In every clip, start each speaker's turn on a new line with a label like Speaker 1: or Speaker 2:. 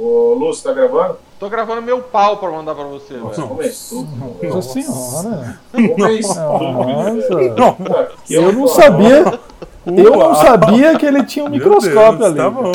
Speaker 1: Ô, Lúcio, tá gravando?
Speaker 2: Tô gravando meu pau pra mandar pra você,
Speaker 1: Nossa,
Speaker 2: velho.
Speaker 1: um mês. Um
Speaker 3: Nossa senhora.
Speaker 1: mês.
Speaker 3: Nossa.
Speaker 4: Tá
Speaker 1: Puta, que
Speaker 3: Eu não
Speaker 1: horror.
Speaker 3: sabia. Eu
Speaker 4: Uau.
Speaker 3: não sabia que ele tinha um
Speaker 4: Meu
Speaker 3: microscópio
Speaker 4: Deus,
Speaker 3: ali.
Speaker 4: Tá bom.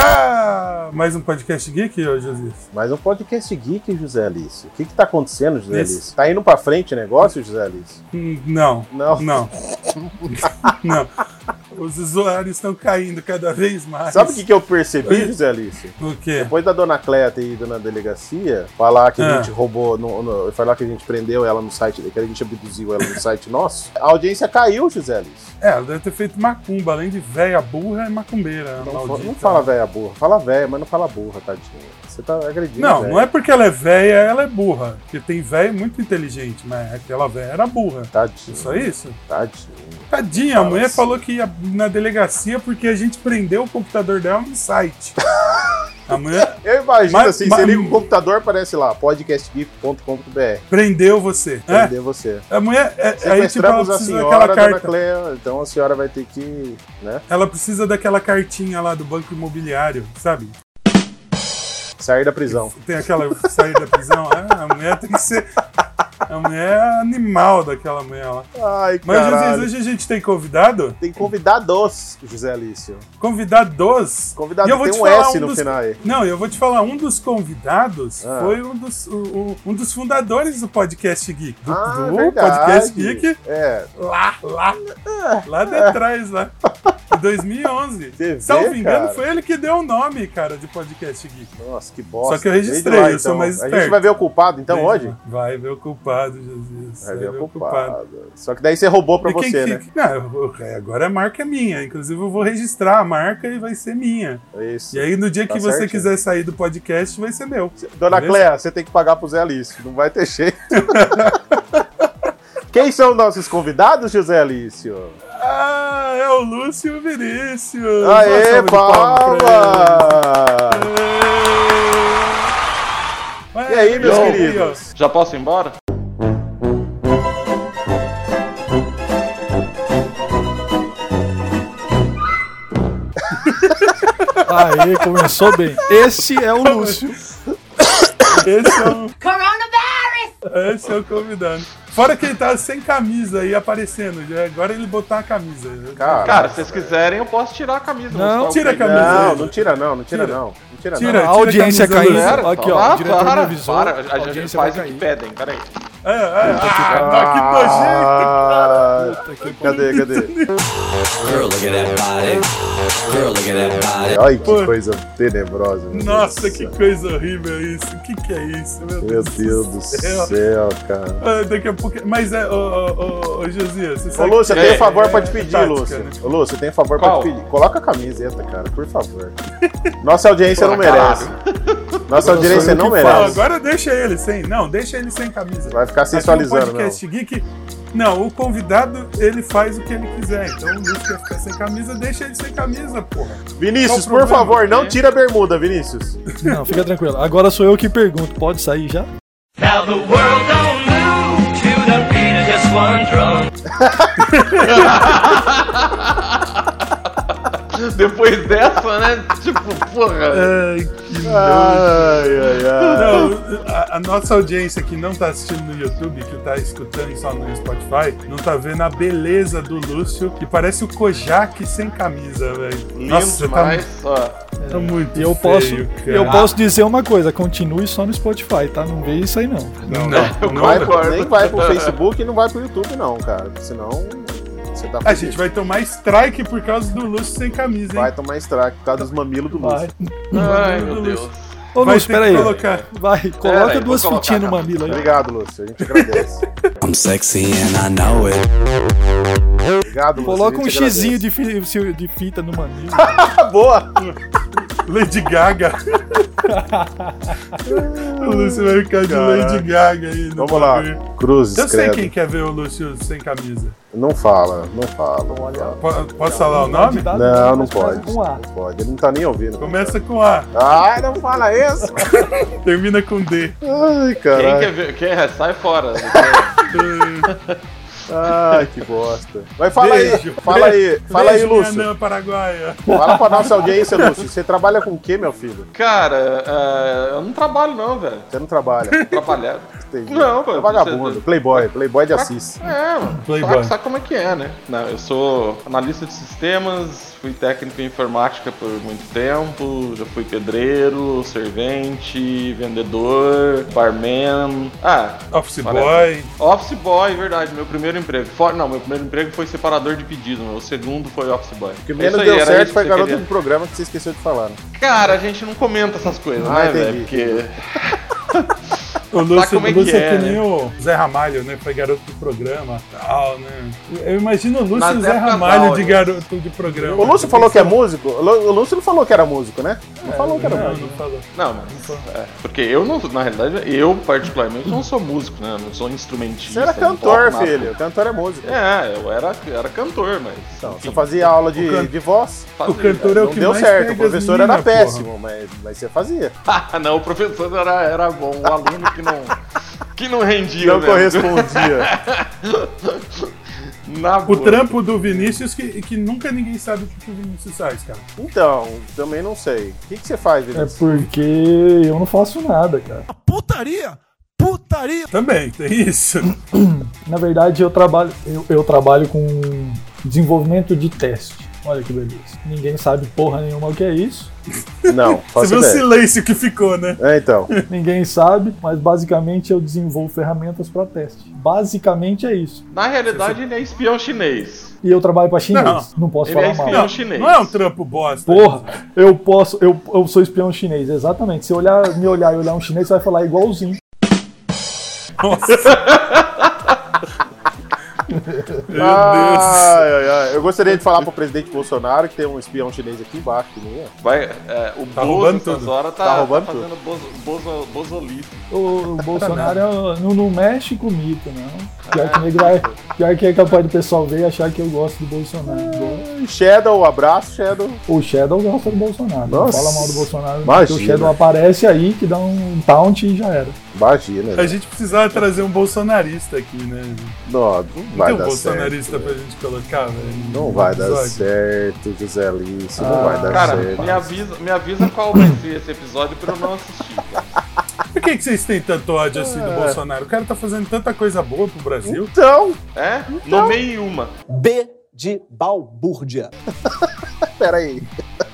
Speaker 4: Ah, Mais um podcast geek, ô Josias.
Speaker 5: Mas é um podcast geek, José Alice. O que que tá acontecendo, José
Speaker 4: Esse-
Speaker 5: Alice? Tá indo pra frente o negócio, José Alice?
Speaker 4: Hum, Não.
Speaker 5: Não.
Speaker 4: Não. não. Os usuários estão caindo cada vez mais.
Speaker 5: Sabe o que, que eu percebi,
Speaker 4: Oi?
Speaker 5: José Alice?
Speaker 4: O quê?
Speaker 5: Depois da dona Cleia ter ido na delegacia, falar que
Speaker 4: Ah.
Speaker 5: a gente roubou, no, no- falar que a gente prendeu ela no site, que a gente abduziu ela no site nosso, a audiência caiu, José Alice.
Speaker 4: É, ela deve ter feito macumba. Além de véia burra, é macumbeira.
Speaker 5: Não, fa-
Speaker 4: maldita.
Speaker 5: não fala véia burra, fala véia, mas não fala burra, tadinha. Você tá agredindo.
Speaker 4: Não,
Speaker 5: véia.
Speaker 4: não é porque ela é véia, ela é burra. Porque tem véia muito inteligente, mas aquela véia era burra.
Speaker 5: Tadinho,
Speaker 4: Só isso?
Speaker 5: tadinho.
Speaker 4: Tadinha, a
Speaker 5: Fala
Speaker 4: mulher
Speaker 5: assim.
Speaker 4: falou que ia na delegacia porque a gente prendeu o computador dela no site. A mulher
Speaker 5: Eu imagino
Speaker 4: Mas-
Speaker 5: assim,
Speaker 4: mas-
Speaker 5: você liga o computador, aparece lá, podcastgeek.com.br.
Speaker 4: prendeu você. né?
Speaker 5: Entender É, você.
Speaker 4: A mulher. é- aí, tipo, ela
Speaker 5: Sequestramos a
Speaker 4: precisa
Speaker 5: senhora,
Speaker 4: daquela
Speaker 5: dona
Speaker 4: carta.
Speaker 5: Cleia, então a senhora vai ter que, né,
Speaker 4: Ela precisa daquela cartinha lá do banco imobiliário, sabe?
Speaker 5: sair da prisão.
Speaker 4: Tem aquela saída da prisão. Ah, a mulher tem que ser. A mulher é animal daquela mulher lá.
Speaker 5: Ai,
Speaker 4: Mas,
Speaker 5: caralho.
Speaker 4: Josias, hoje a gente tem convidado?
Speaker 5: Tem convidados, José Alício.
Speaker 4: Convidados.
Speaker 5: Convidado
Speaker 4: E eu vou
Speaker 5: tem
Speaker 4: te
Speaker 5: um
Speaker 4: falar
Speaker 5: S
Speaker 4: um
Speaker 5: no
Speaker 4: dos-
Speaker 5: final aí.
Speaker 4: Não, eu vou te falar, um dos convidados
Speaker 5: Ah.
Speaker 4: foi um dos, o- o- um dos fundadores do Podcast Geek. Do,
Speaker 5: Ah,
Speaker 4: do
Speaker 5: verdade.
Speaker 4: Podcast Geek,
Speaker 5: É,
Speaker 4: lá, lá, lá de trás, lá. Em 2011.
Speaker 5: Você vê,
Speaker 4: Salvo engano,
Speaker 5: cara.
Speaker 4: foi ele que deu o nome, cara, de Podcast Geek.
Speaker 5: nossa, que bosta.
Speaker 4: Só que eu
Speaker 5: Desde
Speaker 4: registrei,
Speaker 5: lá, então.
Speaker 4: eu sou mais
Speaker 5: A gente
Speaker 4: esperto.
Speaker 5: vai ver o culpado, então,
Speaker 4: Desde-
Speaker 5: hoje?
Speaker 4: Vai ver o culpado, Jesus.
Speaker 5: Vai ver o culpado. Só que daí você roubou pra
Speaker 4: E quem-
Speaker 5: você,
Speaker 4: quem-
Speaker 5: né?
Speaker 4: Não, eu- eu- agora a marca é minha. Inclusive, eu vou registrar a marca e vai ser minha.
Speaker 5: Isso.
Speaker 4: E aí, no dia
Speaker 5: Tá
Speaker 4: que você
Speaker 5: certo.
Speaker 4: quiser sair do podcast, vai ser meu.
Speaker 5: Dona
Speaker 4: Beleza?
Speaker 5: Cléa, você tem que pagar pro Zé Alício, não vai ter jeito. Quem são nossos convidados, José Alício?
Speaker 4: Ah, é o Lúcio Vinícius.
Speaker 5: Aê,
Speaker 4: Uma salva de palmas pra
Speaker 5: palma!
Speaker 4: ele.
Speaker 5: E aí, meus
Speaker 4: Ué,
Speaker 5: queridos?
Speaker 2: Já posso ir embora?
Speaker 3: Aí, começou bem. Esse é o Lúcio.
Speaker 4: Esse é o,
Speaker 6: Coronavirus!
Speaker 4: esse é o convidado. Fora que ele tá sem camisa aí aparecendo. já- é Agora ele botar a camisa.
Speaker 5: Cara,
Speaker 2: Cara, se vocês quiserem, eu posso tirar a camisa.
Speaker 3: Não,
Speaker 2: mostrar o
Speaker 4: tira a
Speaker 2: peito.
Speaker 4: camisa.
Speaker 5: não, não tira não, não tira,
Speaker 4: Tira.
Speaker 5: não. Não tira,
Speaker 4: Tira.
Speaker 3: A audiência
Speaker 4: a camisa
Speaker 3: caindo.
Speaker 4: do Zero,
Speaker 3: Aqui, ó.
Speaker 2: Ah,
Speaker 3: o diretor
Speaker 2: para,
Speaker 3: me avisou.
Speaker 2: para, a gente
Speaker 3: audiência
Speaker 2: faz o
Speaker 3: vai
Speaker 2: que
Speaker 3: cair.
Speaker 2: pedem, peraí.
Speaker 4: É, é, ah,
Speaker 5: não.
Speaker 4: tá, que nojento.
Speaker 5: Ah, cadê, cadê?
Speaker 7: Girl, look at that body. Girl, look at that body.
Speaker 5: Olha que coisa tenebrosa. meu
Speaker 4: Nossa,
Speaker 5: Deus do
Speaker 4: que
Speaker 5: céu.
Speaker 4: coisa horrível isso. O que, que é isso? Meu,
Speaker 5: Meu Deus do céu, cara.
Speaker 4: Ah, Daqui a pouco. Mas é, ô, ô, ô, ô Josias, você
Speaker 5: Ô,
Speaker 4: sabe.
Speaker 5: Lúcia,
Speaker 2: É,
Speaker 5: tem um favor
Speaker 4: é
Speaker 5: pra te pedir,
Speaker 4: tática,
Speaker 5: Lúcia.
Speaker 4: né?
Speaker 5: Ô, Lúcia, tem um favor pra
Speaker 2: Qual?
Speaker 5: te pedir. Coloca a camiseta, cara, por favor. Nossa audiência não
Speaker 2: Porra,
Speaker 5: merece. Nossa
Speaker 3: Eu sou
Speaker 5: audiência
Speaker 3: eu
Speaker 5: não
Speaker 3: que
Speaker 4: Não,
Speaker 5: merece.
Speaker 4: agora deixa ele sem. Não, deixa ele sem camisa.
Speaker 5: Vai ficar
Speaker 4: Aqui
Speaker 5: sensualizando,
Speaker 4: o é podcast Geek. Não, o convidado, ele faz o que ele quiser. Então o Lúcio quer ficar sem camisa, deixa ele sem camisa, porra. Qual
Speaker 5: Vinícius,
Speaker 4: o
Speaker 5: por
Speaker 4: problema?
Speaker 5: favor, não tira a bermuda, Vinícius.
Speaker 3: Não, fica tranquilo. Agora sou eu que pergunto. Pode sair já?
Speaker 7: Now the world don't move to the beat of just one drum.
Speaker 2: Depois dessa, né? Tipo,
Speaker 4: É.
Speaker 2: porra.
Speaker 5: Ah. Ai, ai, ai.
Speaker 4: Não, a, a nossa audiência que não tá assistindo no YouTube, que tá escutando só no Spotify, não tá vendo a beleza do Lúcio, que parece o Kojak sem camisa, velho. Nossa, tá,
Speaker 2: Mas, ó,
Speaker 4: tá muito
Speaker 3: E É. eu
Speaker 4: feio,
Speaker 3: posso,
Speaker 4: cara.
Speaker 3: eu posso dizer uma coisa. Continue só no Spotify, tá? Não vê isso aí, não.
Speaker 4: Não,
Speaker 2: eu
Speaker 4: não, é
Speaker 5: Vai,
Speaker 2: concordo.
Speaker 5: nem vai pro Facebook e não vai pro YouTube, não, cara. Senão, você tá
Speaker 4: A
Speaker 5: fudido.
Speaker 4: gente vai tomar strike por causa do Lúcio sem camisa, hein?
Speaker 5: Vai tomar strike por causa dos mamilos do
Speaker 3: Vai. né?
Speaker 5: Lúcio.
Speaker 2: Ai, meu Deus.
Speaker 3: Ô,
Speaker 4: Vai
Speaker 3: Lúcio,
Speaker 4: ter que
Speaker 3: peraí.
Speaker 4: colocar.
Speaker 3: Vai,
Speaker 2: Pera aí,
Speaker 3: coloca
Speaker 2: vou
Speaker 3: duas
Speaker 2: colocar,
Speaker 3: fitinhas no
Speaker 2: cara.
Speaker 3: mamilo aí.
Speaker 5: Obrigado, Lúcio. A gente agradece.
Speaker 7: I'm sexy and I know it.
Speaker 5: Obrigado, Lúcio.
Speaker 3: Coloca
Speaker 5: a
Speaker 3: um
Speaker 5: gente
Speaker 3: xizinho
Speaker 5: agradece.
Speaker 3: de, fi- de fita no mamilo.
Speaker 5: Boa!
Speaker 4: Lady Gaga. o Lúcio vai ficar de
Speaker 5: Caraca.
Speaker 4: Lady Gaga aí. no
Speaker 5: Vamos lá.
Speaker 4: bagulho.
Speaker 5: Cruzes,
Speaker 4: Eu sei
Speaker 5: credo.
Speaker 4: quem quer ver o Lúcio sem camisa.
Speaker 5: Não fala, não fala. não fala.
Speaker 4: Po- Posso falar o nome?
Speaker 3: dar
Speaker 5: Não, não
Speaker 3: mas começa
Speaker 5: pode.
Speaker 3: Com A.
Speaker 5: Não pode. Ele não tá nem ouvindo.
Speaker 4: Começa com A,
Speaker 5: Ai, não fala isso.
Speaker 4: termina com D.
Speaker 5: Ai,
Speaker 2: Quem quer
Speaker 5: caralho.
Speaker 2: ver? Quem é? Sai fora.
Speaker 5: Ai, que bosta. Mas fala aí,
Speaker 4: é? Beijo.
Speaker 5: fala aí, fala aí,
Speaker 4: Beijo, minha
Speaker 5: Lúcio.
Speaker 4: anã paraguaia.
Speaker 5: Fala pra nossa audiência, Lúcio. Você trabalha com o quê, meu filho?
Speaker 2: Cara, é, eu não trabalho não, velho.
Speaker 5: Você não trabalha.
Speaker 2: Trabalhado.
Speaker 5: Entendi.
Speaker 2: Não,
Speaker 5: É
Speaker 2: mano. tá-
Speaker 5: vagabundo. Playboy, playboy de Assis.
Speaker 2: É, mano.
Speaker 4: Playboy.
Speaker 2: Sabe, sabe como é que é, né? Não, eu sou analista de sistemas, fui técnico em informática por muito tempo, já fui pedreiro, servente, vendedor, barman. Ah,
Speaker 4: Office
Speaker 2: Parece.
Speaker 4: Boy.
Speaker 2: office boy, verdade, meu primeiro emprego. Fora, não, meu primeiro emprego foi separador de pedido, meu segundo foi office boy.
Speaker 5: O que menos
Speaker 2: aí,
Speaker 5: deu
Speaker 2: era
Speaker 5: certo
Speaker 2: É isso
Speaker 5: foi a
Speaker 2: que você
Speaker 5: garota do
Speaker 2: queria.
Speaker 5: programa que você esqueceu de falar. né?
Speaker 2: Cara, a gente não comenta essas coisas,
Speaker 5: Ah,
Speaker 2: né, velho?
Speaker 5: entendi.
Speaker 2: Porque...
Speaker 5: Tá,
Speaker 4: O Lúcio,
Speaker 2: como é
Speaker 4: o Lúcio
Speaker 2: que
Speaker 4: é,
Speaker 2: é,
Speaker 4: que
Speaker 2: né?
Speaker 4: nem o Zé Ramalho, né? Foi garoto do programa tal, né? Eu imagino o Lúcio
Speaker 2: Nas
Speaker 4: e o Zé
Speaker 2: épocas
Speaker 4: Ramalho de
Speaker 2: áureas.
Speaker 4: garoto de programa.
Speaker 5: O Lúcio falou que é músico? O Lu- o Lúcio não falou que era músico, né? Não falou que era
Speaker 4: Não,
Speaker 5: músico.
Speaker 4: não falou.
Speaker 2: É, Não, mas, é, porque eu não, na realidade, eu particularmente não sou músico, né? Não sou instrumentista.
Speaker 5: Você era
Speaker 2: não toco
Speaker 5: cantor,
Speaker 2: nada.
Speaker 5: filho. Cantor é músico.
Speaker 2: É, eu era, era cantor, mas.
Speaker 5: Então,
Speaker 2: enfim,
Speaker 5: você fazia aula de,
Speaker 4: can-
Speaker 5: de voz.
Speaker 2: fazia.
Speaker 4: O cantor é o
Speaker 5: Não
Speaker 4: que
Speaker 5: deu
Speaker 4: mais
Speaker 5: certo. O
Speaker 4: pega as
Speaker 5: professor
Speaker 4: meninas,
Speaker 5: era
Speaker 4: porra.
Speaker 5: péssimo, mas, mas você fazia.
Speaker 2: Ah, não, o professor era, era bom, o aluno que não. que não rendia. né?
Speaker 5: não
Speaker 2: mesmo.
Speaker 5: correspondia.
Speaker 2: Na
Speaker 4: O
Speaker 2: boa.
Speaker 4: trampo do Vinícius que, que nunca ninguém sabe o que que o Vinícius faz, cara.
Speaker 5: então, também não sei. O que, que você faz,
Speaker 3: É
Speaker 5: Vinícius?
Speaker 3: porque eu não faço nada, cara.
Speaker 4: Também, tem isso.
Speaker 3: Na verdade, eu trabalho, eu, eu trabalho com desenvolvimento de teste. Olha que beleza. Ninguém sabe porra nenhuma o que é isso.
Speaker 5: Não,
Speaker 4: Você
Speaker 5: faço
Speaker 4: viu o
Speaker 5: ideia.
Speaker 4: silêncio que ficou, né?
Speaker 5: É, então.
Speaker 3: Ninguém sabe, mas basicamente eu desenvolvo ferramentas para teste. Basicamente é isso.
Speaker 2: Na realidade, ele é espião chinês.
Speaker 3: E eu trabalho para chinês. Não,
Speaker 4: Não.
Speaker 3: posso
Speaker 2: Ele é
Speaker 3: falar mal.
Speaker 2: espião
Speaker 4: Não,
Speaker 2: chinês.
Speaker 4: não é um trampo bosta.
Speaker 3: Porra, eu posso, eu, eu sou espião chinês, exatamente. Se olhar, me olhar e olhar um chinês, você vai falar igualzinho.
Speaker 4: Nossa. Meu Deus.
Speaker 5: Ai, ai, ai. Eu gostaria de falar pro presidente Bolsonaro que tem um espião chinês aqui embaixo, que nem é.
Speaker 2: Vai, é, o
Speaker 4: Tá
Speaker 2: Bozo
Speaker 4: roubando
Speaker 2: essas
Speaker 4: tudo.
Speaker 2: horas tá,
Speaker 5: Tá roubando
Speaker 2: tá fazendo bozo, bozo, bozolito.
Speaker 3: O, o Bolsonaro é- não, não mexe comigo, não. Pior que, nego vai, pior que é capaz do pessoal ver e achar que eu gosto do Bolsonaro.
Speaker 5: Shadow, um abraço, Shadow.
Speaker 3: O Shadow gosta do Bolsonaro. Não
Speaker 5: Nossa,
Speaker 3: fala mal do Bolsonaro.
Speaker 5: imagina.
Speaker 3: Porque o Shadow aparece aí, que dá um taunt e já era.
Speaker 5: Imagina.
Speaker 4: A gente precisava trazer um bolsonarista aqui, né?
Speaker 5: Não, não vai
Speaker 4: Tem
Speaker 5: dar certo.
Speaker 4: um
Speaker 5: né?
Speaker 4: bolsonarista pra gente colocar, velho.
Speaker 5: Não vai dar
Speaker 4: Episódio.
Speaker 5: certo, José Alice. não vai dar
Speaker 2: Cara,
Speaker 5: Tá certo.
Speaker 2: me avisa, me avisa qual vai ser esse episódio pra eu não assistir.
Speaker 4: Por que, que vocês têm tanto ódio assim do Bolsonaro? O cara tá fazendo tanta coisa boa pro Brasil.
Speaker 5: Então,
Speaker 2: É? Nomeie uma.
Speaker 6: B de balbúrdia.
Speaker 5: peraí.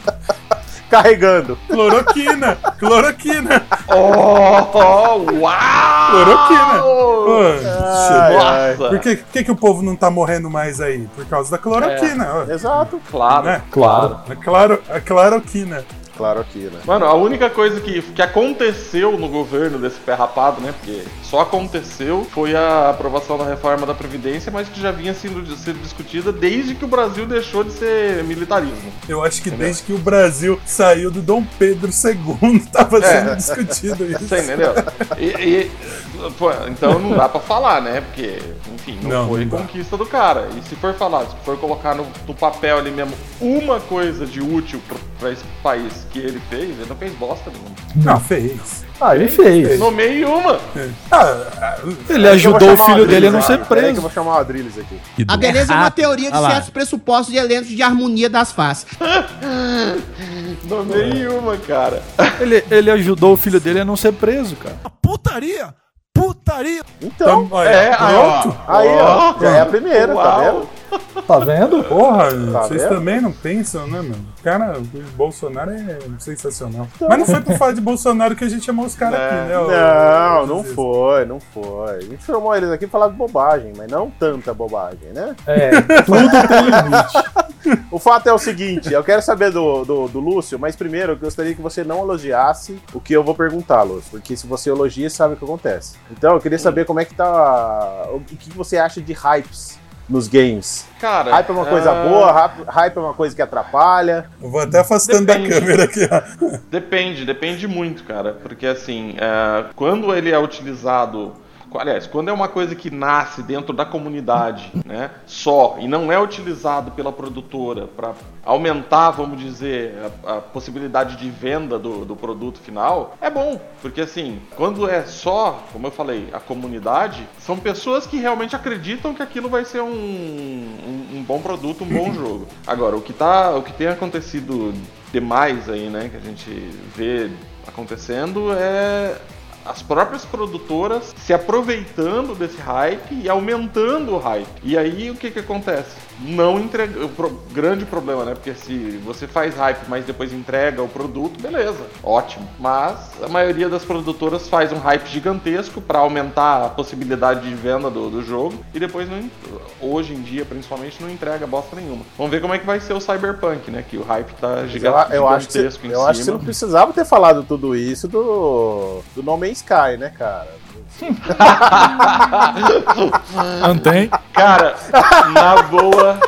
Speaker 5: Carregando.
Speaker 4: Cloroquina! Cloroquina!
Speaker 2: Oh, uau!
Speaker 4: Cloroquina! Pô,
Speaker 2: Ah,
Speaker 5: Ai, ai.
Speaker 2: Nossa!
Speaker 4: né? Por que, por que, que o povo não tá morrendo mais aí? Por causa da cloroquina.
Speaker 5: Exato.
Speaker 4: ó,
Speaker 2: Claro.
Speaker 4: Né?
Speaker 3: Claro.
Speaker 4: A, claro, a cloroquina.
Speaker 5: Claro aqui, né?
Speaker 2: Mano, a única coisa que, que aconteceu no governo desse pé rapado, né? Porque só aconteceu foi a aprovação da reforma da Previdência, mas que já vinha sendo, sendo discutida desde que o Brasil deixou de ser militarismo.
Speaker 4: Eu acho que desde que o Brasil saiu do Dom Pedro II,
Speaker 2: É.
Speaker 4: tava sendo discutido isso.
Speaker 2: Você entendeu? E- e- pô, então não dá pra falar, né? Porque, enfim, não,
Speaker 4: Não,
Speaker 2: foi
Speaker 4: não dá.
Speaker 2: conquista do cara. E se for falar, se for colocar no, no papel ali mesmo uma coisa de útil pro, pra esse país que ele fez, ele não fez bosta nenhuma.
Speaker 4: Não, fez.
Speaker 3: Ah, ele fez. É
Speaker 2: Nomeie uma!
Speaker 4: Ah,
Speaker 3: Ele ajudou o filho dele a não ser
Speaker 5: Peraí que eu
Speaker 3: preso.
Speaker 5: vou chamar o Adriles aqui.
Speaker 8: A beleza é uma teoria de
Speaker 6: Olha lá.
Speaker 8: certos pressupostos de elementos de harmonia das faces.
Speaker 2: Nomeie uma, cara.
Speaker 3: Ele, ele ajudou o filho dele a não ser preso, cara.
Speaker 5: Então,
Speaker 4: olha,
Speaker 2: É, aí, ó.
Speaker 4: pronto.
Speaker 5: aí, ó.
Speaker 2: Ó.
Speaker 5: Já é a primeira, tá
Speaker 2: Uau.
Speaker 5: vendo?
Speaker 3: Tá vendo?
Speaker 4: Porra,
Speaker 5: Tá
Speaker 4: vocês
Speaker 5: vendo?
Speaker 4: também não pensam, né, mano? O Cara, o Bolsonaro é sensacional. Mas não foi por falar de Bolsonaro que a gente chamou os caras aqui, né? ô-
Speaker 5: Não,
Speaker 4: ô,
Speaker 5: não
Speaker 4: Jesus?
Speaker 5: foi, não foi. A gente chamou eles aqui pra falar de bobagem, mas não tanta bobagem, né?
Speaker 3: É, tudo tem limite.
Speaker 5: O fato é o seguinte, eu quero saber do, do, do Lúcio, mas primeiro eu gostaria que você não elogiasse o que eu vou perguntar, Lúcio, porque se você elogia, sabe o que acontece. Então, eu queria saber como é que tá. O que que você acha de hypes nos games?
Speaker 2: Cara.
Speaker 5: Hype é uma coisa
Speaker 2: ah,
Speaker 5: boa, hype- hype é uma coisa que atrapalha.
Speaker 4: Eu vou até afastando
Speaker 2: Depende.
Speaker 4: da câmera aqui, ó.
Speaker 2: Depende, depende muito, cara. Porque assim, é, quando ele é utilizado. Aliás, quando é uma coisa que nasce dentro da comunidade, né, só, e não é utilizado pela produtora para aumentar, vamos dizer, a, a possibilidade de venda do, do produto final, é bom. Porque assim, quando é só, como eu falei, a comunidade, são pessoas que realmente acreditam que aquilo vai ser um, um- um bom produto, um bom jogo. Agora, o que, tá, o que tem acontecido demais aí, né, que a gente vê acontecendo é as próprias produtoras se aproveitando desse hype e aumentando o hype. E aí o que que acontece? Não entrega, o pro- grande problema, né? Porque se você faz hype, mas depois entrega o produto, beleza, ótimo. Mas a maioria das produtoras faz um hype gigantesco para aumentar a possibilidade de venda do, do jogo e depois não, en- hoje em dia, principalmente, não entrega bosta nenhuma. Vamos ver como é que vai ser o Cyberpunk, né? Que o hype tá
Speaker 5: Eu,
Speaker 2: gigante,
Speaker 5: eu acho que você,
Speaker 2: gigantesco em
Speaker 5: eu acho que você
Speaker 2: cima.
Speaker 5: não precisava ter falado tudo isso do, do No Man's Sky, né, cara?
Speaker 3: Antém.
Speaker 2: Cara, na boa,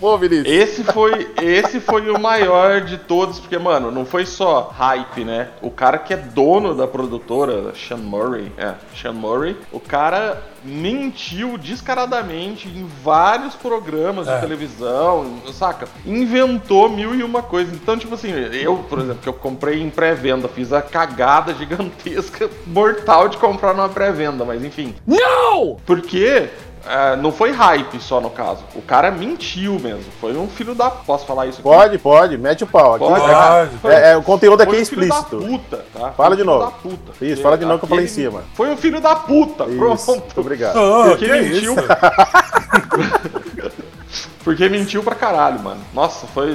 Speaker 5: Pô, Vinícius,
Speaker 2: esse foi, esse foi o maior de todos, porque, mano, não foi só hype, né? O cara que é dono da produtora, Sean Murray, é, Sean Murray, o cara mentiu descaradamente em vários programas de televisão, saca? Inventou mil e uma coisa. Então, tipo assim, eu, por exemplo, que eu comprei em pré-venda, fiz a cagada gigantesca, mortal de comprar numa pré-venda, mas enfim. Porque ah, não foi hype só no caso. O cara mentiu mesmo. Foi um filho da. Posso falar isso aqui?
Speaker 5: pode, pode, mete o pau. Aqui,
Speaker 2: Pode.
Speaker 4: Pode.
Speaker 5: É, é, o conteúdo aqui
Speaker 2: Foi
Speaker 5: é
Speaker 2: um filho da
Speaker 5: explícito.
Speaker 2: puta, tá?
Speaker 5: Fala de
Speaker 2: Foi um filho
Speaker 5: novo.
Speaker 2: da puta.
Speaker 5: Isso,
Speaker 2: Porque
Speaker 5: fala de novo que eu falei em
Speaker 2: aquele-
Speaker 5: cima.
Speaker 2: Foi um filho da puta.
Speaker 5: Isso,
Speaker 2: Pronto.
Speaker 5: muito obrigado.
Speaker 4: Ô,
Speaker 2: Porque
Speaker 4: que
Speaker 2: mentiu.
Speaker 4: isso?
Speaker 2: Porque mentiu pra caralho, mano. Nossa, foi.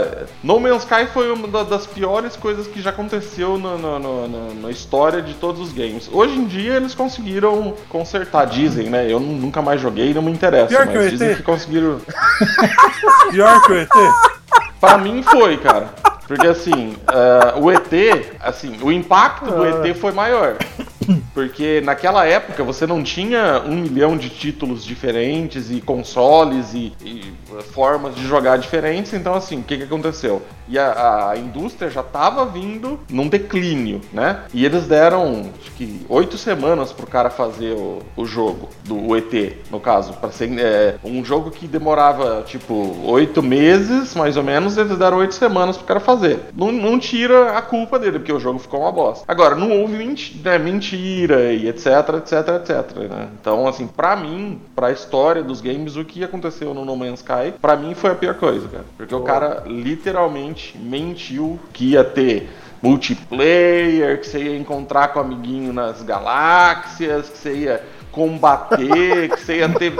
Speaker 2: é, No Man's Sky foi uma da- das piores coisas que já aconteceu no- no- no- no- na história de todos os games. Hoje em dia eles conseguiram consertar, dizem, né? Eu nu- nunca mais joguei, não me interessa.
Speaker 4: Pior que o
Speaker 2: mas dizem
Speaker 4: ET.
Speaker 2: que conseguiram.
Speaker 4: Pior que o ET.
Speaker 2: Pra mim foi, cara. Porque assim, ah, o ET, assim, o impacto do ET foi maior. Porque naquela época você não tinha um milhão de títulos diferentes e consoles e, e, eh, formas de jogar diferentes. Então, assim, o que, que aconteceu? E a, a indústria já tava vindo num declínio, né? E eles deram, acho que, oito semanas pro cara fazer o, o jogo, do o ET, no caso. Pra ser, eh, um jogo que demorava, tipo, oito meses, mais ou menos, eles deram oito semanas pro cara fazer. Não, não tira a culpa dele, porque o jogo ficou uma bosta. Agora, não houve menti- né, mentira e etc, etc, etc, né? Então, assim, pra mim, pra história dos games, o que aconteceu no No Man's Sky, pra mim foi a pior coisa, cara. Porque o cara literalmente mentiu que ia ter multiplayer, que você ia encontrar com o amiguinho nas galáxias, que você ia combater, que você ia ter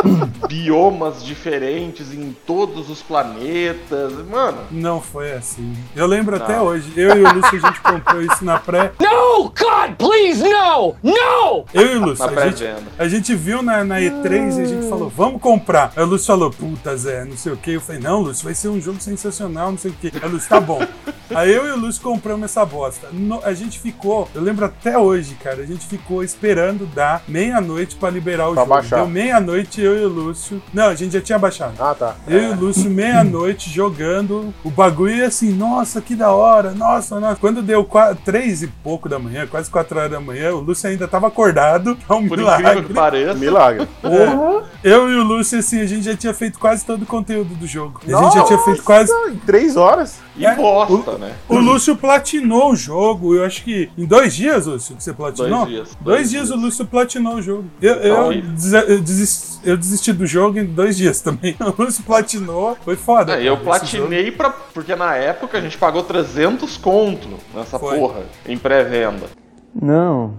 Speaker 2: biomas diferentes em todos os planetas. Mano,
Speaker 4: Não foi assim. Eu lembro até
Speaker 2: Não.
Speaker 4: hoje. Eu e o Lúcio, a gente comprou isso na pré.
Speaker 7: No, God, please, no! No!
Speaker 4: Eu e o Lúcio,
Speaker 2: Na
Speaker 4: a gente,
Speaker 2: pré-venda.
Speaker 4: a gente viu na, na E3 e a gente falou, vamos comprar. Aí o Lúcio falou, puta Zé, não sei o que. Eu falei, não, Lúcio, vai ser um jogo sensacional, não sei o que. Aí o Lúcio, tá bom. Aí eu e o Lúcio compramos essa bosta. No- a gente ficou, eu lembro até hoje, cara, a gente ficou esperando dar meia-noite pra liberar o
Speaker 5: Pra
Speaker 4: jogo.
Speaker 5: baixar.
Speaker 4: Deu meia-noite, eu e o Lúcio. Não, a gente já tinha baixado.
Speaker 5: Ah, tá.
Speaker 4: Eu e o Lúcio, meia-noite, jogando o bagulho e assim, nossa, que da hora, nossa, nossa. Quando deu qua- três e pouco da manhã, quase quatro horas da manhã, o Lúcio ainda tava acordado, é um
Speaker 2: por incrível que
Speaker 4: milagre.
Speaker 2: pareça.
Speaker 5: Milagre.
Speaker 4: É. Eu e o Lúcio, assim, a gente já tinha feito quase todo o conteúdo do jogo. A gente já tinha feito quase.
Speaker 5: Em três horas?
Speaker 2: E
Speaker 4: É,
Speaker 2: bosta, né?
Speaker 4: O Lúcio platinou o jogo, eu acho que em dois dias, Lúcio, que você platinou?
Speaker 2: Dois dias,
Speaker 4: Dois,
Speaker 2: dois
Speaker 4: dias,
Speaker 2: dias.
Speaker 4: o Lúcio platinou o jogo. Eu,
Speaker 2: Então,
Speaker 4: eu,
Speaker 2: aí-
Speaker 4: des- eu desisti, eu desisti do jogo em dois dias também. O Lúcio platinou, foi foda.
Speaker 2: É, eu
Speaker 4: cara, esse jogo.
Speaker 2: platinei pra. Porque na época a gente pagou 300 conto nessa
Speaker 4: Foi.
Speaker 2: porra em pré-venda.
Speaker 9: Não.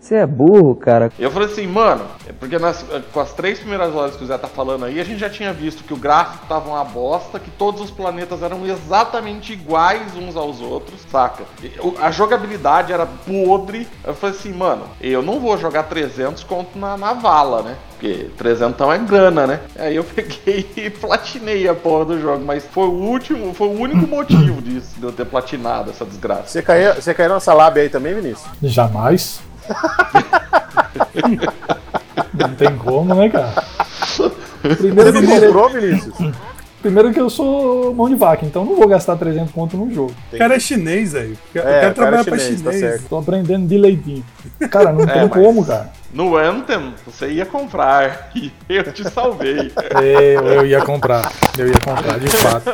Speaker 9: Você é burro, cara.
Speaker 2: Eu falei assim, mano, é porque nas- com as três primeiras horas que o Zé tá falando aí, a gente já tinha visto que o gráfico tava uma bosta, que todos os planetas eram exatamente iguais uns aos outros, saca? E o- A jogabilidade era podre. Eu falei assim, mano, eu não vou jogar 300 conto na, na vala, né? Porque 300 é grana, né? Aí eu peguei e platinei a porra do jogo, mas foi o último, foi o único motivo disso, de eu ter platinado essa desgraça.
Speaker 5: Você caiu, você caiu nessa lábia aí também, Vinícius?
Speaker 3: Jamais. Não tem como, né, cara? Primeiro que,
Speaker 5: Você
Speaker 3: eu morei-
Speaker 5: comprou, Vinícius?
Speaker 3: primeiro que eu sou mão de vaca, então não vou gastar 300 conto num jogo.
Speaker 4: O cara é chinês, velho. O
Speaker 5: É,
Speaker 4: cara, o cara
Speaker 5: o cara
Speaker 4: trabalha
Speaker 5: é
Speaker 4: pra
Speaker 5: chinês,
Speaker 4: chinês.
Speaker 5: tá certo.
Speaker 3: Tô aprendendo de leitinho. Cara, não
Speaker 2: É,
Speaker 3: tem
Speaker 2: mas-
Speaker 3: como, cara.
Speaker 2: No Anthem, você ia comprar e eu te salvei.
Speaker 3: É, eu, eu ia comprar. Eu ia comprar, de fato.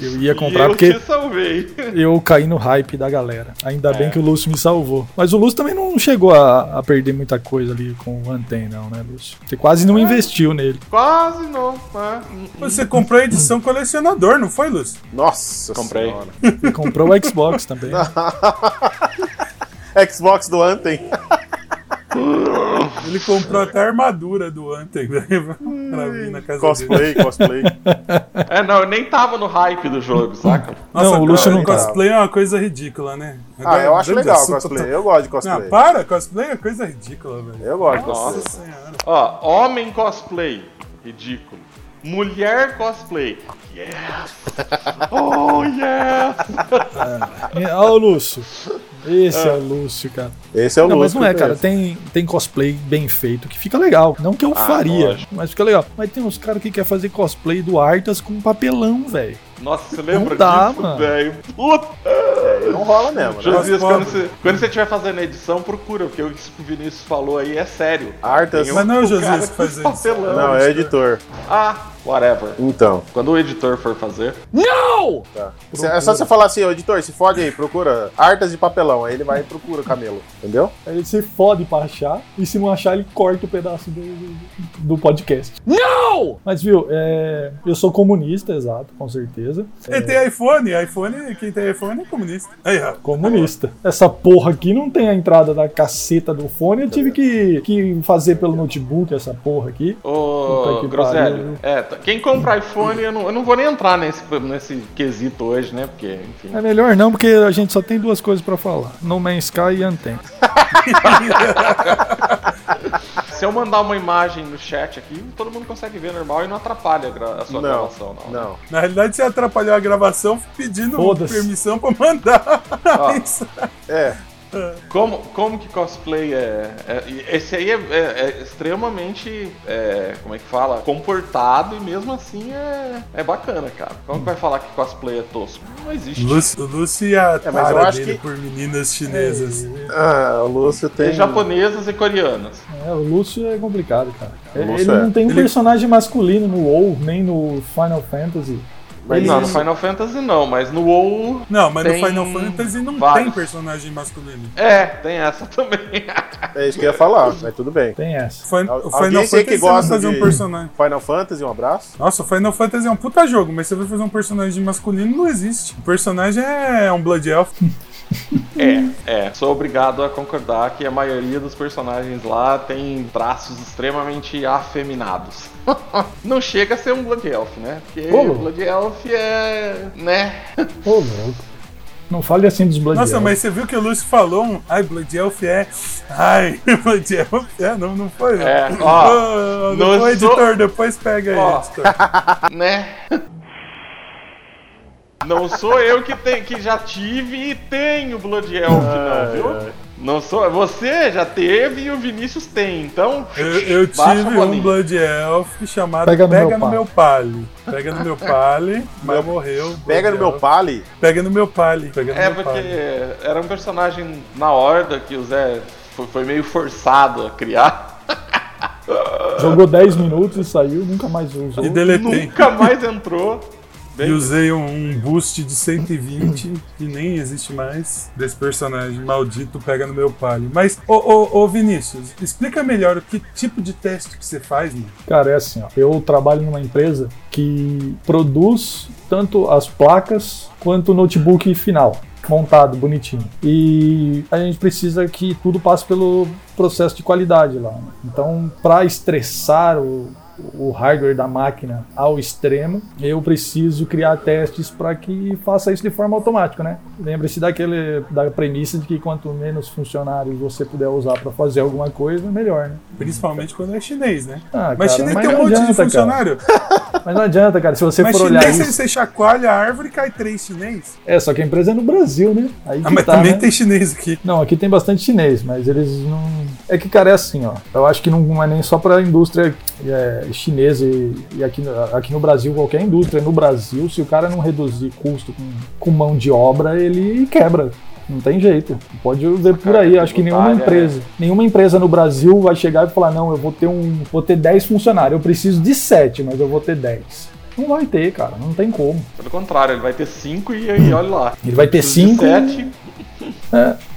Speaker 3: Eu ia comprar,
Speaker 2: e eu
Speaker 3: porque
Speaker 2: te salvei.
Speaker 3: eu caí no hype da galera. Ainda
Speaker 2: É.
Speaker 3: bem que o Lúcio me salvou. Mas o Lúcio também não chegou a, a perder muita coisa ali com o Anten, não, né, Lúcio? Você quase
Speaker 2: É.
Speaker 3: não investiu nele.
Speaker 2: Quase não. né?
Speaker 4: Você comprou a edição colecionador, não foi, Lúcio?
Speaker 5: Nossa
Speaker 2: Comprei.
Speaker 5: Senhora.
Speaker 3: Ele comprou o Xbox também.
Speaker 5: Xbox do Anthem.
Speaker 4: Ele comprou até a armadura do Anthem, velho. Pra vir na casa dele.
Speaker 5: Cosplay, cosplay.
Speaker 2: É, não, eu nem tava no hype do jogo, saca?
Speaker 4: Nossa,
Speaker 3: Não, o
Speaker 4: cara,
Speaker 3: Lúcio não tá.
Speaker 4: cosplay é uma coisa ridícula, né?
Speaker 5: Ah, eu acho
Speaker 4: Grande
Speaker 5: legal
Speaker 4: assunto,
Speaker 5: cosplay.
Speaker 4: tá-
Speaker 5: Eu gosto de
Speaker 4: Não,
Speaker 5: cosplay.
Speaker 4: para, cosplay é coisa ridícula, velho.
Speaker 5: Eu gosto de
Speaker 2: Nossa.
Speaker 5: cosplay.
Speaker 4: Nossa senhora.
Speaker 2: Ó, homem cosplay. Ridículo. Mulher cosplay. Yes! Oh, yes!
Speaker 3: Olha o Lúcio. Esse é
Speaker 2: Ah.
Speaker 3: o Lúcio, cara.
Speaker 5: Esse é o
Speaker 3: Não, mas
Speaker 5: Lúcio
Speaker 3: não
Speaker 5: que
Speaker 3: é,
Speaker 5: eu
Speaker 3: cara.
Speaker 5: conheço.
Speaker 3: Tem, tem cosplay bem feito que fica legal. Não que eu faria,
Speaker 2: lógico.
Speaker 3: mas fica legal. Mas tem uns caras que querem fazer cosplay do Artas com papelão, velho.
Speaker 2: Nossa, você lembra
Speaker 3: Não dá,
Speaker 2: disso,
Speaker 3: mano.
Speaker 2: velho? Puta!
Speaker 5: Não rola mesmo, né?
Speaker 2: Jesus,
Speaker 4: pobre.
Speaker 2: quando você, quando você estiver fazendo a edição, procura, porque o que o Vinícius falou aí é sério.
Speaker 5: Artas.
Speaker 2: Tem
Speaker 4: Mas não é o Josias
Speaker 2: cara
Speaker 4: que
Speaker 2: com
Speaker 4: faz isso.
Speaker 2: papelão.
Speaker 5: um Não, é editor.
Speaker 2: Ah, whatever.
Speaker 5: Então.
Speaker 2: Quando o editor for fazer,
Speaker 5: Cê- É só você falar assim, ô editor, se fode aí, procura artas de papelão. Aí ele vai e procura o camelo. Entendeu?
Speaker 3: Aí ele se fode pra achar, e se não achar, ele corta o pedaço do, do podcast. Não! Mas viu, é, eu sou comunista, exato, com certeza.
Speaker 4: Ele tem iPhone, iPhone, quem tem iPhone é comunista. Aí, ó.
Speaker 3: Comunista. Essa porra aqui não tem a entrada da caceta do fone, eu tive que, que fazer pelo notebook essa porra aqui. Puta
Speaker 2: Ô,
Speaker 3: que pariu,
Speaker 2: Groselho,
Speaker 3: viu?
Speaker 2: é, tá- quem comprar iPhone, eu não, eu não vou nem entrar nesse, nesse quesito hoje, né? Porque, enfim.
Speaker 3: É melhor não, porque a gente só tem duas coisas pra falar: No Man's Sky e Anten.
Speaker 2: Se eu mandar uma imagem no chat aqui, todo mundo consegue ver normal e não atrapalha a, gra- a sua
Speaker 5: Não.
Speaker 2: gravação, não. né?
Speaker 5: Não.
Speaker 4: Na realidade, você atrapalhou a gravação pedindo
Speaker 3: Foda-se.
Speaker 4: permissão pra mandar.
Speaker 2: Ó.
Speaker 4: Isso.
Speaker 5: É.
Speaker 2: Como, como que cosplay é, é- e Esse aí é, é- é extremamente. é, como é que fala? Comportado e mesmo assim é, é bacana, cara. Como que vai falar que cosplay é tosco? Não existe.
Speaker 4: Lucy, o Lucy e a
Speaker 5: É, mas eu
Speaker 4: tara
Speaker 5: acho
Speaker 4: dele
Speaker 5: que-
Speaker 4: por meninas chinesas.
Speaker 5: Ah, o Lúcio tem.
Speaker 2: Tem japonesas e coreanas.
Speaker 3: É, o Lúcio é complicado, cara. É,
Speaker 5: Lúcio
Speaker 3: ele
Speaker 5: é.
Speaker 3: não tem um
Speaker 4: Ele-
Speaker 3: personagem masculino no WoW, nem no Final Fantasy.
Speaker 5: Mas
Speaker 2: não, no
Speaker 5: isso-
Speaker 2: Final Fantasy não, mas no WoW.
Speaker 4: Não, mas
Speaker 2: Tem
Speaker 4: no Final Fantasy não
Speaker 2: vários.
Speaker 4: tem personagem masculino.
Speaker 2: É, tem essa também.
Speaker 5: É isso que eu ia falar, mas tudo bem.
Speaker 3: Tem essa.
Speaker 4: Fin-
Speaker 5: Al-
Speaker 4: O
Speaker 5: alguém
Speaker 4: Final
Speaker 5: sei
Speaker 4: Fantasy
Speaker 5: que
Speaker 4: você vai
Speaker 5: gosta
Speaker 4: fazer
Speaker 5: de-
Speaker 4: um personagem.
Speaker 5: Final Fantasy, um abraço.
Speaker 4: Nossa, o Final Fantasy é um puta jogo, mas você vai fazer um personagem masculino, não existe. O personagem é um Blood Elf.
Speaker 2: É, é. Sou obrigado a concordar que a maioria dos personagens lá tem traços extremamente afeminados. Não chega a ser um Blood Elf, né? Porque
Speaker 3: Ô, louco.
Speaker 2: Blood Elf é. né?
Speaker 3: Ô, louco. Não fale assim dos Blood
Speaker 4: Nossa,
Speaker 3: Elf.
Speaker 4: mas você viu que o Lúcio falou um. Ai, Blood Elf é. Ai, Blood Elf é. Não, não foi. não.
Speaker 2: É, ó,
Speaker 4: Ô,
Speaker 2: no
Speaker 4: não foi,
Speaker 2: so-
Speaker 4: editor, depois pega aí,
Speaker 2: Ó.
Speaker 4: editor.
Speaker 2: né? Não sou eu que, tem, que já tive e tenho Blood Elf, não, viu? Não sou. Você já teve e o Vinícius tem, então.
Speaker 4: Eu, eu
Speaker 2: baixa
Speaker 4: tive
Speaker 2: a
Speaker 4: um
Speaker 2: bolinha.
Speaker 4: Blood Elf chamado
Speaker 3: Pega
Speaker 4: Pega
Speaker 3: no
Speaker 4: no,
Speaker 3: meu pale.
Speaker 4: meu, Pale. Pega no meu Pale, mas morreu. Blood
Speaker 5: Pega no meu
Speaker 4: Elf.
Speaker 5: pali.
Speaker 4: Pega no meu Pale. Pega no
Speaker 2: É,
Speaker 4: meu Pale.
Speaker 2: porque era um personagem na horda que o Zé foi, foi meio forçado a criar.
Speaker 3: Jogou 10 minutos e saiu, nunca mais usou.
Speaker 4: E deletei.
Speaker 2: Nunca mais entrou.
Speaker 4: E usei um, um boost de 120, que nem existe mais, desse personagem maldito pega no meu palho. Mas, ô, ô, ô Vinícius, explica melhor o que tipo de teste que você faz, mano.
Speaker 3: Cara, é assim, ó. Eu trabalho numa empresa que produz tanto as placas quanto o notebook final, montado, bonitinho. E a gente precisa que tudo passe pelo processo de qualidade lá. né? Então, para estressar o o hardware da máquina ao extremo, eu preciso criar testes para que faça isso de forma automática, né? Lembre-se daquele da premissa de que quanto menos funcionários você puder usar para fazer alguma coisa, melhor, né?
Speaker 4: Principalmente quando é chinês, né?
Speaker 3: Ah,
Speaker 4: mas
Speaker 3: cara,
Speaker 4: chinês
Speaker 3: mas
Speaker 4: tem um
Speaker 3: não
Speaker 4: monte de
Speaker 3: adianta,
Speaker 4: funcionário.
Speaker 3: Mas não adianta, cara, se você
Speaker 4: Mas
Speaker 3: for olhar
Speaker 4: chinês,
Speaker 3: isso.
Speaker 4: você, você chacoalha a árvore e cai três chinês.
Speaker 3: É, só que a empresa é no Brasil, né? Aí que
Speaker 4: Ah, mas
Speaker 3: tá,
Speaker 4: também
Speaker 3: né?
Speaker 4: tem chinês aqui.
Speaker 3: Não, aqui tem bastante chinês, mas eles não. É que, cara, é assim, ó. Eu acho que não é nem só pra indústria é, é, chinesa e, e aqui, no- aqui no Brasil, qualquer indústria no Brasil, se o cara não reduzir custo com, com mão de obra, ele quebra. Não tem jeito. Pode ver por
Speaker 2: carga
Speaker 3: aí. Acho que
Speaker 2: tributária,
Speaker 3: nenhuma empresa, nenhuma empresa no Brasil vai chegar e falar: não, eu vou ter um. vou ter 10 funcionários. Eu preciso de 7, mas eu vou ter 10. Não vai ter, cara. Não tem como.
Speaker 2: Pelo contrário, ele vai ter 5 e, e olha lá.
Speaker 3: Ele vai ter 5.
Speaker 2: 7.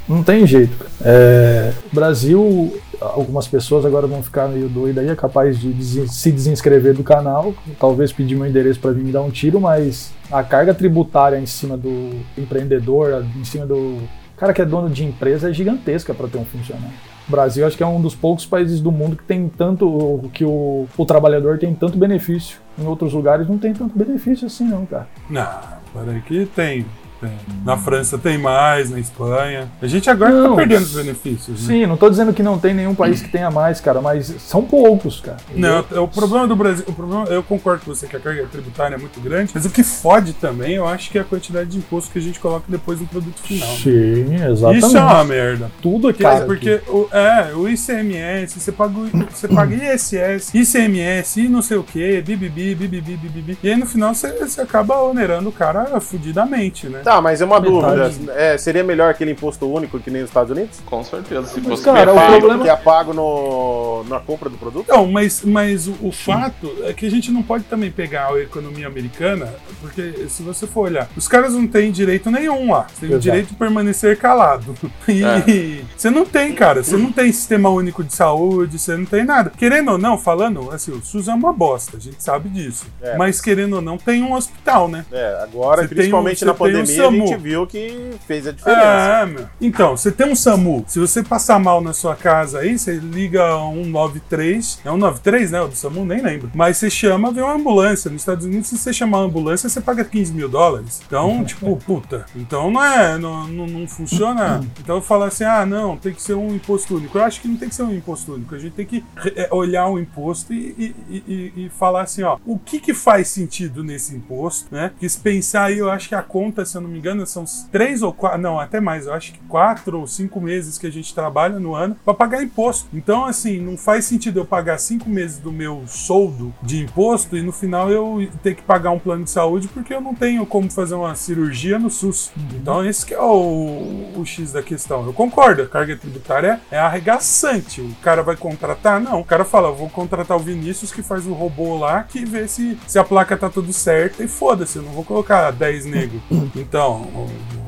Speaker 3: Não tem jeito. É, Brasil, algumas pessoas agora vão ficar meio doidas aí, é capaz de desin- se desinscrever do canal, talvez pedir meu endereço para vir me dar um tiro, mas a carga tributária em cima do empreendedor, em cima do cara que é dono de empresa é gigantesca para ter um funcionário. O Brasil acho que é um dos poucos países do mundo que tem tanto que o, o trabalhador tem tanto benefício. Em outros lugares não tem tanto benefício assim não, cara.
Speaker 4: Não, para que tem. tem. Na França tem mais, na Espanha. A gente agora
Speaker 3: Não.
Speaker 4: tá perdendo os benefícios. Né?
Speaker 3: Sim, não tô dizendo que não tem nenhum país que tenha mais, cara, mas são poucos, cara.
Speaker 4: Não, é o problema do Brasil, o problema, eu concordo com você que a carga tributária é muito grande, mas o que fode também, eu acho que é a quantidade de imposto que a gente coloca depois no produto final.
Speaker 3: Sim, exatamente.
Speaker 4: Isso é uma merda.
Speaker 3: tudo aqui.
Speaker 4: Porque, porque o, é, o ICMS, você paga, o- você paga ISS, ICMS e não sei o que, bibibi, bibibi, bibibi. E aí no final você, você acaba onerando o cara fudidamente, né?
Speaker 5: Tá, mas é uma
Speaker 3: Metade.
Speaker 5: dúvida. É, seria melhor aquele imposto único que nem nos Estados Unidos?
Speaker 2: Com certeza, se fosse
Speaker 3: cara,
Speaker 2: bem
Speaker 3: o
Speaker 2: pago.
Speaker 3: problema-
Speaker 5: Que é pago no, na compra do produto?
Speaker 4: Então, mas, mas o, o fato é que a gente não pode também pegar a economia americana, porque se você for olhar, os caras não têm direito nenhum lá. Você tem o
Speaker 3: Exato.
Speaker 4: direito de permanecer calado. E você não tem, cara. Você não tem sistema único de saúde, você não tem nada. Querendo ou não, falando, assim, o SUS é uma bosta, a gente sabe disso.
Speaker 5: É.
Speaker 4: mas querendo ou não, tem um hospital, né?
Speaker 5: É, agora,
Speaker 4: Você tem
Speaker 5: principalmente
Speaker 4: um-
Speaker 5: na
Speaker 4: você tem um
Speaker 5: pandemia, a gente
Speaker 4: SAMU.
Speaker 5: viu que fez a diferença.
Speaker 4: É, meu. Então, você tem um SAMU. Se você passar mal na sua casa aí, você liga 193. É 193, né? O do SAMU, nem lembro. Mas você chama, vem uma ambulância. Nos Estados Unidos, se você chamar uma ambulância, você paga 15 mil dólares. Então, tipo, puta. Então não é. Não, não, não funciona. Então eu falo assim: ah, não, tem que ser um imposto único. Eu acho que não tem que ser um imposto único. A gente tem que re- é, olhar o imposto e, e- e- e- e falar assim: ó, o que, que faz sentido nesse imposto, né? Porque se pensar aí, eu acho que a conta, se eu não me engano, são três ou quatro, não, até mais, eu acho que quatro ou cinco meses que a gente trabalha no ano para pagar imposto. Então, assim, não faz sentido eu pagar cinco meses do meu soldo de imposto e no final eu ter que pagar um plano de saúde porque eu não tenho como fazer uma cirurgia no SUS. Então, esse que é o, o X da questão. Eu concordo, a carga tributária é arregaçante. O cara vai contratar? Não. O cara fala, eu vou contratar o Vinícius que faz o robô lá que vê se, se a placa tá tudo certa e foda-se, eu não vou colocar 10 negros. Então,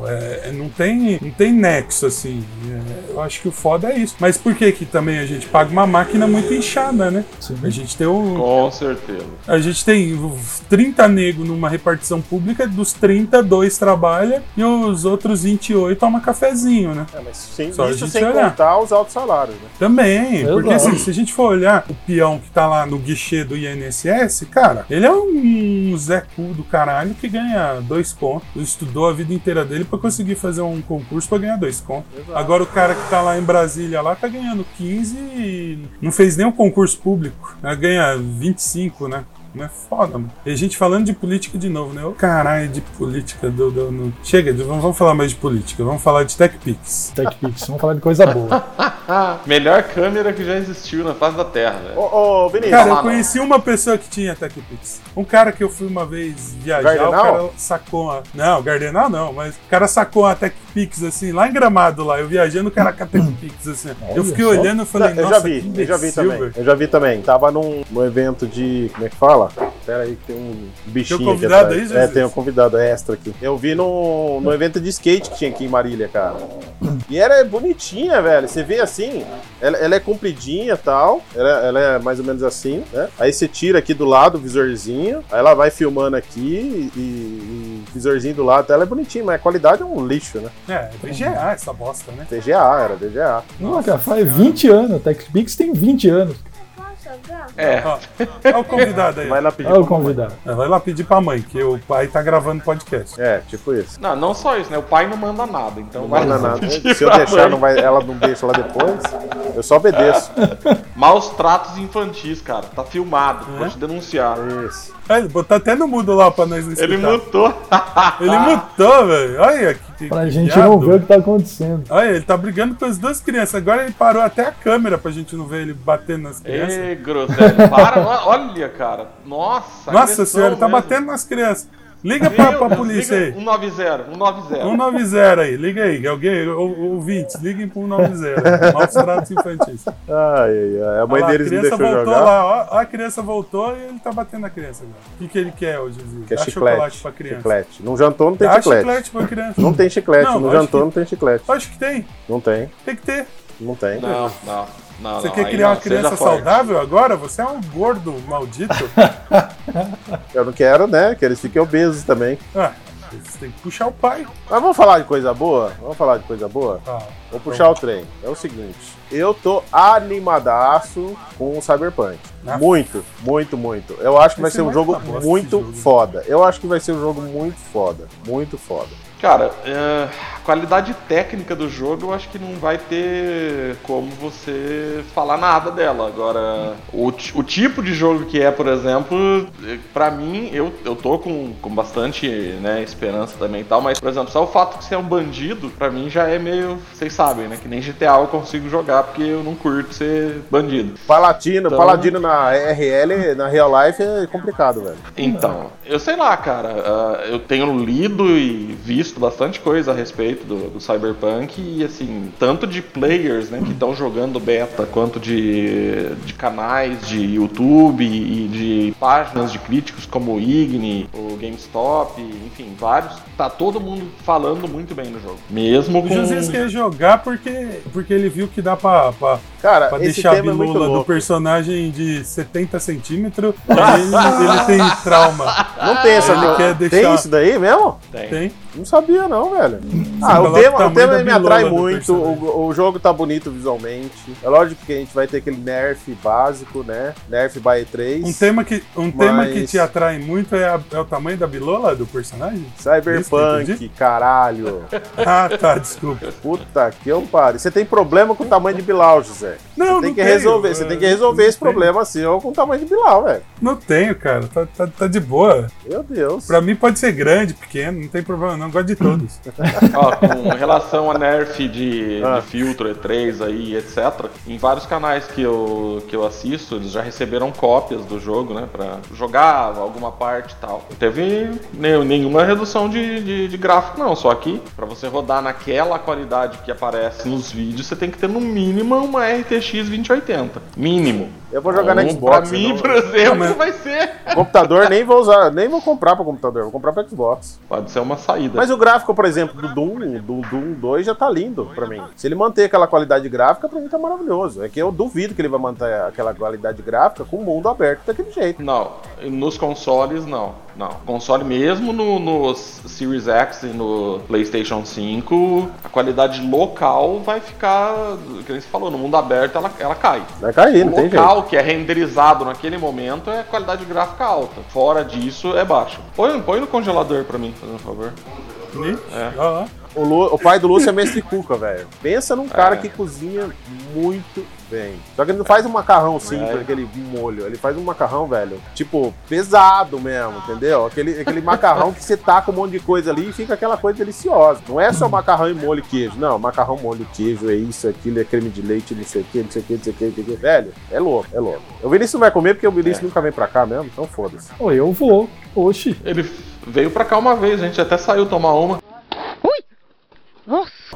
Speaker 4: é, não, tem, não tem nexo, assim. É, eu acho que o foda é isso. Mas por que que também a gente paga uma máquina muito inchada, né? A gente tem o,
Speaker 2: Com certeza.
Speaker 4: a gente tem uf, 30 negros numa repartição pública, dos 30, dois trabalha e os outros 28 toma cafezinho, né?
Speaker 5: É, mas sem,
Speaker 4: Só a
Speaker 5: isso
Speaker 4: gente
Speaker 5: sem
Speaker 4: olhar.
Speaker 5: contar os altos salários, né?
Speaker 4: Também,
Speaker 3: Exato.
Speaker 4: porque assim, se a gente for olhar o peão que tá lá no guichê do INSS, cara, ele é um Zé Cu do caralho que ganha dois contos. Estudou a vida inteira dele pra conseguir fazer um concurso pra ganhar dois contos. Agora o cara que tá lá em Brasília lá tá ganhando 15 e não fez nenhum concurso público. né? Ganha 25, né? Não é foda, mano. E a gente falando de política de novo, né? Ô, Caralho, de política. Do, do- no- Chega, de- vamos vamos falar mais de política. Vamos falar de Tech Pix.
Speaker 3: TechPix, vamos falar de coisa boa.
Speaker 2: Ah. Melhor câmera que já existiu na face da Terra, velho.
Speaker 5: Ô, ô Vinícius,
Speaker 4: Cara,
Speaker 2: lá,
Speaker 4: eu
Speaker 2: não.
Speaker 4: conheci uma pessoa que tinha TechPix. Um cara que eu fui uma vez viajar,
Speaker 5: Gardenal?
Speaker 4: o cara sacou a... Não, Gardenal não, mas o cara sacou a TechPix assim, lá em Gramado, lá. Eu viajando, o cara com a TechPix assim. eu fiquei
Speaker 3: só.
Speaker 4: olhando e falei,
Speaker 5: eu
Speaker 4: nossa,
Speaker 5: já
Speaker 4: que
Speaker 5: vi, eu já vi
Speaker 4: imbecil,
Speaker 5: também.
Speaker 4: velho."
Speaker 5: Eu já vi também. Tava num, num evento de. Como é que fala? Pera aí que tem um bichinho
Speaker 4: Tem um convidado
Speaker 5: aqui
Speaker 4: aí,
Speaker 5: atrás.
Speaker 4: Jesus?
Speaker 5: É, tem um convidado extra aqui. Eu vi num, num evento de skate que tinha aqui em Marília, cara. E ela é bonitinha, velho. Você vê assim, ela, ela é compridinha e tal. Ela, ela é mais ou menos assim, né? Aí você tira aqui do lado o visorzinho. Aí ela vai filmando aqui e, e o visorzinho do lado. Ela é bonitinha, mas a qualidade é um lixo, né?
Speaker 4: É, VGA essa bosta, né?
Speaker 5: DGA, era DGA.
Speaker 3: Não, cara, faz 20 anos, a TechPix tem 20 anos.
Speaker 2: É,
Speaker 4: Ó, é o convidado aí.
Speaker 5: Vai lá pedir.
Speaker 3: Olha o
Speaker 5: pra mamãe.
Speaker 3: convidado.
Speaker 4: É, Vai lá pedir pra mãe, que o pai tá gravando podcast.
Speaker 5: É, tipo isso.
Speaker 2: não, não só isso, né? O pai não manda nada, então vai
Speaker 5: Não, não, não.
Speaker 2: pedir
Speaker 5: Se eu
Speaker 2: pra mãe.
Speaker 5: deixar, não vai, ela não deixa lá depois. Eu só obedeço.
Speaker 2: Maus tratos infantis, cara. Tá filmado, vou te denunciar.
Speaker 5: Isso.
Speaker 4: Ele É, botou até no mudo lá pra nós não escutar.
Speaker 2: Ele mutou.
Speaker 4: Ele mutou, velho. Olha que
Speaker 3: Pra
Speaker 4: que
Speaker 3: gente
Speaker 4: viado.
Speaker 3: não ver o que tá acontecendo.
Speaker 4: Olha, ele tá brigando com as duas crianças. Agora ele parou até a câmera pra gente não ver ele batendo nas crianças.
Speaker 2: Ê, groselho, para, ó- olha, cara. Nossa,
Speaker 4: Nossa
Speaker 2: agressão
Speaker 4: senhora, ele tá
Speaker 2: mesmo.
Speaker 4: batendo nas crianças. Liga
Speaker 2: Meu
Speaker 4: pra, pra
Speaker 2: Deus,
Speaker 4: polícia
Speaker 2: liga
Speaker 4: aí.
Speaker 2: 190, 190.
Speaker 4: 190 aí, liga aí, alguém, ou- ouvintes, liguem pro 190, maus tratos infantis.
Speaker 5: Ai, ai, ai. A mãe
Speaker 4: Olha lá,
Speaker 5: deles não
Speaker 4: a
Speaker 5: deixou
Speaker 4: criança voltou
Speaker 5: jogar.
Speaker 4: lá, ó, ó, a criança voltou e ele tá batendo na criança agora. O que, que ele quer hoje, Jesus?
Speaker 5: Que é
Speaker 4: Dá
Speaker 5: chiclete.
Speaker 4: chocolate pra criança.
Speaker 5: Chiclete. Não jantou, não tem
Speaker 4: Dá
Speaker 5: chiclete.
Speaker 4: chiclete pra criança.
Speaker 5: Não tem chiclete.
Speaker 4: Não,
Speaker 5: Não,
Speaker 4: acho
Speaker 5: jantou,
Speaker 4: que-
Speaker 5: não tem chiclete.
Speaker 4: Acho que tem,
Speaker 5: Não tem.
Speaker 4: tem que ter.
Speaker 5: Não tem.
Speaker 2: Não, não, não.
Speaker 4: Você
Speaker 2: não,
Speaker 4: quer
Speaker 2: aí
Speaker 4: criar
Speaker 2: não,
Speaker 4: uma criança
Speaker 2: seja forte.
Speaker 4: saudável agora? Você é um gordo maldito.
Speaker 5: Eu não quero, né? Que eles fiquem obesos também.
Speaker 4: ah, você tem que puxar o pai.
Speaker 5: Mas vamos falar de coisa boa? Vamos falar de coisa boa?
Speaker 4: Ah,
Speaker 5: Vou puxar o trem. É o seguinte. Eu tô animadaço com o Cyberpunk.
Speaker 4: Ah.
Speaker 5: Muito, muito, muito. Eu acho que vai
Speaker 4: Esse
Speaker 5: ser um
Speaker 4: vai
Speaker 5: jogo
Speaker 4: ficar bosta, esse
Speaker 5: muito
Speaker 4: jogo.
Speaker 5: foda. Eu acho que vai ser um jogo muito foda. Muito foda.
Speaker 2: Cara, é, a qualidade técnica do jogo eu acho que não vai ter como você falar nada dela. Agora, o, ti- o tipo de jogo que é, por exemplo, é, pra mim, eu, eu tô com, com bastante né, esperança também e tal, mas, por exemplo, só o fato de ser um bandido, pra mim já é meio. Vocês sabem, né? Que nem GTA eu consigo jogar porque eu não curto ser bandido.
Speaker 5: Palatino,
Speaker 2: Então-
Speaker 5: Paladino na RL, na real life é complicado, velho.
Speaker 2: Então, eu sei lá, cara. ah, eu tenho lido e visto bastante coisa a respeito do, do Cyberpunk e, assim, tanto de players, né, que estão jogando beta, quanto de, de canais de YouTube e de páginas de críticos como o Igni, o GameStop, enfim, vários. Tá todo mundo falando muito bem no jogo. Mesmo
Speaker 4: O
Speaker 2: com...
Speaker 4: Josias quer jogar porque, porque ele viu que dá pra, pra,
Speaker 5: Cara,
Speaker 4: pra
Speaker 5: esse
Speaker 4: deixar a
Speaker 5: tema é muito
Speaker 4: bilula do
Speaker 5: louco.
Speaker 4: personagem de 70 centímetros e ele, ele tem trauma.
Speaker 5: Não tem essa,
Speaker 4: Ah, Ele
Speaker 5: não.
Speaker 4: quer
Speaker 5: Tem
Speaker 4: deixar-
Speaker 5: isso daí mesmo?
Speaker 2: Tem.
Speaker 4: Tem?
Speaker 5: Não sabia não, velho. Ah, o
Speaker 4: coloca o
Speaker 5: tema, o
Speaker 4: tamanho
Speaker 5: tema
Speaker 4: da
Speaker 5: ele me
Speaker 4: biloba
Speaker 5: atrai
Speaker 4: do
Speaker 5: muito,
Speaker 4: personagem.
Speaker 5: o, o jogo tá bonito visualmente. É lógico que a gente vai ter aquele nerf básico, né? Nerf by 3.
Speaker 4: Um tema que, um tema que
Speaker 5: Mas-
Speaker 4: te atrai muito é, a- é o tamanho da bilola do personagem? Isso que
Speaker 5: Cyberpunk,
Speaker 4: eu
Speaker 5: caralho.
Speaker 4: Ah, tá, desculpa.
Speaker 5: Puta que eu pare. Você tem problema com o tamanho de Bilal, José.
Speaker 4: Não,
Speaker 5: Tem
Speaker 4: não
Speaker 5: que
Speaker 4: tenho,
Speaker 5: resolver, você
Speaker 4: é,
Speaker 5: tem que resolver esse
Speaker 4: não tenho.
Speaker 5: problema seu com o tamanho de Bilal, velho.
Speaker 4: Não tenho, cara. Tá, tá, tá de boa.
Speaker 5: Meu Deus.
Speaker 4: Pra mim pode ser grande, pequeno, não tem problema não. Gosto de todos.
Speaker 2: Ó, com relação a nerf de,
Speaker 5: Ah.
Speaker 2: de filtro E3 aí, etc. Em vários canais que eu, que eu assisto, eles já receberam cópias do jogo, né? Pra jogar alguma parte e tal. Não teve ne- nenhuma redução de, de, de gráfico, não. Só que pra você rodar naquela qualidade que aparece nos vídeos, você tem que ter no mínimo uma RTX 2080. Mínimo.
Speaker 5: Eu vou jogar na
Speaker 2: Então,
Speaker 5: Xbox,
Speaker 2: Pra mim,
Speaker 5: não-
Speaker 2: por exemplo,
Speaker 4: Não, mas-
Speaker 2: vai ser.
Speaker 5: Computador nem vou usar, nem vou comprar pra computador, vou comprar pra Xbox.
Speaker 2: Pode ser uma saída.
Speaker 5: Mas o gráfico, por exemplo, do Doom, do Doom 2 já tá lindo pra mim. Se ele manter aquela qualidade gráfica, pra mim tá maravilhoso. É que eu duvido que ele vai manter aquela qualidade gráfica com o mundo aberto daquele jeito.
Speaker 2: Não, nos consoles não. Não. Console mesmo no, no Series X e no PlayStation 5, a qualidade local vai ficar, que nem você falou, no mundo aberto ela, ela cai.
Speaker 5: Vai cair,
Speaker 2: O
Speaker 5: não tem jeito.
Speaker 2: local que é renderizado naquele momento é qualidade gráfica alta. Fora disso é baixo. Põe, põe no congelador pra mim, fazendo um favor.
Speaker 4: Olha lá.
Speaker 5: O, Lu- o pai do Lúcio é mestre cuca, velho. Pensa num cara que cozinha muito bem. Só que ele não faz um macarrão simples, aquele molho. Ele faz um macarrão, velho, tipo, pesado mesmo, entendeu? Aquele, aquele macarrão que você taca um monte de coisa ali e fica aquela coisa deliciosa. Não é só macarrão e molho e queijo. Não, macarrão, molho e queijo, é isso, aquilo, é creme de leite, não sei o que, não sei o que, não sei o que, não sei o que. Velho, é louco, é louco. O Vinícius não vai comer porque o Vinícius nunca vem pra cá mesmo, então foda-se.
Speaker 3: Pô, eu vou. Oxi.
Speaker 2: Ele veio pra cá uma vez, a gente até saiu tomar uma.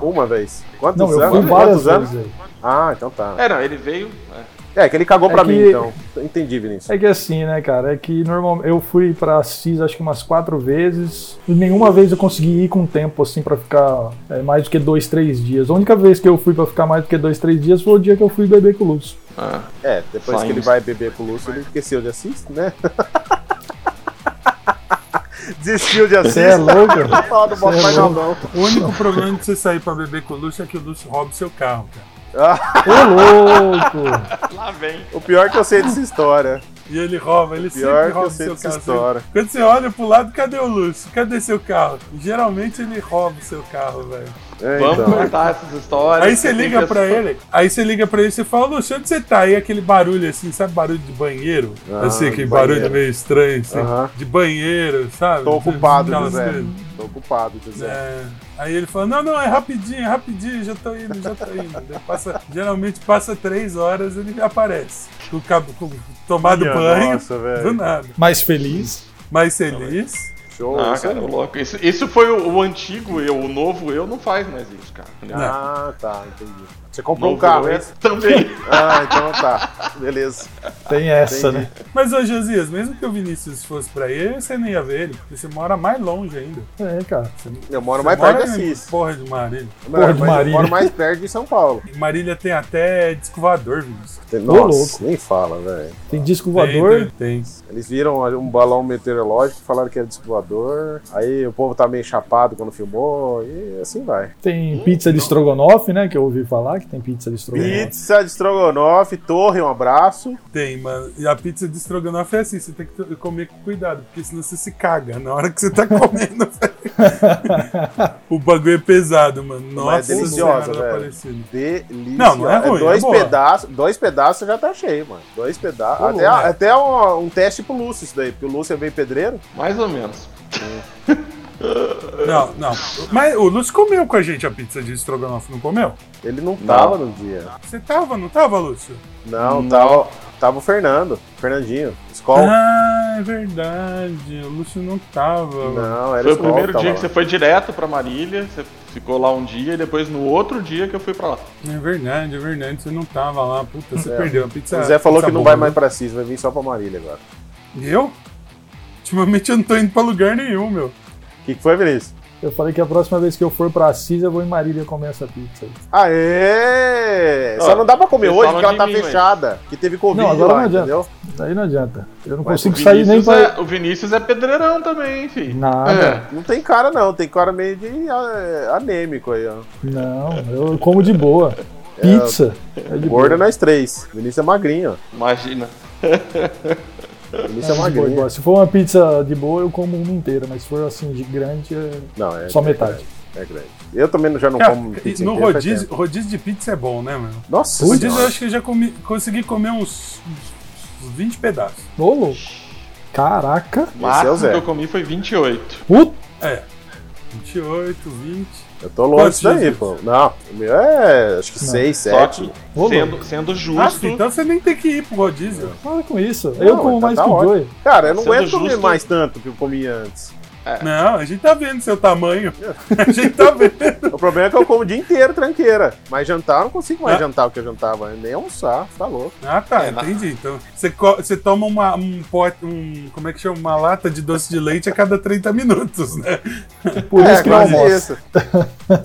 Speaker 5: Uma vez. Quantos
Speaker 3: Não, eu
Speaker 5: anos?
Speaker 3: fui várias
Speaker 5: Quantos anos?
Speaker 3: vezes. velho.
Speaker 5: Ah, então tá.
Speaker 2: É, não, ele veio. é.
Speaker 5: É, que ele cagou
Speaker 3: É
Speaker 5: pra
Speaker 3: que-
Speaker 5: mim, então. Entendi, Vinícius.
Speaker 3: É que assim, né, cara? É que normalmente eu fui pra Assis acho que umas quatro vezes. E nenhuma vez eu consegui ir com tempo, assim, pra ficar é, mais do que dois, três dias. A única vez que eu fui pra ficar mais do que dois, três dias foi o dia que eu fui beber com o Lúcio.
Speaker 5: É, depois que ele
Speaker 2: Sainz.
Speaker 5: vai beber com o Lúcio, ele esqueceu de assistir, né? Desistiu de
Speaker 3: Você é
Speaker 5: assistir.
Speaker 3: louco?
Speaker 5: Não fala do Bob
Speaker 3: Cê é
Speaker 5: Painel, não.
Speaker 4: O único problema de você sair pra beber com o Lúcio é que o Lúcio rouba o seu carro, cara.
Speaker 3: Ô, louco!
Speaker 2: Lá vem.
Speaker 5: O pior é que eu sei dessa história.
Speaker 4: E ele rouba, ele
Speaker 5: Pior é que
Speaker 4: sempre
Speaker 5: eu
Speaker 4: rouba
Speaker 5: sei
Speaker 4: seu
Speaker 5: dessa
Speaker 4: carro.
Speaker 5: história.
Speaker 4: Quando você olha pro lado, cadê o Lúcio? Cadê seu carro? Geralmente ele rouba o seu carro, velho.
Speaker 5: É,
Speaker 2: Vamos
Speaker 5: então.
Speaker 2: contar essas histórias.
Speaker 4: Aí você liga
Speaker 2: Fica-
Speaker 4: pra ele, aí você liga pra ele e você fala, Lúcio, onde você tá? Aí aquele barulho assim, sabe barulho de banheiro?
Speaker 5: Ah,
Speaker 4: assim, aquele
Speaker 5: de
Speaker 4: barulho
Speaker 5: banheiro.
Speaker 4: meio estranho, assim,
Speaker 5: Aham.
Speaker 4: de banheiro, sabe?
Speaker 5: Tô ocupado,
Speaker 4: Aquelas
Speaker 5: José.
Speaker 4: coisas.
Speaker 5: Tô ocupado, José.
Speaker 4: É. Aí ele fala, não, não, é rapidinho, é rapidinho, já tô indo, já tô indo. Daí passa- geralmente passa três horas ele aparece. Com, o cab- com tomado
Speaker 5: Minha
Speaker 4: banho,
Speaker 5: nossa, velho.
Speaker 4: do nada.
Speaker 3: Mais feliz.
Speaker 4: Mais feliz.
Speaker 5: Show.
Speaker 2: Ah,
Speaker 5: isso
Speaker 2: cara,
Speaker 5: aí.
Speaker 2: louco. Isso, isso foi o, o antigo eu, o novo eu não faz mais isso, cara.
Speaker 5: Ah,
Speaker 4: É.
Speaker 5: tá, entendi. Você
Speaker 2: O
Speaker 5: comprou
Speaker 2: novo
Speaker 5: um carro,
Speaker 2: eu
Speaker 5: é
Speaker 2: é
Speaker 5: isso?
Speaker 2: também.
Speaker 5: Ah, então tá. Beleza.
Speaker 3: Tem essa,
Speaker 5: Entendi.
Speaker 3: né?
Speaker 4: Mas, ô Josias, mesmo que o Vinícius fosse pra ele, você nem ia ver ele, porque você mora mais longe ainda.
Speaker 3: É, cara.
Speaker 5: Eu moro
Speaker 4: Você
Speaker 5: mais perto de
Speaker 4: mora em
Speaker 5: Assis.
Speaker 4: Porra de Marília.
Speaker 3: Porra de
Speaker 5: Mas eu
Speaker 3: Marília.
Speaker 5: moro mais perto de São Paulo.
Speaker 4: Em Marília tem até disco voador, Vinícius.
Speaker 5: Nossa,
Speaker 3: louco.
Speaker 5: nem fala, velho.
Speaker 3: Tem disco
Speaker 4: Tem,
Speaker 3: voador.
Speaker 4: Tem, tem.
Speaker 5: Eles viram um balão meteorológico, falaram que era disco voador. Aí o povo tá meio chapado quando filmou, e assim vai.
Speaker 3: Tem pizza de estrogonofe, né? Que eu ouvi falar que tem pizza de estrogonofe.
Speaker 5: Pizza de estrogonofe, torre, um abraço.
Speaker 4: Tem, mano. E a pizza de estrogonofe é assim, você tem que to- comer com cuidado, porque senão você se caga na hora que você tá comendo, velho. O bagulho é pesado, mano. Nossa,
Speaker 5: Mas é deliciosa,
Speaker 4: Senhora da
Speaker 5: velho.
Speaker 4: Aparecida.
Speaker 5: Delícia.
Speaker 4: Não, não é ruim,
Speaker 5: dois
Speaker 4: é boa.
Speaker 5: pedaços, dois pedaços já tá cheio, mano. Dois pedaços.
Speaker 4: Pô,
Speaker 5: até
Speaker 4: né?
Speaker 5: até um, um teste pro Lúcio isso daí, porque o Lúcio é bem pedreiro.
Speaker 2: Mais ou menos.
Speaker 4: Não, não. Mas o Lúcio comeu com a gente a pizza de estrogonofe, não comeu?
Speaker 5: Ele não tava no dia.
Speaker 4: Você tava, não tava, Lúcio?
Speaker 5: Não, Tava, tava o Fernando, Fernandinho. Skol.
Speaker 4: Ah, é verdade. O Lúcio não tava.
Speaker 5: Não, era
Speaker 2: Foi o
Speaker 5: Skol
Speaker 2: primeiro
Speaker 5: tava
Speaker 2: dia
Speaker 5: lá.
Speaker 2: que você foi direto pra Marília, você ficou lá um dia e depois no outro dia que eu fui pra lá.
Speaker 4: É verdade, é verdade. Você não tava lá. Puta, você
Speaker 5: É.
Speaker 4: perdeu a pizza.
Speaker 5: O Zé falou
Speaker 4: pizza
Speaker 5: que não
Speaker 4: boa,
Speaker 5: vai
Speaker 4: né?
Speaker 5: mais pra Assis, vai vir só pra Marília agora.
Speaker 4: E eu? Ultimamente eu não tô indo pra lugar nenhum, meu.
Speaker 5: O que, que foi, Vinícius?
Speaker 3: Eu falei que a próxima vez que eu for pra Assis, eu vou em Marília comer essa pizza.
Speaker 5: Aê! Só
Speaker 2: Ó,
Speaker 5: não dá pra comer
Speaker 2: vocês
Speaker 5: hoje
Speaker 2: falam
Speaker 5: porque ela
Speaker 2: de
Speaker 5: tá
Speaker 2: mim, mas-
Speaker 5: fechada. Que teve Covid
Speaker 3: Não, agora
Speaker 5: lá,
Speaker 3: não adianta.
Speaker 5: entendeu?
Speaker 3: Daí não adianta. Eu não
Speaker 5: Mas
Speaker 3: consigo
Speaker 2: O
Speaker 3: sair nem
Speaker 2: Vinícius
Speaker 3: pra.
Speaker 2: é- o Vinícius é pedreirão também, hein, filho.
Speaker 3: Nada.
Speaker 5: Não tem cara, não. Tem cara meio de ah, anêmico aí, ó.
Speaker 3: Não, eu como de boa. Pizza. É de
Speaker 5: Gorda né?
Speaker 3: boa.
Speaker 5: nós três. Vinícius é magrinho, ó.
Speaker 2: Imagina.
Speaker 5: Vinícius é
Speaker 3: De boa, de
Speaker 5: magrinho.
Speaker 3: boa. Se for uma pizza de boa, eu como uma inteira, mas se for assim de grande, é
Speaker 5: Não, é.
Speaker 3: só
Speaker 5: é
Speaker 3: metade.
Speaker 5: grande, É grande. Eu também não- já não
Speaker 2: É,
Speaker 4: Cara,
Speaker 5: como pizza
Speaker 4: no
Speaker 5: inteira faz
Speaker 4: rodízio,
Speaker 5: tempo.
Speaker 4: rodízio de pizza é bom, né, mano?
Speaker 5: Nossa,
Speaker 4: Rodízio eu
Speaker 5: senhora.
Speaker 4: acho que eu já comi- consegui comer uns, uns 20 pedaços.
Speaker 3: Ô, louco. Caraca.
Speaker 2: O
Speaker 5: é o
Speaker 2: máximo
Speaker 5: Zé.
Speaker 2: que eu comi foi 28.
Speaker 3: Puta.
Speaker 4: É. 28, 20.
Speaker 2: é-
Speaker 5: eu tô louco
Speaker 4: Quantos
Speaker 5: disso daí,
Speaker 4: dias?
Speaker 5: pô. Não, o meu é acho que seis,
Speaker 2: Só
Speaker 5: sete.
Speaker 2: que,
Speaker 3: Ô,
Speaker 2: sendo, sendo justo,
Speaker 4: Ah, filho, então você nem tem que ir pro rodízio.
Speaker 3: Para com isso. eu como
Speaker 5: então
Speaker 3: mais
Speaker 5: tá
Speaker 3: que o
Speaker 5: ótimo.
Speaker 3: Joey.
Speaker 5: Cara, eu não
Speaker 2: Sendo
Speaker 5: aguento comer
Speaker 2: justo-
Speaker 5: mais tanto que eu comia antes.
Speaker 4: Não, a gente tá vendo seu tamanho. A gente tá vendo.
Speaker 5: O problema é que eu como o dia inteiro tranqueira. Mas jantar eu não consigo mais
Speaker 4: Ah.
Speaker 5: jantar o que eu jantava, nem almoçar, tá louco.
Speaker 4: Ah, tá, entendi. Então, você, co- você toma uma, um pote, um, como é que chama? Uma lata de doce de leite a cada 30 minutos, né?
Speaker 3: Por
Speaker 5: é,
Speaker 3: isso que eu
Speaker 5: quase
Speaker 3: almoço.
Speaker 5: isso.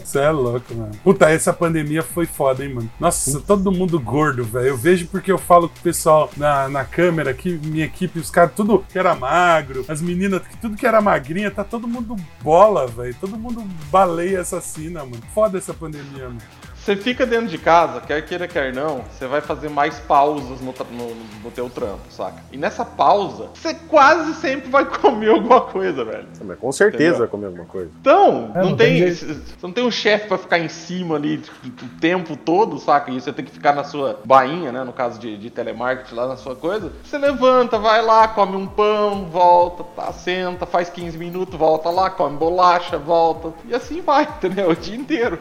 Speaker 4: Você é louco, mano. Puta, essa pandemia foi foda, hein, mano. Nossa, todo mundo gordo, velho. Eu vejo porque eu falo com o pessoal na, na câmera aqui, minha equipe, os caras, tudo que era magro, as meninas, tudo que era magrinha, tá todo mundo bola, velho. Todo mundo baleia assassina, mano. Foda essa pandemia, mano.
Speaker 2: você fica dentro de casa, quer queira, quer não, você vai fazer mais pausas no, tra- no, no teu trampo, saca? E nessa pausa, você quase sempre vai comer alguma coisa, velho.
Speaker 5: Mas com certeza
Speaker 2: Entendeu?
Speaker 5: vai comer alguma coisa.
Speaker 2: Então,
Speaker 3: É,
Speaker 2: não,
Speaker 3: não
Speaker 2: tem,
Speaker 3: tem
Speaker 2: esse- você não tem um chefe pra ficar em cima ali o tempo todo, saca? E você tem que ficar na sua bainha, né? No caso de, de telemarketing lá na sua coisa. Você levanta, vai lá, come um pão, volta, tá, senta, faz 15 minutos, volta lá, come bolacha, volta. E assim vai, entendeu? O dia inteiro.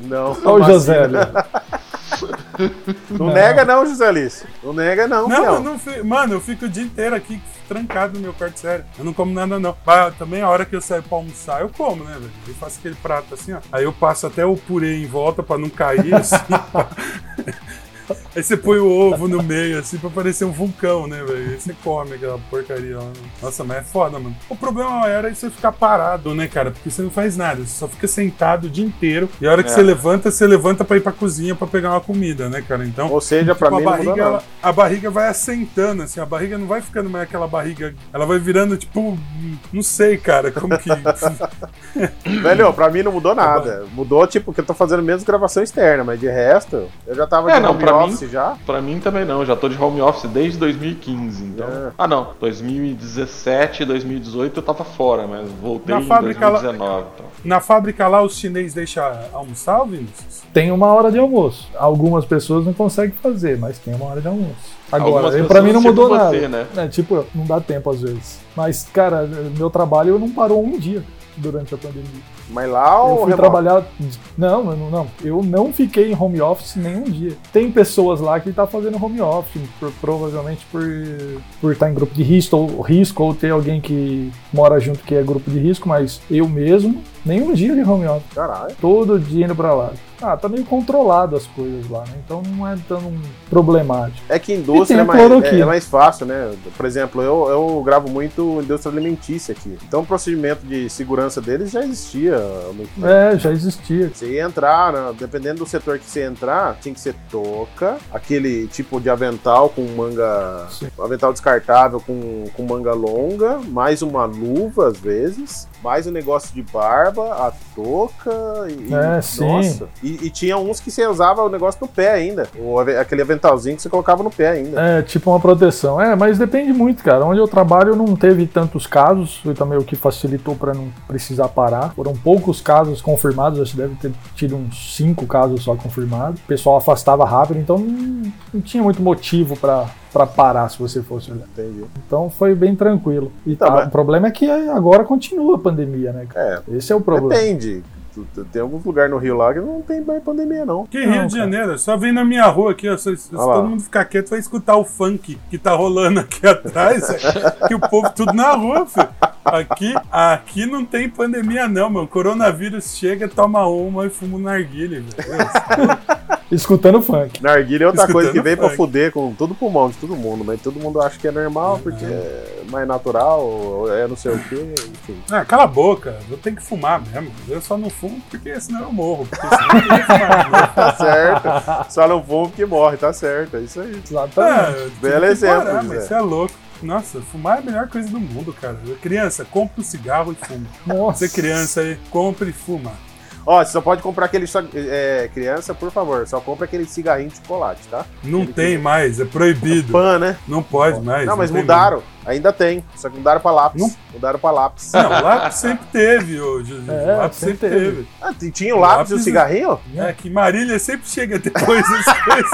Speaker 5: Não,
Speaker 3: Olha o
Speaker 5: vacina.
Speaker 3: José ali.
Speaker 5: Não nega não, José Alice. Não nega não,
Speaker 4: Não,
Speaker 5: não,
Speaker 4: eu não fi- mano, eu fico o dia inteiro aqui trancado no meu quarto, sério. Eu não como nada, não. Mas também a hora que eu saio pra almoçar, eu como, né, velho? Eu faço aquele prato assim, ó. Aí eu passo até o purê em volta pra não cair, assim. pá. Aí você põe o ovo no meio, assim, pra parecer um vulcão, né, velho? Aí você come aquela porcaria lá. Nossa, mas é foda, mano. O problema maior é você ficar parado, né, cara? Porque você não faz nada, você só fica sentado o dia inteiro. E a hora que você levanta, você levanta pra ir pra cozinha pra pegar uma comida, né, cara? Então.
Speaker 5: Ou seja, pra
Speaker 4: Tipo,
Speaker 5: mim
Speaker 4: a
Speaker 5: não mudou
Speaker 4: barriga,
Speaker 5: nada.
Speaker 4: ela- a barriga vai assentando, assim, a barriga não vai ficando mais aquela barriga. Ela vai virando, tipo, não sei, cara, como que.
Speaker 5: Velho, pra mim não mudou nada. Mudou, tipo, que eu tô fazendo menos gravação externa, mas de resto, eu já tava
Speaker 2: É,
Speaker 5: de
Speaker 2: não,
Speaker 5: home
Speaker 2: pra mim
Speaker 5: office office já?
Speaker 2: Pra mim também não, já tô de home office desde 2015, então.
Speaker 5: É.
Speaker 2: Ah não, 2017, 2018 eu tava fora, mas voltei
Speaker 4: Na
Speaker 2: em
Speaker 4: fábrica lá-
Speaker 2: 2019. então.
Speaker 4: Na fábrica lá, os chineses deixam almoçar, Vinícius?
Speaker 3: Tem uma hora de almoço. Algumas pessoas não conseguem fazer, mas tem uma hora de almoço.
Speaker 2: Algumas
Speaker 3: Agora, eu-
Speaker 2: pessoas
Speaker 3: pra mim não
Speaker 2: tipo
Speaker 3: mudou
Speaker 2: você,
Speaker 3: nada.
Speaker 2: né?
Speaker 3: É, tipo, eu, não dá tempo às vezes. Mas, cara, meu trabalho não parou um dia durante a pandemia.
Speaker 5: Mas lá
Speaker 3: Eu
Speaker 5: o
Speaker 3: fui trabalhar. Não, eu não, não. Eu não fiquei em home office nenhum dia. Tem pessoas lá que tá fazendo home office, por- provavelmente por por estar em grupo de risco ou, risco, ou ter alguém que mora junto que é grupo de risco, mas eu mesmo, nenhum dia de home office.
Speaker 5: Caralho.
Speaker 3: Todo dia indo pra lá. Ah, tá meio controlado as coisas lá, né? Então não é tão problemático.
Speaker 5: É que indústria
Speaker 3: E tem
Speaker 5: é mais,
Speaker 3: cloroquina.
Speaker 5: é- é mais fácil, né? Por exemplo, eu, eu gravo muito indústria alimentícia aqui. Então o procedimento de segurança deles já existia há muito tempo.
Speaker 3: É, já existia.
Speaker 5: Você ia entrar, né, dependendo do setor que você entrar, tinha que ser touca, aquele tipo de avental com manga.
Speaker 3: Sim.
Speaker 5: um avental descartável com, com manga longa, mais uma luva às vezes, mais um negócio de barba, a touca e.
Speaker 3: É,
Speaker 5: e-
Speaker 3: sim.
Speaker 5: Nossa. E, e tinha uns que você usava o negócio no pé ainda. O, ave- aquele aventalzinho que você colocava no pé ainda.
Speaker 3: É, tipo uma proteção. É, mas depende muito, cara. Onde eu trabalho não teve tantos casos, foi também o que facilitou pra não precisar parar. Foram poucos casos confirmados, acho que deve ter tido uns cinco casos só confirmados. O pessoal afastava rápido, então não, não tinha muito motivo pra pra parar se você fosse olhar.
Speaker 5: Entendi.
Speaker 3: Então foi bem tranquilo. E
Speaker 5: Tá,
Speaker 3: tá,
Speaker 5: mas-
Speaker 3: o problema é que agora continua a pandemia, né, cara?
Speaker 5: É,
Speaker 3: Esse é o problema.
Speaker 5: depende. Tu- tu- Tem alguns lugares no Rio lá que não tem mais pandemia, não.
Speaker 4: Que
Speaker 3: Não,
Speaker 4: Rio de
Speaker 3: cara.
Speaker 4: Janeiro, só vem na minha rua aqui, ó. Se, se
Speaker 5: Ah lá.
Speaker 4: todo mundo ficar quieto, vai escutar o funk que tá rolando aqui atrás. é, que o povo tudo na rua, filho. Aqui, aqui não tem pandemia, não, mano. Coronavírus chega, toma uma e fuma um narguilha, velho.
Speaker 3: Escutando funk.
Speaker 5: Narguilha é outra
Speaker 4: Escutando
Speaker 5: coisa que vem pra
Speaker 4: funk.
Speaker 5: fuder com todo o pulmão de todo mundo, mas todo mundo acha que é normal porque é mais natural, ou é não sei o quê, enfim.
Speaker 4: Ah, cala a boca, eu tenho que fumar mesmo. Eu só não fumo porque senão eu morro. Porque senão eu ia fumar, né?
Speaker 5: Tá certo. Só não fumo que morre, tá certo. É isso aí.
Speaker 3: Exatamente.
Speaker 4: É, tive
Speaker 5: Belo
Speaker 4: que
Speaker 5: exemplo,
Speaker 4: parar,
Speaker 5: José.
Speaker 4: mas Você é louco. Nossa, fumar é a melhor coisa do mundo, cara. Criança, compra um cigarro e fuma.
Speaker 3: Nossa.
Speaker 4: Você criança aí, compra e fuma.
Speaker 5: Ó, você só pode comprar aquele. só- é, criança, por favor, só compra aquele cigarrinho de chocolate, tá?
Speaker 4: Não tem mais, é proibido.
Speaker 5: Pan, né?
Speaker 4: Não pode mais.
Speaker 5: não, Hum? mas
Speaker 4: tem
Speaker 5: mudaram. Ainda tem. Só que mudaram pra lápis.
Speaker 4: Não.
Speaker 5: Mudaram pra lápis.
Speaker 4: mais. Não, lápis sempre teve, ô José.
Speaker 3: É,
Speaker 4: lápis sempre
Speaker 3: sempre
Speaker 4: teve.
Speaker 5: Ah, t- tinha o lápis, e o
Speaker 4: Lápis-
Speaker 5: cigarrinho?
Speaker 4: É que Marília sempre chega depois das coisas.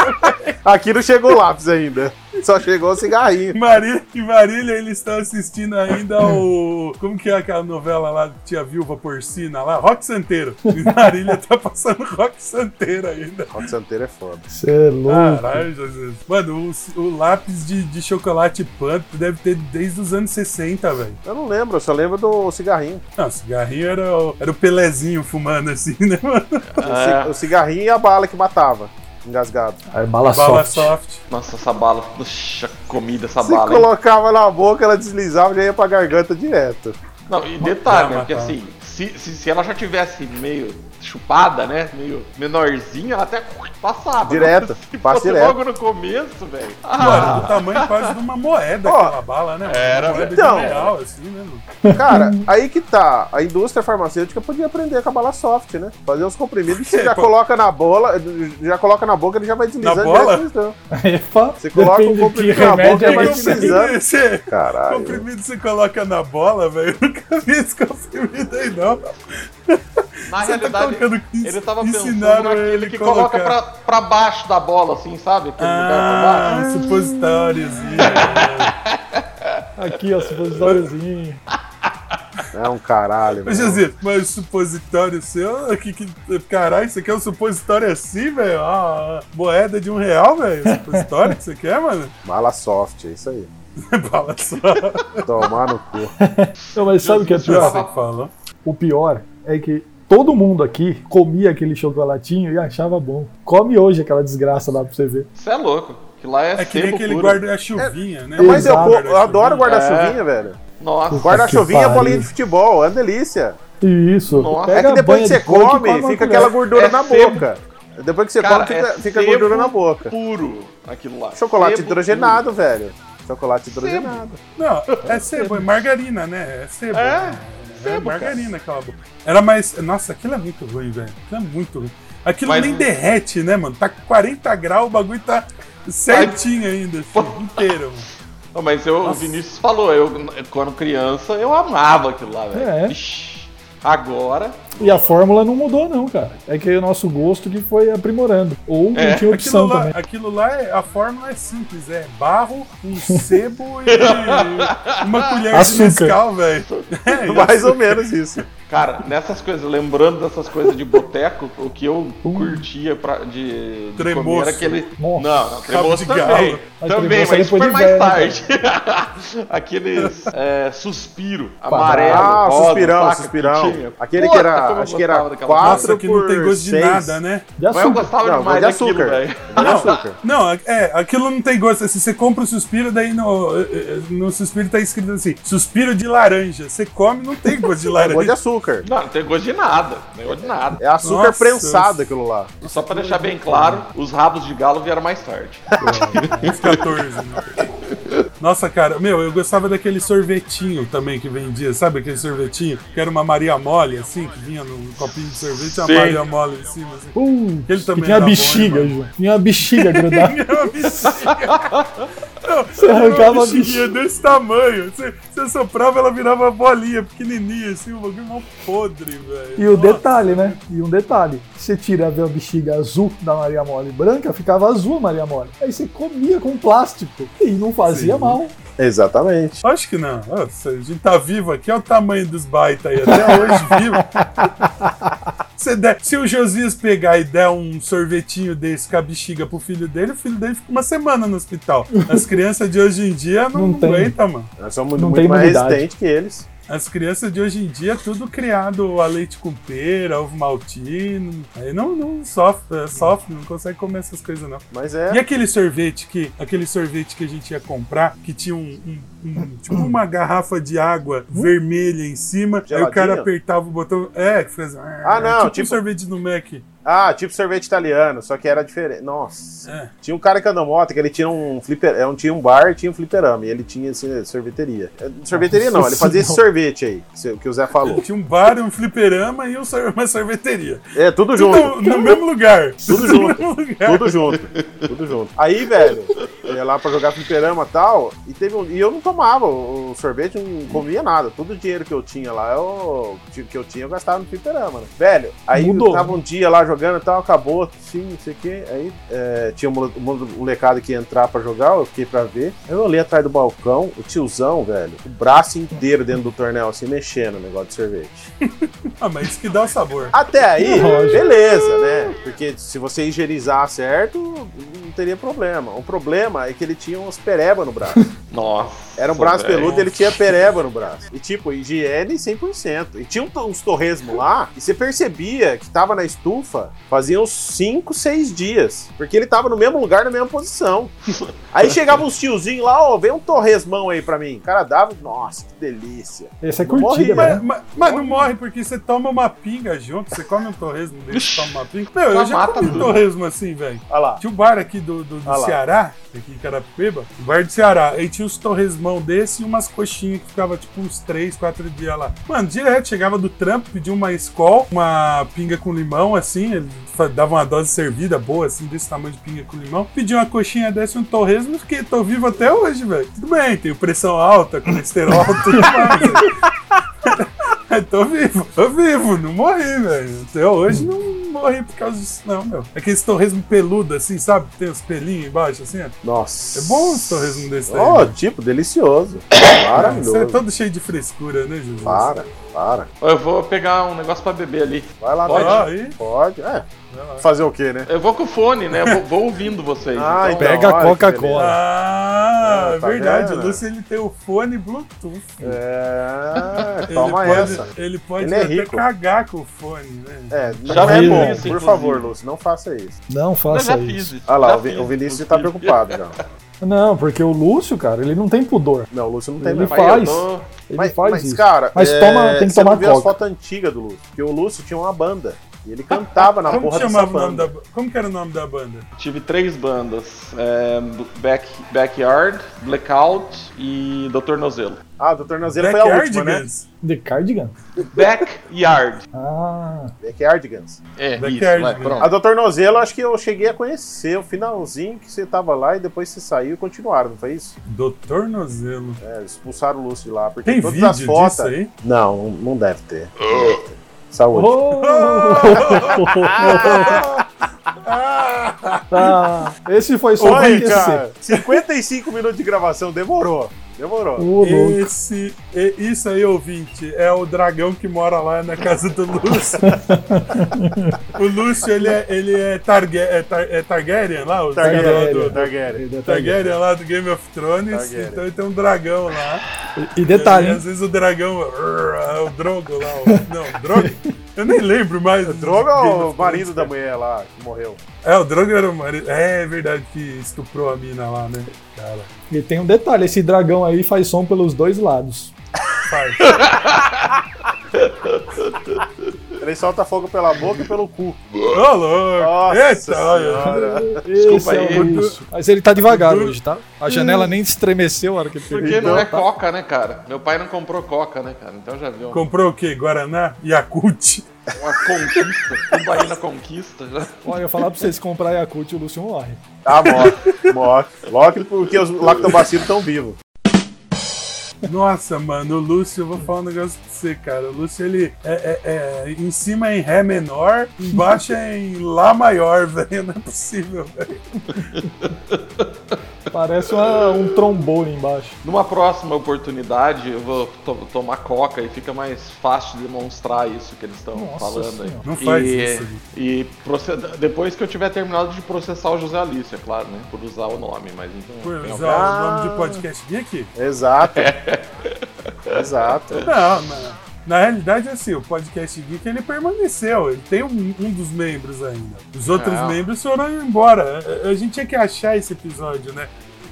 Speaker 5: Aqui não chegou o lápis ainda. Só chegou o cigarrinho.
Speaker 4: Marília e Marília, eles estão assistindo ainda o. Como que é aquela novela lá, Tia Viúva Porcina lá? Rock Santeiro. E Marília tá passando Rock Santeiro ainda.
Speaker 5: Rock Santeiro é foda.
Speaker 3: Você é louco.
Speaker 4: Caralho, Jesus. Mano, o, o lápis de, de chocolate pump deve ter desde os anos 60, velho.
Speaker 5: Eu não lembro, eu só lembro do cigarrinho.
Speaker 4: Não, o cigarrinho era o, era o Pelezinho fumando assim, né, mano?
Speaker 2: É,
Speaker 5: O ci- O cigarrinho e a bala que matava. Engasgado.
Speaker 3: Aí, bala,
Speaker 4: Bala
Speaker 3: soft.
Speaker 4: soft.
Speaker 2: Nossa, essa bala. Puxa, comida essa
Speaker 5: Você
Speaker 2: bala. hein?
Speaker 5: colocava na boca, ela deslizava e já ia pra garganta direto.
Speaker 2: Não, e detalhe, né?
Speaker 4: Calma,
Speaker 2: Porque
Speaker 4: calma.
Speaker 2: assim, se, se, se ela já tivesse meio chupada, né? Meio menorzinha, ela até passava. né?
Speaker 5: Direto,
Speaker 2: Se
Speaker 5: passa
Speaker 2: fosse
Speaker 5: direto.
Speaker 2: logo no começo, velho. Ah,
Speaker 4: Mano, do tamanho quase de uma moeda
Speaker 5: Ó,
Speaker 4: aquela bala, né? mano?
Speaker 2: era,
Speaker 4: uma moeda
Speaker 5: então.
Speaker 4: de um real, assim, né? mano?
Speaker 5: Cara, aí que tá. A indústria farmacêutica podia aprender com a bala soft, né? Fazer uns comprimidos que você já coloca na bola, já coloca na boca, ele já vai deslizando.
Speaker 4: Na bola?
Speaker 5: direto, então.
Speaker 3: Epa,
Speaker 5: Você coloca
Speaker 3: depende
Speaker 5: um
Speaker 3: de que
Speaker 5: comprimido na
Speaker 3: remédio
Speaker 5: boca,
Speaker 3: é
Speaker 5: mas
Speaker 3: esse.
Speaker 5: precisa-
Speaker 4: Comprimido, você,
Speaker 5: Caralho.
Speaker 4: comprimido você coloca na bola, velho. Eu nunca vi esse comprimido aí, não.
Speaker 2: Na
Speaker 4: Você tá
Speaker 2: realidade,
Speaker 4: colocando-
Speaker 2: ele tava pensando
Speaker 4: ensinaram ele
Speaker 2: naquele que
Speaker 4: colocar.
Speaker 2: coloca pra, pra baixo da bola, assim, sabe? Aquele lugar pra
Speaker 4: Ah,
Speaker 2: baixo.
Speaker 4: supositóriozinho.
Speaker 3: Aqui, ó, supositóriozinho.
Speaker 5: É um caralho.
Speaker 4: Mas,
Speaker 5: mano.
Speaker 4: José, mas supositório seu? Que, que, caralho, isso aqui é um supositório assim, velho? Ah, moeda de um real, velho? Supositório que você quer, mano?
Speaker 5: Bala soft, é isso aí.
Speaker 4: Bala só.
Speaker 5: Tomar no cu.
Speaker 3: Não, mas sabe o que é
Speaker 2: Jesus,
Speaker 3: pior?
Speaker 4: Você que falou.
Speaker 3: O pior é que todo mundo aqui comia aquele chocolatinho e achava bom. Come hoje aquela desgraça lá pra você ver.
Speaker 2: Você é louco. Que lá é,
Speaker 4: É que nem
Speaker 2: sebo
Speaker 4: aquele
Speaker 2: puro.
Speaker 4: guarda-chuvinha, né?
Speaker 5: Mas eu,
Speaker 3: Exato.
Speaker 5: pô, eu
Speaker 4: É.
Speaker 5: adoro guarda-chuvinha, velho.
Speaker 2: Nossa.
Speaker 5: Guarda-chuvinha é
Speaker 3: pariu.
Speaker 5: bolinha de futebol, é uma delícia.
Speaker 3: E Isso.
Speaker 2: Nossa.
Speaker 5: é
Speaker 3: pega
Speaker 5: que
Speaker 3: a
Speaker 5: depois
Speaker 3: banha
Speaker 5: que você
Speaker 3: de coco e
Speaker 5: come,
Speaker 3: uma
Speaker 5: fica
Speaker 3: colher.
Speaker 5: aquela gordura
Speaker 2: É
Speaker 5: na
Speaker 2: sebo.
Speaker 5: boca. Depois que você come,
Speaker 2: Cara,
Speaker 5: Então fica,
Speaker 2: é
Speaker 5: fica
Speaker 2: sebo
Speaker 5: gordura na boca.
Speaker 2: Puro aquilo lá.
Speaker 5: Chocolate
Speaker 2: Sebo
Speaker 5: hidrogenado, velho. Chocolate hidrogenado.
Speaker 4: Não, é sebo, é margarina, né? É sebo.
Speaker 2: É,
Speaker 4: É
Speaker 2: sebo,
Speaker 4: margarina aquela boca. Era mais. Nossa, aquilo é muito ruim, velho. Aquilo é muito ruim. Aquilo
Speaker 2: Mas-
Speaker 4: nem derrete, né, mano? Tá com 40 graus, o bagulho tá Certinho ainda, filho, inteiro.
Speaker 2: Não, mas eu, o Vinícius falou, eu quando criança eu amava aquilo lá, velho.
Speaker 3: É.
Speaker 2: Ixi, Agora,
Speaker 3: E a fórmula não mudou, não, cara. É que o nosso gosto que foi aprimorando. Ou não
Speaker 2: É,
Speaker 4: Aquilo
Speaker 3: tinha opção
Speaker 4: lá,
Speaker 3: também.
Speaker 4: aquilo lá é, a fórmula é simples, é barro, um sebo e uma colher de
Speaker 3: Açúcar.
Speaker 4: mescal, velho. É, e
Speaker 5: Mais ou menos isso.
Speaker 2: cara, nessas coisas, lembrando dessas coisas de boteco, o que eu curtia pra, de, de
Speaker 4: Uh. Tremoço.
Speaker 2: comer era aquele.
Speaker 3: Nossa.
Speaker 2: Não, não, tremoço
Speaker 4: Cabo de
Speaker 2: também.
Speaker 4: galo.
Speaker 3: Mas
Speaker 2: Também,
Speaker 3: tremoço é
Speaker 2: mas
Speaker 3: depois
Speaker 2: super
Speaker 3: de
Speaker 2: mais
Speaker 3: velho, né,
Speaker 2: tarde. Aqueles é, suspiro amarelo.
Speaker 5: Ah,
Speaker 2: rosa,
Speaker 5: suspirão,
Speaker 2: saca, que
Speaker 5: suspirão.
Speaker 2: tinha.
Speaker 5: Aquele
Speaker 2: Puta,
Speaker 5: que era,
Speaker 2: como eu
Speaker 5: acho que era
Speaker 2: gostava daquela coisa.
Speaker 4: Nossa,
Speaker 5: 4
Speaker 4: que não tem gosto de nada, né?
Speaker 3: De
Speaker 2: Mas eu
Speaker 3: açúcar.
Speaker 2: gostava
Speaker 5: Não,
Speaker 2: demais
Speaker 5: mas é de
Speaker 2: daquilo,
Speaker 5: açúcar.
Speaker 2: velho.
Speaker 5: Não, açúcar.
Speaker 4: Não, é, aquilo não tem gosto. Se você compra o suspiro, daí no, no suspiro tá escrito assim: suspiro de laranja. Você come, não tem gosto de
Speaker 5: Gosto de
Speaker 4: laranja.
Speaker 5: açúcar.
Speaker 2: Não, não tem gosto de nada. Não tem gosto de nada.
Speaker 5: É açúcar
Speaker 4: Nossa.
Speaker 5: prensado aquilo lá.
Speaker 2: Só pra deixar bem claro, os rabos de galo vieram mais tarde.
Speaker 4: 14, né? Nossa, cara, meu, eu gostava daquele sorvetinho também que vendia, sabe aquele sorvetinho? Que era uma Maria Mole, assim, que vinha num copinho de sorvete, uma
Speaker 2: Sim.
Speaker 4: Maria Mole em cima, assim.
Speaker 3: Uh,
Speaker 4: Ele também
Speaker 3: que tinha
Speaker 4: era
Speaker 3: uma bexiga,
Speaker 4: bom, né, hein,
Speaker 3: Ju. Tinha uma bexiga grudada.
Speaker 4: Era uma bexiga. Não,
Speaker 3: arrancava
Speaker 4: uma
Speaker 3: a
Speaker 4: bexiguinha desse tamanho. Você, você soprava, ela virava uma bolinha pequenininha, assim, um bagulho mó podre, velho.
Speaker 3: E o
Speaker 4: Nossa.
Speaker 3: detalhe, né? E um detalhe. Você tirava a bexiga azul da Maria Mole branca, ficava azul a Maria Mole. Aí você comia com plástico. E não fazia mal.
Speaker 5: Exatamente.
Speaker 4: Acho que não. Nossa, a gente tá vivo aqui, olha o tamanho dos baita aí, até hoje vivo. Se, der- se o Josias pegar e der um sorvetinho desse com a bexiga pro filho dele, o filho dele fica uma semana no hospital. As crianças de hoje em dia não,
Speaker 3: Não tem.
Speaker 4: aguentam, mano.
Speaker 5: Nós somos
Speaker 3: Não
Speaker 5: muito
Speaker 3: tem
Speaker 5: mais
Speaker 3: imunidade.
Speaker 5: resistentes que eles.
Speaker 4: As crianças de hoje em dia, tudo criado a leite com pera, ovo maltino. Aí não, não sofre, é, sofre, não consegue comer essas coisas, não.
Speaker 5: Mas é.
Speaker 4: E aquele sorvete que aquele sorvete que a gente ia comprar, que tinha um, um- um- tipo uma garrafa de água vermelha em cima, aí o
Speaker 5: Geladinho?
Speaker 4: cara apertava o botão, é, que fez
Speaker 5: Ah, não,
Speaker 4: tipo, um
Speaker 5: tipo-
Speaker 4: sorvete no Mac.
Speaker 5: Ah, tipo sorvete italiano, só que era diferente. Nossa.
Speaker 4: É.
Speaker 5: Tinha um cara que andou moto que ele tinha um flipper, é, um- tinha um bar, tinha um fliperama, e ele tinha assim, sorveteria. É, Sorveteria não, ele fazia esse sorvete aí, que se- que o Zé falou.
Speaker 4: Tinha um bar, um fliperama e um sor- uma sorveteria.
Speaker 5: É, tudo
Speaker 4: Tudo
Speaker 5: junto.
Speaker 4: no, mesmo lugar.
Speaker 5: Tudo
Speaker 4: Então, no
Speaker 5: junto.
Speaker 4: mesmo lugar.
Speaker 5: Tudo junto, tudo junto. Aí, velho, eu ia lá pra jogar fliperama e tal, e teve um. E eu não tomava o o sorvete, não comia nada. Todo o dinheiro que eu tinha lá, eu, que eu tinha, eu gastava no fliperama, né? Velho, aí
Speaker 3: Mudou.
Speaker 5: eu tava um dia lá jogando e tal, acabou, sim, não sei o quê. Aí é, tinha um mole- um mole- um molecada que ia entrar pra jogar, eu fiquei pra ver. Aí eu olhei atrás do balcão, o tiozão, velho, o braço inteiro dentro do tornel, assim, mexendo no negócio de sorvete.
Speaker 4: Ah, mas isso que dá o sabor.
Speaker 5: Até aí,
Speaker 3: Lógico.
Speaker 5: beleza, né? Porque se você higienizar certo, não teria problema. O problema é que ele tinha umas pereba no braço.
Speaker 2: Nossa.
Speaker 5: Era um braço
Speaker 2: velho.
Speaker 5: peludo, ele tinha pereba no braço. E tipo, higiene 100%. E tinha um to- uns torresmo lá, e você percebia que tava na estufa, fazia uns 5, 6 dias. Porque ele tava no mesmo lugar, na mesma posição. Aí chegava uns tiozinhos lá, ó, vem um torresmão aí pra mim. O cara dava, nossa, que delícia.
Speaker 3: Essa é
Speaker 5: Não morri,
Speaker 3: curtida,
Speaker 4: Mas,
Speaker 3: né?
Speaker 4: mas- mas não morre porque você toma uma pinga junto, você come um torresmo dele, você toma uma pinga. Meu, eu
Speaker 2: Ela
Speaker 4: já
Speaker 2: mata
Speaker 4: comi um
Speaker 2: tudo.
Speaker 4: torresmo assim, velho.
Speaker 5: Olha lá.
Speaker 4: Tinha um bar aqui do, do, do
Speaker 5: Ah lá.
Speaker 4: Ceará, aqui em Carapicuíba, um bar do Ceará. Aí tinha uns torresmão desse e umas coxinhas que ficava tipo uns 3, 4 dias lá. Mano, direto, chegava do trampo, pedia uma escol, uma pinga com limão, assim, ele fa- dava uma dose servida boa, assim, desse tamanho de pinga com limão. Pedia uma coxinha dessa e um torresmo, porque tô vivo até hoje, velho. Tudo bem, tenho pressão alta, colesterol, tudo mais. Eu tô vivo, tô vivo, não morri, velho. Até hoje não morri por causa disso, não, meu. É Aquele torresmo peludo, assim, sabe? Tem os pelinhos embaixo, assim, ó.
Speaker 5: Nossa.
Speaker 4: É bom um torresmo desse aí.
Speaker 5: Ó,
Speaker 4: né?
Speaker 5: tipo, delicioso.
Speaker 4: Você é
Speaker 5: Maravilhoso.
Speaker 4: todo cheio de frescura, né, Jesus?
Speaker 5: Para, para.
Speaker 2: Eu vou pegar um negócio pra beber ali.
Speaker 5: Vai lá,
Speaker 2: Pode?
Speaker 5: vai.
Speaker 4: Ah, aí.
Speaker 5: Pode. É. Fazer o quê, né?
Speaker 2: Eu vou com o fone, né? Eu vou, vou ouvindo vocês.
Speaker 5: Ah,
Speaker 2: então.
Speaker 5: então,
Speaker 3: Pega a
Speaker 5: olha que
Speaker 3: Coca-Cola.
Speaker 4: Ah,
Speaker 5: Ah, tá
Speaker 4: verdade.
Speaker 5: vendo?
Speaker 4: O Lúcio ele tem o fone Bluetooth.
Speaker 5: beleza. É,
Speaker 4: Ele
Speaker 5: toma
Speaker 4: pode,
Speaker 5: essa.
Speaker 4: Ele pode
Speaker 5: Ele é
Speaker 4: até
Speaker 5: rico.
Speaker 4: cagar com o fone, né?
Speaker 5: É,
Speaker 2: Já
Speaker 5: não é
Speaker 2: fiz
Speaker 5: bom.
Speaker 2: isso,
Speaker 5: Por
Speaker 2: inclusive.
Speaker 5: favor, Lúcio, não faça isso.
Speaker 3: Não
Speaker 2: Eu
Speaker 3: faça
Speaker 2: já
Speaker 3: isso.
Speaker 2: fiz isso.
Speaker 5: Ah lá,
Speaker 2: já
Speaker 5: o, Vi-
Speaker 2: fiz,
Speaker 5: o Vinícius
Speaker 2: inclusive.
Speaker 5: tá preocupado já.
Speaker 3: Não, porque o Lúcio, cara, ele não tem pudor.
Speaker 5: Não, o Lúcio não tem
Speaker 3: Ele
Speaker 5: mesmo.
Speaker 2: Mas eu
Speaker 3: faz.
Speaker 2: tô-
Speaker 3: Ele
Speaker 5: Mas,
Speaker 3: faz
Speaker 5: mas,
Speaker 3: isso.
Speaker 5: cara, é,
Speaker 3: Mas toma- tem que
Speaker 5: você
Speaker 3: tomar
Speaker 5: não viu as
Speaker 3: Coca.
Speaker 5: fotos antigas do Lúcio, porque o Lúcio tinha uma banda. E ele cantava na
Speaker 4: Como
Speaker 5: porra
Speaker 4: que
Speaker 5: dessa
Speaker 4: chamava o nome
Speaker 5: banda.
Speaker 4: da ba- Como que era o nome da banda?
Speaker 2: Tive três bandas: é, Back, Backyard, Blackout e Doutor Nozelo.
Speaker 5: Ah, do Tornozelo foi a última, né?
Speaker 4: Guns.
Speaker 3: The Cardigan?
Speaker 2: Backyard.
Speaker 3: Ah,
Speaker 5: Backyardigans.
Speaker 2: É,
Speaker 4: Backyard,
Speaker 2: isso, vai,
Speaker 4: né?
Speaker 2: pronto.
Speaker 5: A do Tornozelo, acho que eu cheguei a conhecer o finalzinho que você tava lá e depois você saiu e continuaram, não foi isso?
Speaker 4: Doutor Nozelo.
Speaker 5: É, eles expulsaram o Lúcio de lá, porque
Speaker 4: Tem
Speaker 5: todas
Speaker 4: vídeo
Speaker 5: as fotos.
Speaker 4: disso aí?
Speaker 5: Não, não deve ter. Saúde.
Speaker 3: Ah, esse foi só pra
Speaker 5: Oi,
Speaker 3: aquecer.
Speaker 5: cara. 55 minutos de gravação, demorou. Demorou.
Speaker 3: Ô, louco.
Speaker 4: Esse, e- isso aí, ouvinte, é o dragão que mora lá na casa do Lúcio. o Lúcio, ele é, ele é, Targa- é Tar- é Targaryen lá? O dragão do-
Speaker 5: Targaryen. Targaryen.
Speaker 3: Ele é
Speaker 4: Targaryen lá do Game of Thrones.
Speaker 5: Targaryen.
Speaker 4: Então ele tem um dragão lá.
Speaker 3: E detalhe,
Speaker 4: E
Speaker 3: hein?
Speaker 4: às vezes o dragão. É o Drogo lá. o- não, o Drogo. Eu nem lembro mais. O
Speaker 5: Droga o marido da mulher lá que morreu.
Speaker 4: É, o Drogo era o marido. É, é verdade que estuprou a mina lá, né? Cara.
Speaker 3: E tem um detalhe, esse dragão aí faz som pelos dois lados.
Speaker 4: Faz.
Speaker 5: Ele solta fogo pela boca e pelo cu.
Speaker 4: Ô, louco!
Speaker 5: Nossa
Speaker 4: Eita, olha.
Speaker 5: senhora.
Speaker 3: Desculpa
Speaker 2: aí,
Speaker 3: é Mas ele tá devagar
Speaker 4: Edu.
Speaker 3: hoje, tá? A janela nem estremeceu a hora que ele pegou.
Speaker 2: Porque não é
Speaker 3: tá?
Speaker 2: coca, né, cara? Meu pai não comprou coca, né, cara? Então já viu.
Speaker 4: Comprou o quê? Guaraná? Yakult?
Speaker 2: Uma conquista, um Bahia na conquista. Já.
Speaker 3: Olha, eu ia falar pra vocês comprar Yakult e o Lúcio morre.
Speaker 5: Ah, morre. Morre. Logo porque os lactobacilos estão vivos.
Speaker 4: Nossa, mano, o Lúcio, eu vou falar um negócio pra você, cara. O Lúcio, ele é, é- é- em cima é em Ré menor, embaixo é em Lá maior, velho. Não é possível, velho.
Speaker 3: Parece uma- um trombone embaixo.
Speaker 2: Numa próxima oportunidade, eu vou to- tomar coca e fica mais fácil demonstrar isso que eles estão
Speaker 3: Nossa
Speaker 2: falando aí.
Speaker 3: Senhora.
Speaker 4: Não faz
Speaker 2: e,
Speaker 4: isso, Gui.
Speaker 2: E proceda- depois que eu tiver terminado de processar o José Alício, é claro, né? Por usar o nome, mas então.
Speaker 4: Por
Speaker 2: bem,
Speaker 4: usar é, o nome de podcast geek?
Speaker 5: Exato. Exato.
Speaker 4: Não, mano. Na realidade, assim, o podcast geek ele permaneceu. Ele tem um, um dos membros ainda. Os outros
Speaker 2: Ah.
Speaker 4: membros foram embora. A- A, gente tinha que achar esse episódio, né?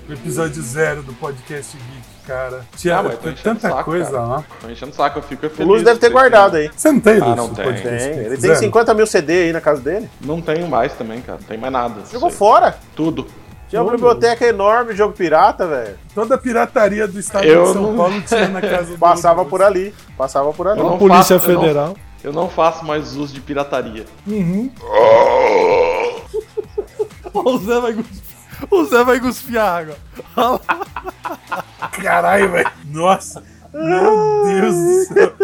Speaker 4: O episódio zero do podcast geek, cara. Tinha
Speaker 2: Uhum. Ah, mas tô enchendo
Speaker 4: tanta
Speaker 2: o saco,
Speaker 4: coisa
Speaker 2: cara.
Speaker 4: lá.
Speaker 2: Tô enchendo o saco, eu fico
Speaker 5: O
Speaker 2: feliz.
Speaker 5: Lúcio deve ter guardado aí.
Speaker 4: Você não tem, Lúcio?
Speaker 2: Ah, não
Speaker 4: o
Speaker 2: tem.
Speaker 4: podcast
Speaker 5: Tem.
Speaker 4: geek
Speaker 5: Ele tem
Speaker 4: zero?
Speaker 5: 50 mil CD aí na casa dele.
Speaker 2: Não tenho mais também, cara. Não tem mais nada.
Speaker 5: Jogou
Speaker 2: Isso aí.
Speaker 5: fora.
Speaker 2: Tudo.
Speaker 5: Tinha uma biblioteca enorme, jogo pirata, velho.
Speaker 4: Toda a pirataria do estado
Speaker 2: Eu
Speaker 4: de São
Speaker 2: não-
Speaker 4: Paulo tinha na casa do
Speaker 5: Passava
Speaker 4: Lúcio.
Speaker 5: por ali. Passava por ali.
Speaker 2: Eu não
Speaker 3: Polícia
Speaker 2: faço, eu não-
Speaker 3: Federal.
Speaker 2: Eu não faço mais uso de pirataria.
Speaker 3: Uhum. o, Zé vai cuspir, o Zé vai cuspir a água.
Speaker 4: Caralho, velho. Nossa. Meu Deus do céu.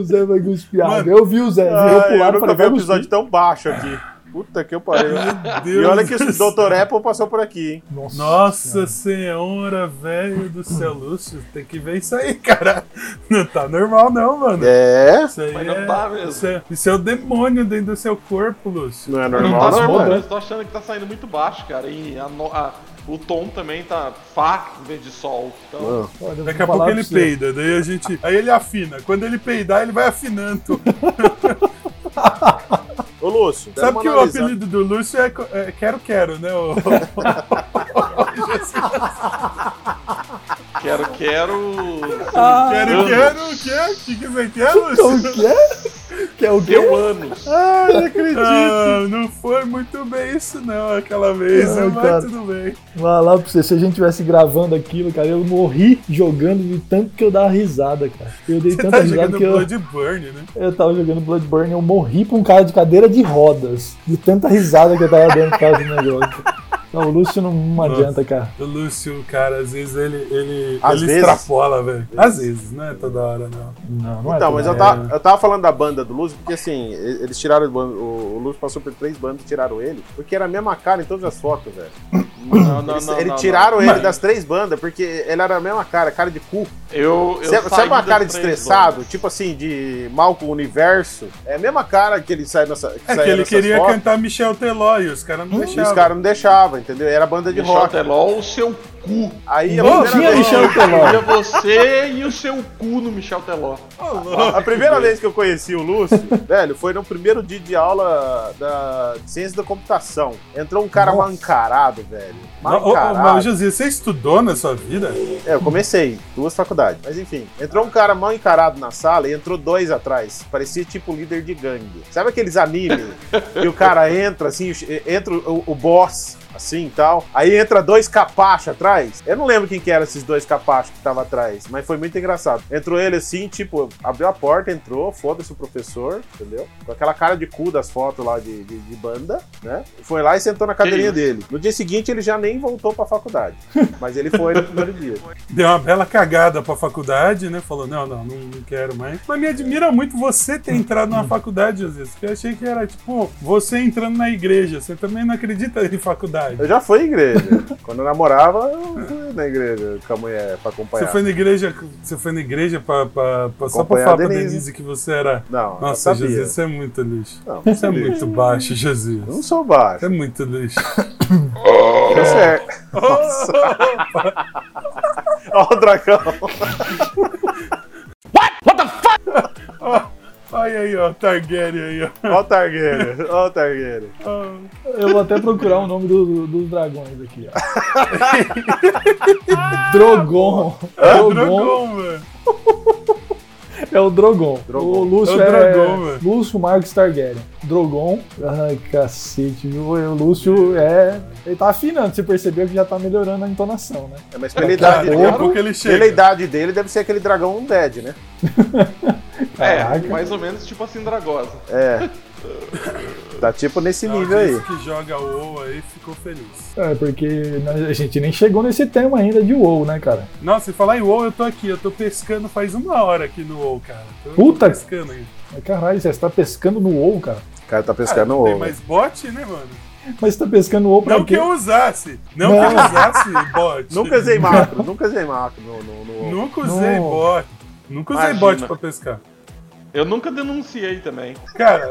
Speaker 3: O Zé vai cuspir a água.
Speaker 4: Mano.
Speaker 3: Eu vi o Zé, virou
Speaker 5: Ah,
Speaker 3: pro
Speaker 5: eu
Speaker 3: lado e
Speaker 5: nunca
Speaker 3: falei,
Speaker 5: vi um
Speaker 3: vai
Speaker 5: episódio
Speaker 3: cuspir.
Speaker 5: tão baixo aqui. Puta que eu parei.
Speaker 4: Meu Deus
Speaker 5: E olha que o
Speaker 4: do céu.
Speaker 5: Dr. Apple passou por aqui, hein?
Speaker 4: Nossa senhora, velho do céu, Lúcio, tem que ver isso aí, cara. Não tá normal não, mano.
Speaker 5: É,
Speaker 4: Isso aí
Speaker 2: Mas não
Speaker 4: é,
Speaker 2: tá mesmo.
Speaker 4: Isso é, isso é o demônio dentro do seu corpo, Lúcio.
Speaker 5: não é
Speaker 2: Não
Speaker 5: normal,
Speaker 2: tá
Speaker 5: não,
Speaker 4: né?
Speaker 2: normal,
Speaker 5: velho.
Speaker 2: eu tô achando que tá saindo muito baixo, cara. E a no- a- o tom também tá Fá em vez de sol. Então,
Speaker 3: Olha, eu vou
Speaker 4: Daqui a pouco
Speaker 3: falar pra
Speaker 4: ele
Speaker 3: você.
Speaker 4: peida, daí a gente. Aí ele afina. Quando ele peidar, ele vai afinando.
Speaker 5: Ô, Lúcio,
Speaker 4: Sabe
Speaker 5: vamos
Speaker 4: que o
Speaker 5: analisar.
Speaker 4: apelido do Lúcio é, co- é Quero Quero, né? ô?
Speaker 2: quero, quero.
Speaker 4: Ah, quero Quero, o quê? O que que você quer,
Speaker 3: Então,
Speaker 4: Lúcio?
Speaker 3: o que é? Que é o quê?
Speaker 2: Deu anos.
Speaker 5: Ah, não acredito.
Speaker 4: Ah, não foi muito bem isso não, aquela vez,
Speaker 3: Ai,
Speaker 4: mas
Speaker 3: cara.
Speaker 4: tudo bem.
Speaker 3: Vai lá pra você, se a gente tivesse gravando aquilo, cara, eu morri jogando de tanto que eu dava risada, cara. Eu dei
Speaker 4: Você
Speaker 3: tanta
Speaker 4: tá
Speaker 3: risada
Speaker 4: jogando
Speaker 3: que eu,
Speaker 4: Bloodburn, né?
Speaker 3: eu tava jogando Bloodburn, eu morri pra um cara de cadeira de rodas, de tanta risada que eu tava dando por causa do negócio. Não, o Lúcio não, não adianta, cara.
Speaker 4: O Lúcio, cara, às vezes ele, ele,
Speaker 5: Às
Speaker 4: ele
Speaker 5: vezes?
Speaker 4: extrapola, velho. Às vezes, não é toda hora, não.
Speaker 3: Não, não é.
Speaker 5: Então,
Speaker 3: pra
Speaker 5: mas eu
Speaker 3: nada.
Speaker 5: tava, eu tava falando da banda do Lúcio, porque assim, e- eles tiraram o ban- o, o Lúcio passou por três bandas e tiraram ele, porque era a mesma cara em todas as fotos, velho.
Speaker 2: Não, não,
Speaker 5: Eles,
Speaker 2: não.
Speaker 5: eles
Speaker 2: não,
Speaker 5: tiraram
Speaker 2: não.
Speaker 5: ele das três bandas, porque ele era a mesma cara, cara de cu.
Speaker 2: Eu, eu
Speaker 5: Sabe,
Speaker 2: saí
Speaker 5: sabe é uma
Speaker 2: das
Speaker 5: cara de
Speaker 2: três
Speaker 5: estressado,
Speaker 2: bandas.
Speaker 5: tipo assim, de mal com o universo? É a mesma cara que ele sai nessa.
Speaker 4: É
Speaker 5: saía
Speaker 4: que ele
Speaker 5: nessas
Speaker 4: queria
Speaker 5: fotos,
Speaker 4: cantar Michel Teló e os caras não
Speaker 5: E os
Speaker 4: deixavam.
Speaker 5: caras não deixavam, entendeu? Era banda de
Speaker 2: Michel
Speaker 5: rock.
Speaker 2: Teló, o seu cu.
Speaker 5: Aí a
Speaker 3: Não
Speaker 5: primeira
Speaker 3: tinha
Speaker 5: vez-
Speaker 3: Michel Teló.
Speaker 2: Olha você e o seu cu no Michel Teló.
Speaker 5: A primeira vez que eu conheci o Lúcio, velho, foi no primeiro dia de aula da de ciência da computação. Entrou um cara mancarado, velho.
Speaker 4: Não, ô, ô,
Speaker 5: Mancarado.
Speaker 4: mas, Josias, você estudou na sua vida?
Speaker 5: É, eu comecei duas maldade. Mas enfim, entrou um cara mal encarado na sala e entrou dois atrás. Parecia tipo líder de gangue. Sabe aqueles animes que o cara entra assim, entra o, o boss assim e tal. Aí entra dois capachos atrás. Eu não lembro quem que eram esses dois capachos que estavam atrás, mas foi muito engraçado. Entrou ele assim, tipo, abriu a porta, entrou, foda-se o professor, entendeu? Com aquela cara de cu das fotos lá de, de, de banda, né? Foi lá e sentou na cadeirinha
Speaker 2: isso?
Speaker 5: dele. No dia seguinte ele já nem voltou pra faculdade, mas ele foi no primeiro dia.
Speaker 4: Deu uma bela cagada pra faculdade, né? Falou, não, não, não, não quero mais. Mas me admira muito você ter entrado
Speaker 5: Hum.
Speaker 4: na faculdade, às vezes. Porque eu achei que era, tipo, você entrando na igreja. Você também não acredita em faculdade.
Speaker 5: Eu já fui à igreja. Quando eu namorava, eu fui na igreja com a mulher pra acompanhar.
Speaker 4: Você foi na igreja, você foi na igreja pra, pra- pra- só pra
Speaker 5: Acompanhar
Speaker 4: falar
Speaker 5: a
Speaker 4: pra
Speaker 5: Denise.
Speaker 4: Denise que você era...
Speaker 5: Não, eu
Speaker 4: Nossa,
Speaker 5: sabia.
Speaker 4: Jesus, isso é muito lixo.
Speaker 5: Não,
Speaker 4: Isso é muito baixo, Jesus.
Speaker 5: Eu não sou
Speaker 4: Isso
Speaker 5: baixo.
Speaker 4: é muito lixo.
Speaker 5: Tá
Speaker 4: é
Speaker 5: certo.
Speaker 4: Nossa.
Speaker 5: Ó o dragão.
Speaker 4: Olha aí, ó, Targaryen aí, ó.
Speaker 5: Ó o Targueiro. Ó o Targueiro.
Speaker 3: Eu vou até procurar o nome do- do- dos dragões aqui, ó. Drogon. Drogon
Speaker 4: Drogon, mano.
Speaker 3: é o Drogon.
Speaker 5: Drogon.
Speaker 3: O Lúcio
Speaker 4: É
Speaker 3: é,
Speaker 4: o Drogon, velho.
Speaker 3: Lúcio Marcos Targaryen. Drogon. Ai, cacete, viu? O Lúcio é. Ele tá afinando, você percebeu que já tá melhorando a entonação, né?
Speaker 5: É, mas pela
Speaker 4: Cara,
Speaker 5: idade,
Speaker 4: daqui a pouco
Speaker 5: dele,
Speaker 4: ele chega.
Speaker 5: pela idade dele, deve ser aquele dragão Undead, né?
Speaker 2: É,
Speaker 3: Caraca.
Speaker 2: mais ou menos tipo assim, Dragosa.
Speaker 5: É. Tá tipo nesse
Speaker 4: Não,
Speaker 5: nível aí.
Speaker 4: disse que joga o WoW aí ficou feliz.
Speaker 3: É, porque nós- a gente nem chegou nesse tema ainda de WoW, né, cara?
Speaker 4: Nossa, e falar em WoW, eu tô aqui, eu tô pescando faz uma hora aqui no WoW, cara. Tô
Speaker 3: Puta!
Speaker 4: pescando aí.
Speaker 3: Mas, Caralho, você tá pescando no WoW, cara.
Speaker 5: O cara tá
Speaker 4: Ah,
Speaker 5: pescando
Speaker 4: não
Speaker 5: o
Speaker 4: tem
Speaker 5: ovo.
Speaker 4: mais bot, né, mano?
Speaker 3: Mas você tá pescando no WoW pra
Speaker 4: Não é que
Speaker 3: quê?
Speaker 4: eu usasse. Não,
Speaker 3: Não.
Speaker 4: que eu usasse bot.
Speaker 5: Nunca usei macro, nunca usei macro no, no, no ovo.
Speaker 4: Nunca usei
Speaker 3: Não.
Speaker 4: bot. Nunca usei
Speaker 2: Imagina.
Speaker 4: bot pra pescar.
Speaker 2: Eu nunca denunciei também.
Speaker 4: Cara.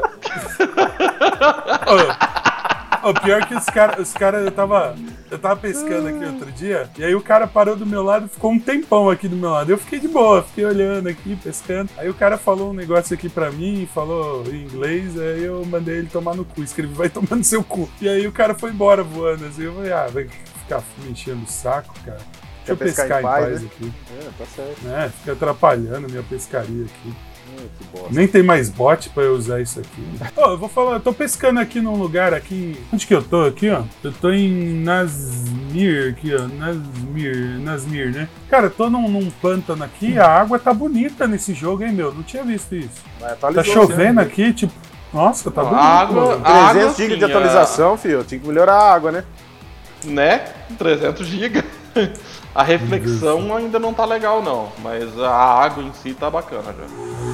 Speaker 4: Ô, ô, pior que os caras. Os cara, eu tava. Eu tava pescando aqui outro dia, e aí o cara parou do meu lado e ficou um tempão aqui do meu lado. Eu fiquei de boa, fiquei olhando aqui, pescando. Aí o cara falou um negócio aqui pra mim, falou em inglês, aí eu mandei ele tomar no cu, escrevi, vai tomar no seu cu. E aí o cara foi embora voando, assim, eu falei, ah, vai ficar me enchendo o saco, cara. Deixa
Speaker 5: Quer
Speaker 4: eu pescar, em paz,
Speaker 5: né?
Speaker 4: aqui.
Speaker 5: É, tá certo.
Speaker 4: É, fica atrapalhando minha pescaria aqui.
Speaker 5: Hum, que bosta.
Speaker 4: Nem tem mais bot pra eu usar isso aqui. Ó, eu vou falar, eu tô pescando aqui num lugar aqui. Onde que eu tô aqui, ó? Eu tô em Nasmir, aqui, ó. Nasmir, Nasmir, né? Cara, eu tô num, num pântano aqui, a água tá bonita nesse jogo, hein, meu? Não tinha visto isso.
Speaker 5: Mas
Speaker 4: Tá
Speaker 5: atualizou,
Speaker 4: chovendo
Speaker 5: né?
Speaker 4: aqui, tipo. Nossa, tá
Speaker 2: A
Speaker 4: bonito.
Speaker 2: água-
Speaker 4: mano.
Speaker 2: a água,
Speaker 5: 300 GB de
Speaker 2: assim,
Speaker 5: atualização, Ah, filho. Tinha que melhorar a água, né?
Speaker 2: Né? 300 giga. A reflexão ainda não tá legal, não. Mas a água em si tá bacana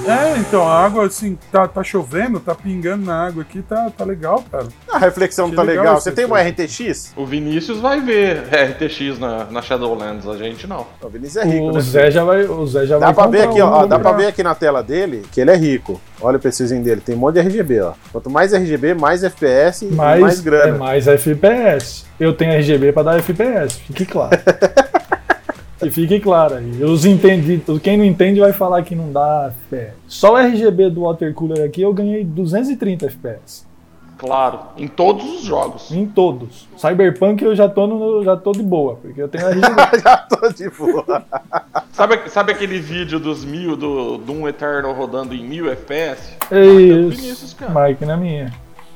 Speaker 2: já.
Speaker 4: É, então, a água assim, tá, tá chovendo, tá pingando na água aqui, tá, tá legal, cara.
Speaker 5: A reflexão
Speaker 4: Que
Speaker 5: tá
Speaker 4: legal
Speaker 5: legal.
Speaker 4: isso
Speaker 5: Você tem
Speaker 4: aqui.
Speaker 5: uma RTX?
Speaker 2: O Vinícius vai ver RTX na, na Shadowlands, a gente não.
Speaker 5: O Vinícius é rico,
Speaker 3: o
Speaker 5: né?
Speaker 3: Zé já vai. O Zé já
Speaker 5: Dá
Speaker 3: vai
Speaker 5: pra ver
Speaker 3: comprar
Speaker 5: aqui, ó,
Speaker 3: um,
Speaker 5: ó.
Speaker 3: né?
Speaker 5: Dá pra ver aqui na tela dele que ele é rico. Olha o precisinho dele. Tem um monte de RGB, ó. Quanto mais RGB, mais FPS e
Speaker 3: Mas
Speaker 5: mais grana.
Speaker 3: é mais FPS. Eu tenho RGB pra dar FPS, fique claro. e fique claro aí. Os entendidos, quem não entende vai falar que não dá FPS. Só o RGB do water cooler aqui eu ganhei 230 FPS.
Speaker 2: Claro, em todos os jogos.
Speaker 3: Em todos. Cyberpunk eu já tô, no, já tô de boa, porque eu tenho RGB.
Speaker 5: Já tô de boa.
Speaker 2: Sabe, sabe aquele vídeo dos mil, do, do um Eternal rodando em mil FPS?
Speaker 3: é
Speaker 2: Vinícius,
Speaker 3: isso.
Speaker 2: cara.
Speaker 3: Máquina minha.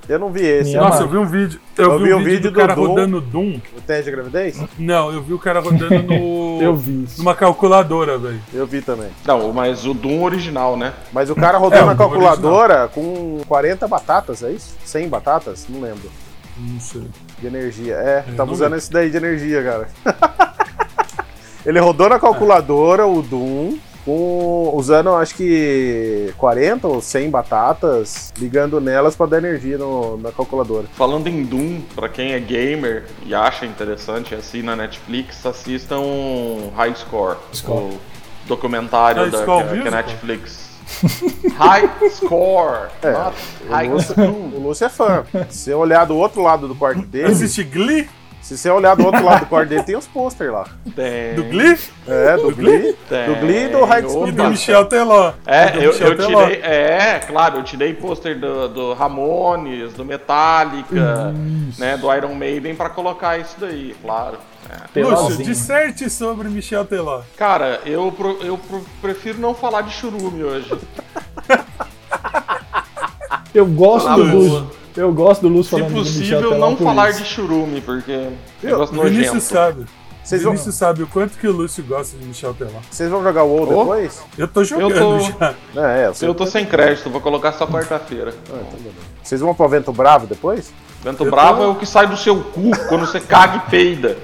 Speaker 5: Eu não vi esse.
Speaker 3: Minha
Speaker 5: ó.
Speaker 4: Nossa, eu vi um vídeo. Eu, vi, um vídeo, do, cara
Speaker 5: Doom.
Speaker 4: rodando Doom.
Speaker 5: O teste de gravidez?
Speaker 4: Não, eu vi o cara rodando no.
Speaker 3: Eu vi isso.
Speaker 4: Numa calculadora, velho.
Speaker 5: Eu vi também.
Speaker 2: Não, mas o Doom original, né?
Speaker 5: Mas o cara rodou
Speaker 4: É,
Speaker 5: na
Speaker 4: o
Speaker 5: calculadora com 40 batatas, é isso? 100 batatas? Não lembro.
Speaker 4: Não sei.
Speaker 5: De energia. É, tava
Speaker 4: não
Speaker 5: usando esse daí de energia, cara. Ele rodou na calculadora o Doom. Com, usando, acho que 40 ou 100 batatas, ligando nelas pra dar energia no- na calculadora.
Speaker 2: Falando em Doom, pra quem é gamer e acha interessante, assim na Netflix, assistam High Score,
Speaker 3: Score.
Speaker 2: o documentário
Speaker 4: High
Speaker 2: da
Speaker 4: Score
Speaker 2: que, que a
Speaker 4: Musical?
Speaker 2: Netflix. High Score,
Speaker 5: É,
Speaker 2: not
Speaker 5: O
Speaker 2: High
Speaker 5: Lúcio,
Speaker 2: Score.
Speaker 5: o Lúcio é fã. Se você olhar do outro lado do quarto dele,
Speaker 4: Existe Glee?
Speaker 5: se você olhar do outro lado do quarto dele, tem os posters lá.
Speaker 2: Tem-
Speaker 4: Do Glee?
Speaker 5: É, do Glee, do Glee e do High School
Speaker 4: E do
Speaker 2: Opa.
Speaker 4: Michel Teló.
Speaker 2: É,
Speaker 4: E do
Speaker 2: eu,
Speaker 4: Michel
Speaker 2: eu
Speaker 4: Teló.
Speaker 2: tirei. É, claro, eu tirei pôster do, do Ramones, do Metallica, né, do Iron Maiden pra colocar isso daí, claro.
Speaker 4: Lúcio,
Speaker 3: Pelozinho.
Speaker 4: disserte sobre Michel Teló.
Speaker 2: Cara, eu, pro- eu pro- prefiro não falar de churume hoje.
Speaker 3: Eu gosto
Speaker 2: Ah,
Speaker 3: do
Speaker 2: boa.
Speaker 3: Lúcio. Eu gosto do Lúcio
Speaker 2: Se
Speaker 3: falando do Michel
Speaker 2: possível,
Speaker 3: Teló
Speaker 2: não
Speaker 3: por
Speaker 2: falar
Speaker 3: isso.
Speaker 2: de churume, porque é um
Speaker 5: Eu-
Speaker 2: negócio
Speaker 4: Vinícius
Speaker 2: nojento.
Speaker 4: sabe.
Speaker 5: Vocês vão,
Speaker 4: Vinícius sabe o quanto que o Lúcio gosta de Michel Teló.
Speaker 5: vocês vão jogar o WoW
Speaker 2: Oh.
Speaker 5: depois?
Speaker 4: Eu tô jogando
Speaker 2: tô-
Speaker 4: já.
Speaker 5: É, é, vocês,
Speaker 2: Eu tô sem crédito, vou colocar só quarta-feira.
Speaker 5: vocês vão pro Vento Bravo depois?
Speaker 2: Vento bravo é o que sai do seu cu quando você caga e peida.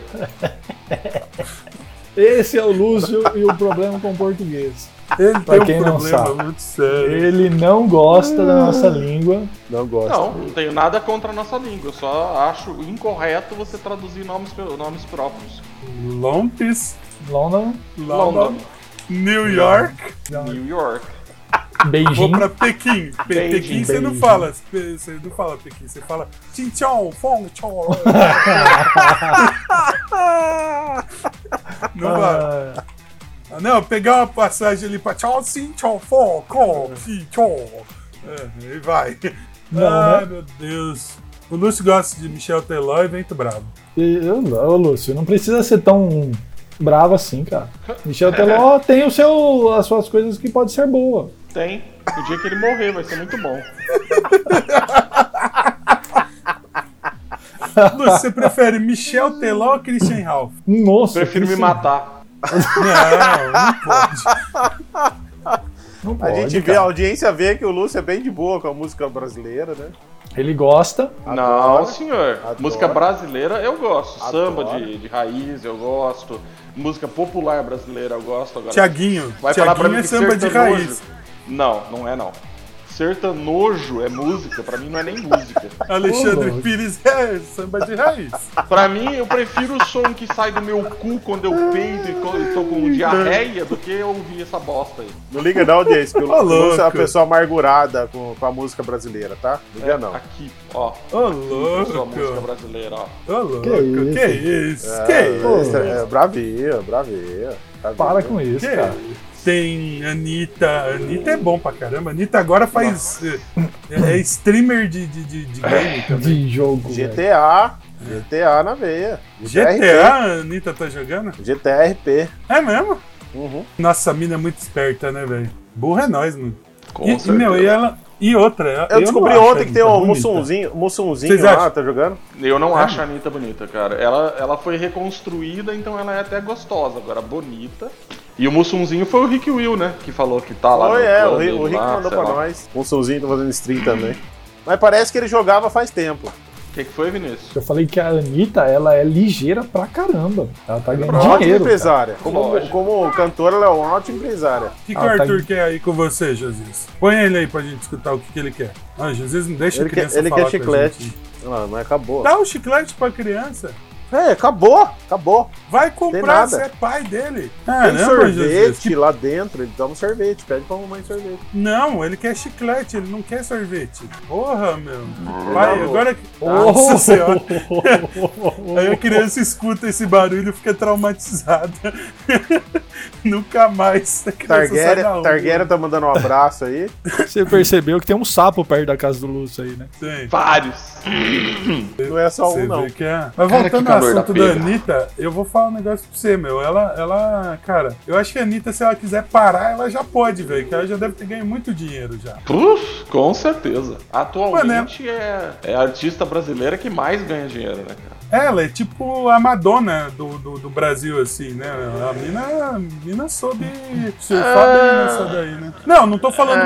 Speaker 3: Esse é o Lúcio e o problema com o português.
Speaker 4: Ele
Speaker 3: Pra
Speaker 4: tem
Speaker 3: quem
Speaker 4: um
Speaker 3: não
Speaker 4: problema
Speaker 3: sabe.
Speaker 4: muito sério.
Speaker 3: Ele não gosta da nossa língua.
Speaker 5: Não gosto.
Speaker 2: Não, não tenho nada contra a nossa língua, eu só acho incorreto você traduzir nomes, pe- nomes próprios.
Speaker 4: Londres,
Speaker 3: London,
Speaker 4: London, New York.
Speaker 2: New York.
Speaker 4: Vou
Speaker 3: Beijing.
Speaker 4: pra Pequim. Pe-
Speaker 2: Beijing,
Speaker 4: Pequim você não
Speaker 3: Beijing.
Speaker 4: fala. Pe- Você não fala Pequim, você fala Xinchon, Fong Chong. Não vai.
Speaker 3: Ah,
Speaker 4: Ah, Não, pegar uma passagem ali pra Tchau, Sim, Tchau, Fong, Kong, Xi, Tchau. É, Aí vai.
Speaker 3: Não,
Speaker 4: Ai,
Speaker 3: né?
Speaker 4: meu Deus. O Lúcio gosta de Michel Teló e Vento Bravo.
Speaker 3: eu, ô, Lúcio, não precisa ser tão bravo assim, cara. Michel Teló tem o seu, as suas coisas que pode ser boa.
Speaker 2: Tem. O dia que ele morrer vai ser muito bom.
Speaker 4: Lúcio, você prefere Michel Teló ou Christian Ralph?
Speaker 3: Nossa.
Speaker 2: Prefiro me
Speaker 3: isso
Speaker 2: matar.
Speaker 4: Não, não pode.
Speaker 3: Não
Speaker 5: A
Speaker 3: pode,
Speaker 5: gente vê, a
Speaker 3: cara.
Speaker 5: audiência vê que o Lúcio é bem de boa com a música brasileira, né?
Speaker 3: Ele gosta.
Speaker 2: Não, senhor.
Speaker 5: Adoro.
Speaker 2: Música brasileira eu gosto.
Speaker 5: Adoro.
Speaker 2: Samba de, de raiz eu gosto. Música popular brasileira eu gosto agora.
Speaker 4: Tiaguinho.
Speaker 2: Vai falar pra
Speaker 4: Tiaguinho
Speaker 2: mim
Speaker 4: é
Speaker 2: que
Speaker 4: samba de
Speaker 2: sertanojo-
Speaker 4: raiz.
Speaker 2: Não, não é não. Sertanojo é música, pra mim não é nem música.
Speaker 4: Alexandre
Speaker 3: Ô,
Speaker 4: Pires é samba de raiz.
Speaker 2: Pra mim, eu prefiro o som que sai do meu cu quando eu peido e quando eu tô com diarreia do que eu ouvir essa bosta aí.
Speaker 5: Não liga não, audiência, que o
Speaker 4: Ô,
Speaker 5: Lúcio é uma
Speaker 4: louco.
Speaker 5: pessoa amargurada com, com a música brasileira, tá? Liga
Speaker 2: É,
Speaker 5: não.
Speaker 2: Aqui, ó.
Speaker 4: Ô,
Speaker 2: Eu sou a música
Speaker 4: louco.
Speaker 2: brasileira, ó.
Speaker 4: Ô, louco.
Speaker 3: Que isso?
Speaker 4: Que isso?
Speaker 5: É,
Speaker 4: Que
Speaker 5: isso,
Speaker 4: isso?
Speaker 5: é, Tá bravinha, bravinha.
Speaker 3: Para com isso,
Speaker 4: Que
Speaker 3: cara.
Speaker 4: isso? Tem Anitta. Anitta é bom pra caramba. Anitta agora faz. É, é streamer de, de, de, de
Speaker 3: É,
Speaker 4: game também.
Speaker 3: De jogo. velho.
Speaker 5: GTA, GTA na veia.
Speaker 4: GTA, a Anitta tá jogando?
Speaker 5: GTRP.
Speaker 4: É mesmo?
Speaker 5: Uhum.
Speaker 4: Nossa, a mina é muito esperta, né, velho? Burra é nós, mano.
Speaker 2: Com
Speaker 4: E, e,
Speaker 2: certeza.
Speaker 4: meu, e ela. E outra. ela-
Speaker 5: Eu,
Speaker 4: não
Speaker 5: descobri
Speaker 4: acho
Speaker 5: ontem
Speaker 4: a
Speaker 5: que tem
Speaker 4: Anitta
Speaker 5: um
Speaker 4: bonita.
Speaker 5: Mussunzinho, Mussunzinho
Speaker 4: Vocês
Speaker 5: lá,
Speaker 4: acham?
Speaker 5: tá jogando?
Speaker 2: Eu não
Speaker 4: É.
Speaker 2: acho a Anitta bonita, cara. Ela, ela foi reconstruída, então ela é até gostosa. Agora, bonita. E o Mussunzinho foi o Rick Will, né? Que falou que tá lá.
Speaker 5: Oi,
Speaker 2: no
Speaker 5: é, o,
Speaker 2: plano
Speaker 5: Ri- o
Speaker 2: lá,
Speaker 5: Rick mandou
Speaker 2: sei
Speaker 5: pra
Speaker 2: lá.
Speaker 5: nós. Mussunzinho tá fazendo stream também. Mas parece que ele jogava faz tempo.
Speaker 2: O que, que foi, Vinícius?
Speaker 3: Eu falei que a Anitta, ela é ligeira pra caramba. Ela tá
Speaker 5: Uma
Speaker 3: ganhando
Speaker 5: ótima
Speaker 3: dinheiro. cara.
Speaker 5: empresária. Como,
Speaker 2: Lógico.
Speaker 5: como cantora, ela é uma ótima empresária.
Speaker 4: O que, que
Speaker 3: Ah,
Speaker 4: o
Speaker 3: tá
Speaker 4: Arthur
Speaker 3: em-
Speaker 4: quer aí com você, Jesus? Põe ele aí pra gente escutar o que, que ele quer. Ah, Jesus, não deixa
Speaker 5: Ele
Speaker 4: a
Speaker 5: quer,
Speaker 4: criança assim.
Speaker 5: ele quer
Speaker 4: falar com a
Speaker 5: chiclete.
Speaker 4: gente.
Speaker 5: Ah, mas acabou.
Speaker 4: Dá o chiclete pra criança.
Speaker 5: É, acabou, acabou.
Speaker 4: Vai
Speaker 5: Tem
Speaker 4: comprar,
Speaker 5: nada.
Speaker 4: você é pai dele.
Speaker 5: Tem
Speaker 4: Caramba, Jesus.
Speaker 5: sorvete
Speaker 4: que-
Speaker 5: lá dentro, ele toma um sorvete, pede pra mamãe sorvete.
Speaker 4: Não, ele quer chiclete, ele não quer sorvete. Porra, meu. Vai, agora.
Speaker 3: Oh!
Speaker 4: Nossa senhora. Aí a criança escuta esse barulho e fica traumatizada. Nunca mais a criança sai da né?
Speaker 5: Targuera,
Speaker 4: rua.
Speaker 5: Targuera tá mandando um abraço aí.
Speaker 3: Você percebeu que tem um sapo perto da casa do Lúcio aí, né?
Speaker 4: Tem.
Speaker 2: Vários.
Speaker 5: Não é só um,
Speaker 4: Você
Speaker 5: não.
Speaker 4: vê que é. Mas
Speaker 2: que
Speaker 4: voltando ao
Speaker 2: calor da
Speaker 4: assunto da
Speaker 2: pega.
Speaker 4: Anitta, eu vou falar um negócio pra você, meu. Ela, ela, cara, eu acho que a Anitta, se ela quiser parar, ela já pode, velho. Que ela já deve ter ganho muito dinheiro já.
Speaker 2: Puf, com certeza. Atualmente
Speaker 4: Mano,
Speaker 2: é, é a artista brasileira que mais ganha dinheiro, né, cara?
Speaker 4: Ela é tipo a Madonna do, do, do Brasil, assim, né? A mina, a mina soube
Speaker 2: Ah.
Speaker 4: surfar bem nessa daí, né? Não, não tô falando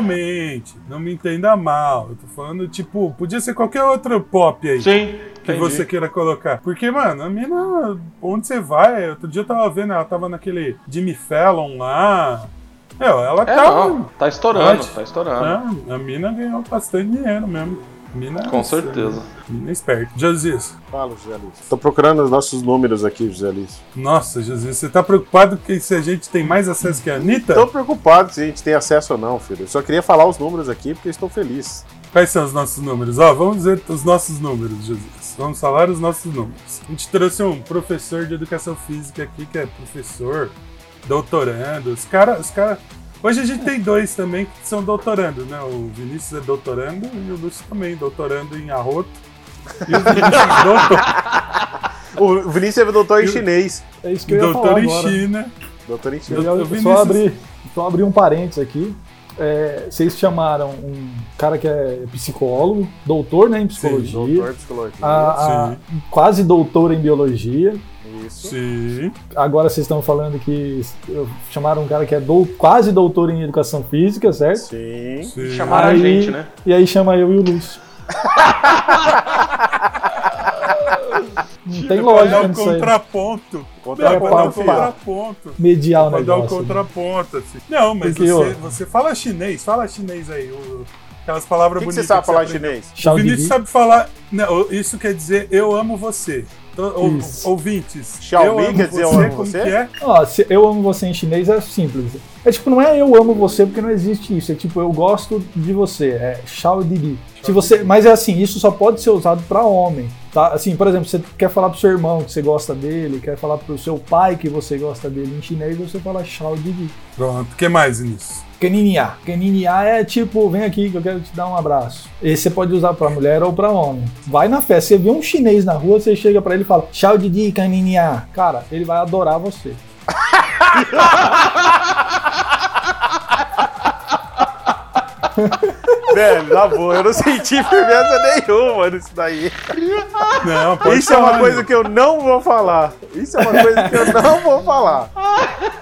Speaker 4: musicalmente. Não me entenda mal. Eu tô falando, tipo, podia ser qualquer outro pop aí.
Speaker 2: Sim.
Speaker 4: que você queira colocar. Porque, mano, a mina, onde você vai? Outro dia eu tava vendo, ela tava naquele Jimmy Fallon lá. Meu, ela
Speaker 2: É,
Speaker 4: tá.
Speaker 2: não. Tá estourando,
Speaker 4: Pode.
Speaker 2: tá estourando.
Speaker 4: né? A mina ganhou bastante dinheiro mesmo. Mina,
Speaker 2: Com certeza.
Speaker 4: Mina esperta. Jesus.
Speaker 5: Fala, José Luiz. Tô procurando os nossos números aqui, José Luiz.
Speaker 4: Nossa, Jesus, você tá preocupado que se a gente tem mais acesso que a Anitta?
Speaker 5: Tô preocupado se a gente tem acesso ou não, filho. Eu só queria falar os números aqui porque eu estou feliz.
Speaker 4: Quais são os nossos números? Ó, vamos ver os nossos números, Jesus. Vamos falar os nossos números. A gente trouxe um professor de educação física aqui, que é professor, doutorando. Os caras. Os cara... Hoje a gente tem dois também que são doutorando, né? O Vinícius é doutorando e o Lúcio também, doutorando em arroto. E o Vinícius doutor...
Speaker 5: O Vinícius é doutor em
Speaker 4: Eu-
Speaker 5: chinês.
Speaker 3: É isso que eu ia
Speaker 4: Doutor
Speaker 3: falar
Speaker 4: em
Speaker 3: agora.
Speaker 4: China.
Speaker 5: Doutor em
Speaker 3: Eu
Speaker 5: chinês.
Speaker 3: ia-
Speaker 4: Doutor
Speaker 3: só,
Speaker 4: Vinícius.
Speaker 3: abrir, só abrir um parênteses aqui. É, vocês chamaram um cara que é psicólogo, doutor né, em psicologia,
Speaker 5: Doutor em psicologia.
Speaker 3: a- a- quase doutor em biologia.
Speaker 5: Isso.
Speaker 4: Sim.
Speaker 3: Agora vocês estão falando que eu- chamaram um cara que é dou- quase doutor em educação física, certo?
Speaker 5: Sim.
Speaker 4: sim.
Speaker 2: Chamaram a
Speaker 3: Aí-
Speaker 2: gente, né?
Speaker 3: E aí chama eu e o Lúcio. Não tem
Speaker 4: Pra dar
Speaker 3: lógica
Speaker 4: um
Speaker 3: nisso aí.
Speaker 4: contraponto.
Speaker 5: Contra
Speaker 4: Não, pra dar um
Speaker 3: pau,
Speaker 4: contraponto.
Speaker 3: Mediar o
Speaker 4: Pra dar um
Speaker 3: negócio. né?
Speaker 4: contraponto, assim. Não, mas
Speaker 3: Porque,
Speaker 4: você,
Speaker 3: ó.
Speaker 4: você fala chinês, fala chinês aí. o- Aquelas
Speaker 5: O
Speaker 4: palavras
Speaker 5: que, que
Speaker 4: bonitas.
Speaker 5: você sabe falar em
Speaker 4: aprendeu.
Speaker 5: chinês?
Speaker 4: O
Speaker 3: Chão de
Speaker 4: Vinícius
Speaker 3: vi-
Speaker 4: sabe falar. Não, isso quer dizer eu amo você. Então, ou-
Speaker 3: Isso.
Speaker 4: ouvintes.
Speaker 5: Xiaomi
Speaker 4: eu amo
Speaker 5: quer dizer eu
Speaker 4: você,
Speaker 5: amo
Speaker 4: como
Speaker 5: você?
Speaker 4: que é?
Speaker 3: Ó, se eu amo você em chinês é simples. É tipo, não é eu amo você porque não existe isso. É tipo, eu gosto de você. É Shao Didi. Se você, mas é assim, isso só pode ser usado pra homem, tá? Assim, por exemplo, você quer falar pro seu irmão que você gosta dele, quer falar pro seu pai que você gosta dele em chinês, você fala Shao Didi.
Speaker 4: Pronto, o que mais, Vinícius?
Speaker 3: Keninha. Keninha é tipo, vem aqui que eu quero te dar um abraço. Esse você pode usar pra mulher ou pra homem. Vai na festa, você vê um chinês na rua, você chega pra ele e fala, Shao Didi, Keninha. Cara, ele vai adorar você.
Speaker 5: Velho, na boa, eu não senti firmeza nenhuma nisso daí.
Speaker 4: Não, pode
Speaker 5: Isso é uma
Speaker 4: falar,
Speaker 5: coisa
Speaker 4: meu.
Speaker 5: que eu não vou falar. Isso é uma coisa que eu não vou falar.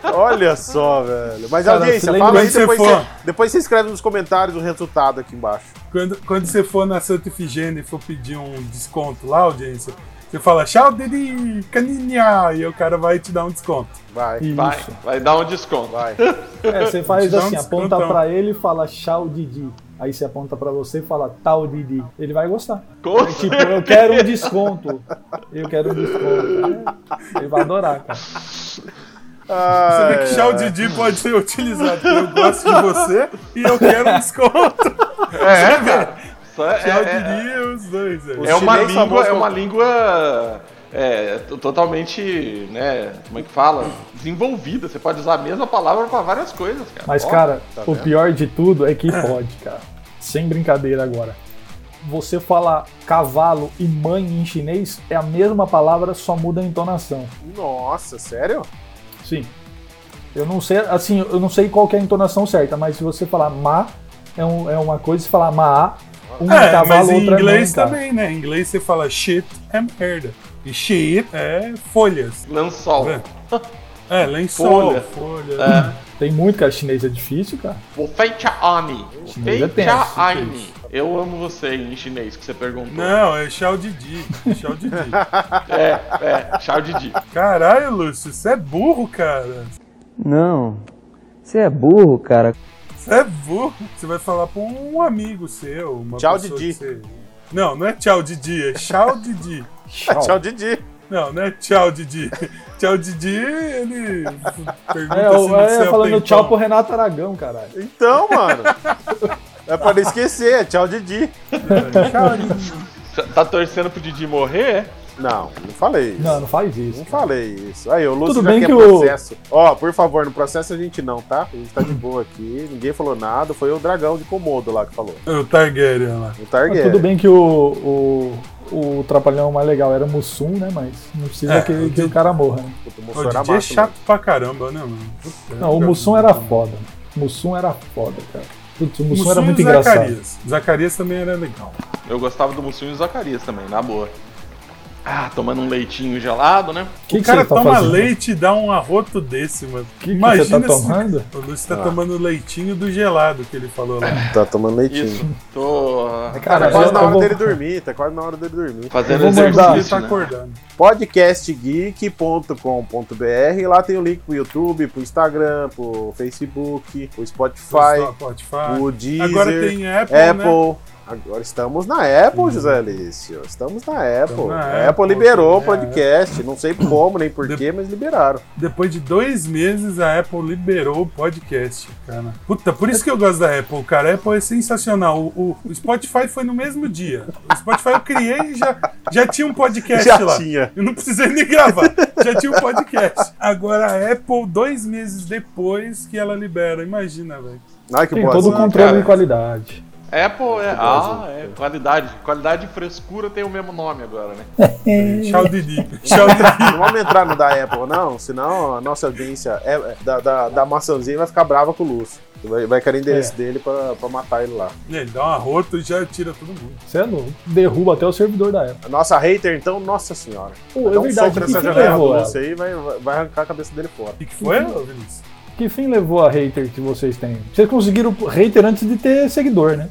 Speaker 5: Olha só, velho. Mas
Speaker 3: Cara, se
Speaker 5: audiência,
Speaker 3: lembra
Speaker 5: fala aí,
Speaker 4: quando você
Speaker 5: depois
Speaker 4: for.
Speaker 5: você, depois você escreve nos comentários o resultado aqui embaixo.
Speaker 4: Quando, quando você for na Santa Efigênia e for pedir um desconto lá, audiência, você fala tchau, Didi, caninha, e o cara vai te dar um desconto.
Speaker 5: Vai,
Speaker 2: Vai,
Speaker 3: Isso.
Speaker 2: vai dar um desconto.
Speaker 5: vai.
Speaker 3: É, você faz
Speaker 4: Te dá um
Speaker 3: assim, aponta
Speaker 4: descontão.
Speaker 3: pra ele e fala Shao Didi. Aí você aponta pra você e fala tal Didi. Ele vai gostar.
Speaker 2: Com
Speaker 3: É tipo, eu quero um desconto. Eu quero um desconto. É, Ele vai adorar, cara.
Speaker 4: Você
Speaker 5: Ai,
Speaker 4: vê que tchau, Didi pode ser utilizado. porque Eu gosto de você e eu quero um desconto.
Speaker 2: Isso é-
Speaker 4: Tchau,
Speaker 2: é- é-
Speaker 4: Didi, é os dois. velho.
Speaker 2: É uma
Speaker 5: chinês
Speaker 2: língua,
Speaker 5: famoso-
Speaker 2: é uma língua é, t- totalmente, né, como é que fala? Desenvolvida. Você pode usar a mesma palavra pra várias coisas, cara.
Speaker 3: Mas,
Speaker 2: Ó,
Speaker 3: cara,
Speaker 5: tá
Speaker 3: o
Speaker 5: vendo?
Speaker 3: pior de tudo é que pode, cara. Sem brincadeira agora. Você falar cavalo e mãe em chinês é a mesma palavra, só muda a entonação.
Speaker 5: Nossa, sério?
Speaker 3: Sim. Eu não sei, assim, eu não sei qual que é a entonação certa, mas se você falar ma é, um- é uma coisa, se falar ma, um é,
Speaker 4: É,
Speaker 3: cavalo
Speaker 4: mas em
Speaker 3: outra
Speaker 4: inglês
Speaker 3: não, cara.
Speaker 4: também, né? Em inglês você fala shit é merda. E shit é folhas.
Speaker 2: Lençol.
Speaker 4: É. É, lençol,
Speaker 2: Folha.
Speaker 4: folha.
Speaker 3: Tem muito, cara. Chinês é difícil, cara.
Speaker 2: O Feita Ani.
Speaker 3: Chinês é
Speaker 2: Feita
Speaker 3: tenso,
Speaker 2: Ani. Eu amo você em chinês, que você perguntou.
Speaker 4: Não, é Chau Didi. Chau Didi.
Speaker 2: É, é, Chao Didi.
Speaker 4: Caralho, Lúcio, você é burro, cara.
Speaker 9: Não, você é burro, cara.
Speaker 4: Você é burro. Você vai falar pra um amigo seu, uma
Speaker 5: Tchau,
Speaker 4: pessoa
Speaker 5: Didi.
Speaker 4: que você- Não, não é tchau, Didi, é tchau, Didi.
Speaker 5: Tchau, Didi.
Speaker 4: Não, não é tchau, Didi. Tchau, Didi, ele pergunta
Speaker 3: É,
Speaker 4: se
Speaker 3: eu,
Speaker 4: você
Speaker 3: é,
Speaker 4: é
Speaker 3: falando
Speaker 4: pentão.
Speaker 3: tchau pro Renato Aragão, caralho.
Speaker 5: Então, mano. É pra não esquecer, tchau, Didi.
Speaker 4: Tchau, Didi.
Speaker 2: Tá torcendo pro Didi morrer? é?
Speaker 5: Não, não falei isso.
Speaker 3: Não, não faz isso.
Speaker 5: Não
Speaker 3: cara.
Speaker 5: falei isso. Aí, o Lúcio
Speaker 3: Tudo
Speaker 5: já
Speaker 3: bem
Speaker 5: quer
Speaker 3: que o-
Speaker 5: processo. Ó, por favor, no processo a gente não, tá? A gente tá de boa aqui, ninguém falou nada. Foi o dragão de Komodo lá que falou.
Speaker 4: É
Speaker 5: tá
Speaker 4: O Targaryen lá.
Speaker 5: O
Speaker 3: Mas
Speaker 5: Targaryen.
Speaker 3: Ah, Tudo bem que o, o, o Trapalhão mais legal era Mussum, né? Mas não precisa
Speaker 4: É,
Speaker 3: que,
Speaker 4: o
Speaker 3: que
Speaker 4: Didi-
Speaker 3: o cara morra. né?
Speaker 5: Puta, o
Speaker 4: O
Speaker 5: Mussum era
Speaker 4: Didi é
Speaker 5: massa,
Speaker 4: chato pra caramba, né, mano? Puta,
Speaker 3: Não, o
Speaker 4: cara,
Speaker 3: Mussum era foda. Mussum era foda, cara. Putz, o Mussum, era
Speaker 4: e o
Speaker 3: muito engraçado.
Speaker 4: Zacarias. Zacarias também era legal.
Speaker 2: Eu gostava do Mussinho e do Zacarias também, na boa. Ah, tomando um leitinho gelado, né?
Speaker 3: O que,
Speaker 4: o
Speaker 3: que
Speaker 4: cara
Speaker 3: você tá
Speaker 4: toma
Speaker 3: fazendo?
Speaker 4: leite e dá um arroto desse, mano.
Speaker 3: O que, que você tá tomando?
Speaker 4: Se... O Lúcio
Speaker 5: Ah.
Speaker 4: tá tomando leitinho do gelado que ele falou lá.
Speaker 5: mano. Tá tomando leitinho.
Speaker 2: Isso. Tô ah,
Speaker 5: Tá
Speaker 3: Cara,
Speaker 5: quase
Speaker 3: eu-
Speaker 5: na
Speaker 3: eu
Speaker 5: hora
Speaker 3: vou-
Speaker 5: dele dormir, tá quase na hora dele dormir.
Speaker 2: fazendo
Speaker 3: eu vou mandar-
Speaker 4: Ele tá
Speaker 2: exercício, né?
Speaker 4: acordando.
Speaker 5: Podcastgeek.com.br lá tem o link pro YouTube, pro Instagram, pro Facebook, pro Spotify,
Speaker 4: Spotify.
Speaker 5: pro Deezer,
Speaker 4: Agora tem Apple,
Speaker 5: Apple.
Speaker 4: né?
Speaker 5: Agora estamos na Apple, José Alício. Estamos na Apple.
Speaker 4: na
Speaker 5: a Apple,
Speaker 4: Apple,
Speaker 5: liberou o
Speaker 4: também, é.
Speaker 5: podcast. Não sei como nem porquê, mas liberaram.
Speaker 4: Depois de dois meses, a Apple liberou o podcast, cara. Puta, por isso que eu gosto da Apple, cara. A Apple é sensacional. O, o- o Spotify foi no mesmo dia. O Spotify eu criei e já, já tinha um podcast
Speaker 5: Já
Speaker 4: lá.
Speaker 5: tinha.
Speaker 4: Eu não precisei nem gravar. Já tinha um podcast. Agora a Apple, dois meses depois que ela libera. Imagina, velho.
Speaker 5: Ai, que
Speaker 3: Tem
Speaker 5: boa assim,
Speaker 3: todo o
Speaker 5: sorte.
Speaker 3: controle
Speaker 2: cara.
Speaker 3: de qualidade.
Speaker 2: Apple
Speaker 3: Tá
Speaker 2: é.
Speaker 5: bom,
Speaker 2: Ah, é. Qualidade. Qualidade e frescura tem o mesmo nome agora, né?
Speaker 4: Tchau, Didi. Tchau,
Speaker 5: Não vamos entrar no da Apple, não, senão a nossa audiência é, é, da, da, da maçãzinha vai ficar brava com o Lúcio. Vai, vai querer o endereço dele pra, pra matar ele lá.
Speaker 4: Didi. Ele dá uma rota e já tira todo mundo.
Speaker 3: Você é louco. Derruba até o servidor da
Speaker 5: A
Speaker 3: época.
Speaker 5: nossa hater, então, nossa senhora.
Speaker 3: Pô, é
Speaker 5: Dá um
Speaker 3: verdade.
Speaker 5: soco
Speaker 3: Que fim,
Speaker 5: nessa janela do
Speaker 3: levou ela?
Speaker 5: Lúcio aí vai, vai- vai arrancar a cabeça dele fora.
Speaker 4: O que, que foi, ô, Vinícius?
Speaker 3: que fim levou a hater que vocês têm? Vocês conseguiram hater antes de ter seguidor, né?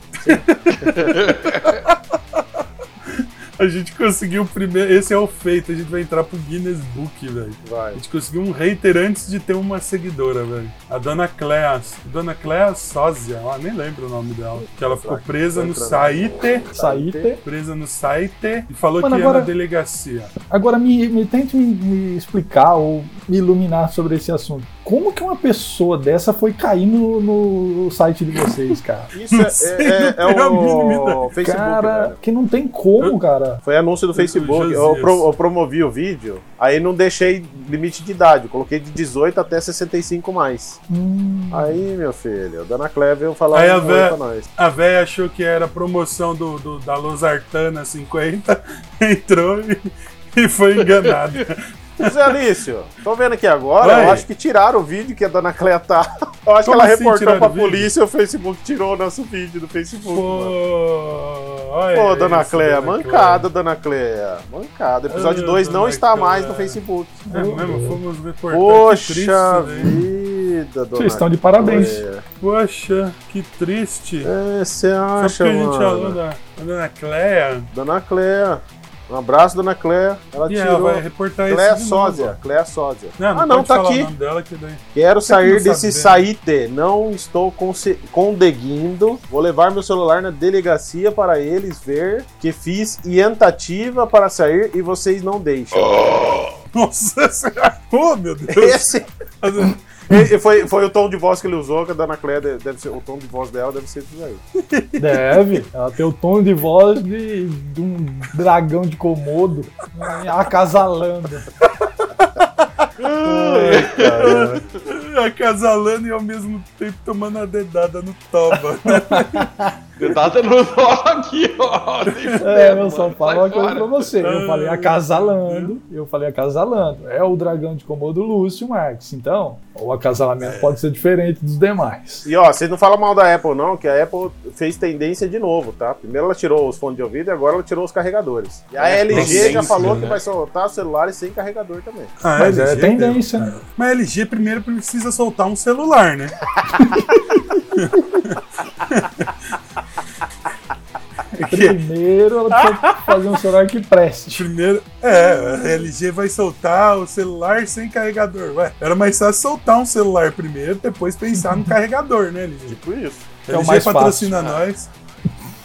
Speaker 4: A gente conseguiu o primeiro. Esse é o feito. A gente vai entrar pro Guinness Book, velho. A
Speaker 5: Vai.
Speaker 4: gente conseguiu um hater antes de ter uma seguidora, velho. A dona Clea. Dona Clea Sósia. Ah, nem lembro o nome dela. Que ela ficou presa no Saite.
Speaker 3: Saíte.
Speaker 4: Presa no Saite. E falou
Speaker 3: Mano,
Speaker 4: que ia
Speaker 3: agora-
Speaker 4: na delegacia.
Speaker 3: Agora me, me tente me, me explicar ou me iluminar sobre esse assunto. Como que uma pessoa dessa foi cair no, no site de vocês, cara?
Speaker 5: Isso é, é, é, é
Speaker 4: não tenho a mínima
Speaker 5: o Facebook, né?
Speaker 3: cara,
Speaker 5: velho.
Speaker 3: que não tem como, cara.
Speaker 5: Foi anúncio do Facebook. Eu,
Speaker 4: Josias.
Speaker 5: pro- eu promovi o vídeo, aí não deixei limite de idade. eu Coloquei de 18 até 65 mais.
Speaker 3: Hum,
Speaker 5: Aí, meu filho, a dona Cleve veio falar
Speaker 4: Aí a
Speaker 5: um
Speaker 4: véia-
Speaker 5: oi pra nós.
Speaker 4: A véia achou que era promoção do, do- da Losartana 50, entrou e, e foi enganada.
Speaker 5: Zé Alício, tô vendo aqui agora,
Speaker 4: Oi.
Speaker 5: eu acho que tiraram o vídeo que a dona Clea tá. Eu acho
Speaker 4: Como
Speaker 5: que ela
Speaker 4: assim
Speaker 5: reportou
Speaker 4: tiraram
Speaker 5: pra
Speaker 4: o vídeo?
Speaker 5: polícia e o Facebook tirou o nosso vídeo do
Speaker 4: Pô,
Speaker 5: Facebook. mano.
Speaker 4: olha
Speaker 5: Pô, dona
Speaker 4: isso,
Speaker 5: Clea,
Speaker 4: dona
Speaker 5: mancada, dona Clea. Mancada. O episódio
Speaker 4: Ô,
Speaker 5: 2 não
Speaker 4: dona
Speaker 5: está
Speaker 4: Clea.
Speaker 5: mais no Facebook.
Speaker 4: Clea. É né? mesmo, fomos reportar. que triste,
Speaker 5: Poxa
Speaker 4: velho.
Speaker 5: vida, dona
Speaker 3: Vocês estão de parabéns.
Speaker 5: Clea.
Speaker 4: Poxa, que triste.
Speaker 5: É, você
Speaker 4: Só
Speaker 5: acha,
Speaker 4: porque a gente falou
Speaker 5: mano?
Speaker 4: da da dona Clea
Speaker 5: Dona Clea. Um abraço, dona Clea. Ela
Speaker 4: e ela
Speaker 5: tirou.
Speaker 4: vai reportar isso.
Speaker 5: Clea
Speaker 4: de novo.
Speaker 5: Sósia, Clea Sósia.
Speaker 4: Não, não
Speaker 5: ah, não,
Speaker 4: pode
Speaker 5: tá
Speaker 4: falar
Speaker 5: aqui.
Speaker 4: O nome dela que daí.
Speaker 5: Quero
Speaker 4: não
Speaker 5: sair
Speaker 4: sabe né?
Speaker 5: desse
Speaker 4: ver?
Speaker 5: saíte, não estou conse- condeguindo. Vou levar meu celular na delegacia para eles ver que fiz ientativa para sair e vocês não deixam.
Speaker 4: Nossa senhora. Oh, meu Deus.
Speaker 5: Esse e- e foi, foi o tom de voz que ele usou, que a dona Cléia de- deve ser. O tom de voz dela deve ser isso daí.
Speaker 3: Deve. Ela tem o tom de voz de, de um dragão de comodo né, acasalando.
Speaker 4: Acasalando É e ao mesmo tempo tomando a dedada no toba.
Speaker 2: Dedada no nó aqui, ó. Nem
Speaker 3: É,
Speaker 2: fudendo,
Speaker 3: eu só
Speaker 2: mano.
Speaker 3: falo
Speaker 2: Sai
Speaker 3: uma coisa
Speaker 2: fora.
Speaker 3: pra você. Eu falei acasalando. Eu falei acasalando. É o dragão de comodo Lúcio Marques. Então, o acasalamento pode ser diferente dos demais.
Speaker 5: E ó, vocês não falam mal da Apple, não, que a Apple fez tendência de novo, tá? Primeiro ela tirou os fones de ouvido e agora ela tirou os carregadores. E a LG já
Speaker 2: tendência,
Speaker 5: falou que
Speaker 2: né?
Speaker 5: vai soltar celulares sem carregador também.
Speaker 4: Ah,
Speaker 3: Mas é
Speaker 4: LG,
Speaker 3: tendência, né?
Speaker 4: Mas a LG primeiro precisa soltar um celular, né?
Speaker 3: Primeiro, ela precisa fazer um celular que preste.
Speaker 4: Primeiro, é, a LG vai soltar o celular sem carregador. Ué, era mais fácil soltar um celular primeiro, depois pensar no carregador, né, LG?
Speaker 5: Por isso.
Speaker 3: É o
Speaker 4: LG
Speaker 3: mais
Speaker 4: patrocina nós.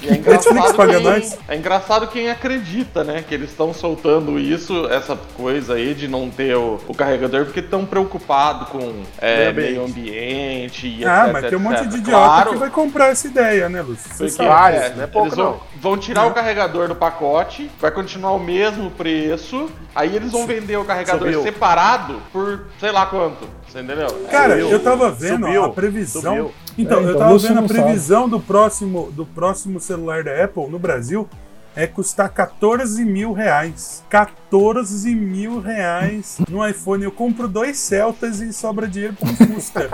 Speaker 2: E é engraçado
Speaker 4: Netflix paga
Speaker 2: quem-
Speaker 4: nós.
Speaker 2: É engraçado quem acredita, né? Que eles estão soltando isso, essa coisa aí de não ter o, o carregador, porque estão preocupados com é, meio
Speaker 5: Meio
Speaker 2: ambiente e
Speaker 4: Ah,
Speaker 2: etc,
Speaker 4: mas tem um monte
Speaker 2: etc.
Speaker 4: de idiota
Speaker 2: claro,
Speaker 4: que vai comprar essa ideia, né, Lúcio? Você
Speaker 2: porque,
Speaker 4: sabe.
Speaker 5: Vários,
Speaker 2: é,
Speaker 5: não é pouco,
Speaker 2: eles vão,
Speaker 5: não.
Speaker 2: vão tirar o carregador do pacote, vai continuar o mesmo preço, aí eles vão vender o carregador
Speaker 5: Subiu.
Speaker 2: separado por sei lá quanto, você entendeu?
Speaker 4: Cara,
Speaker 5: Subiu,
Speaker 4: eu tava vendo
Speaker 5: subiu,
Speaker 4: a previsão.
Speaker 5: subiu.
Speaker 4: Então,
Speaker 3: É,
Speaker 4: eu
Speaker 3: então
Speaker 4: tava
Speaker 3: você
Speaker 4: vendo a
Speaker 3: não sabe.
Speaker 4: previsão do próximo, do próximo celular da Apple no Brasil é custar 14 mil reais. 14 mil reais no iPhone. Eu compro dois Celtas e sobra dinheiro pra um Fusca.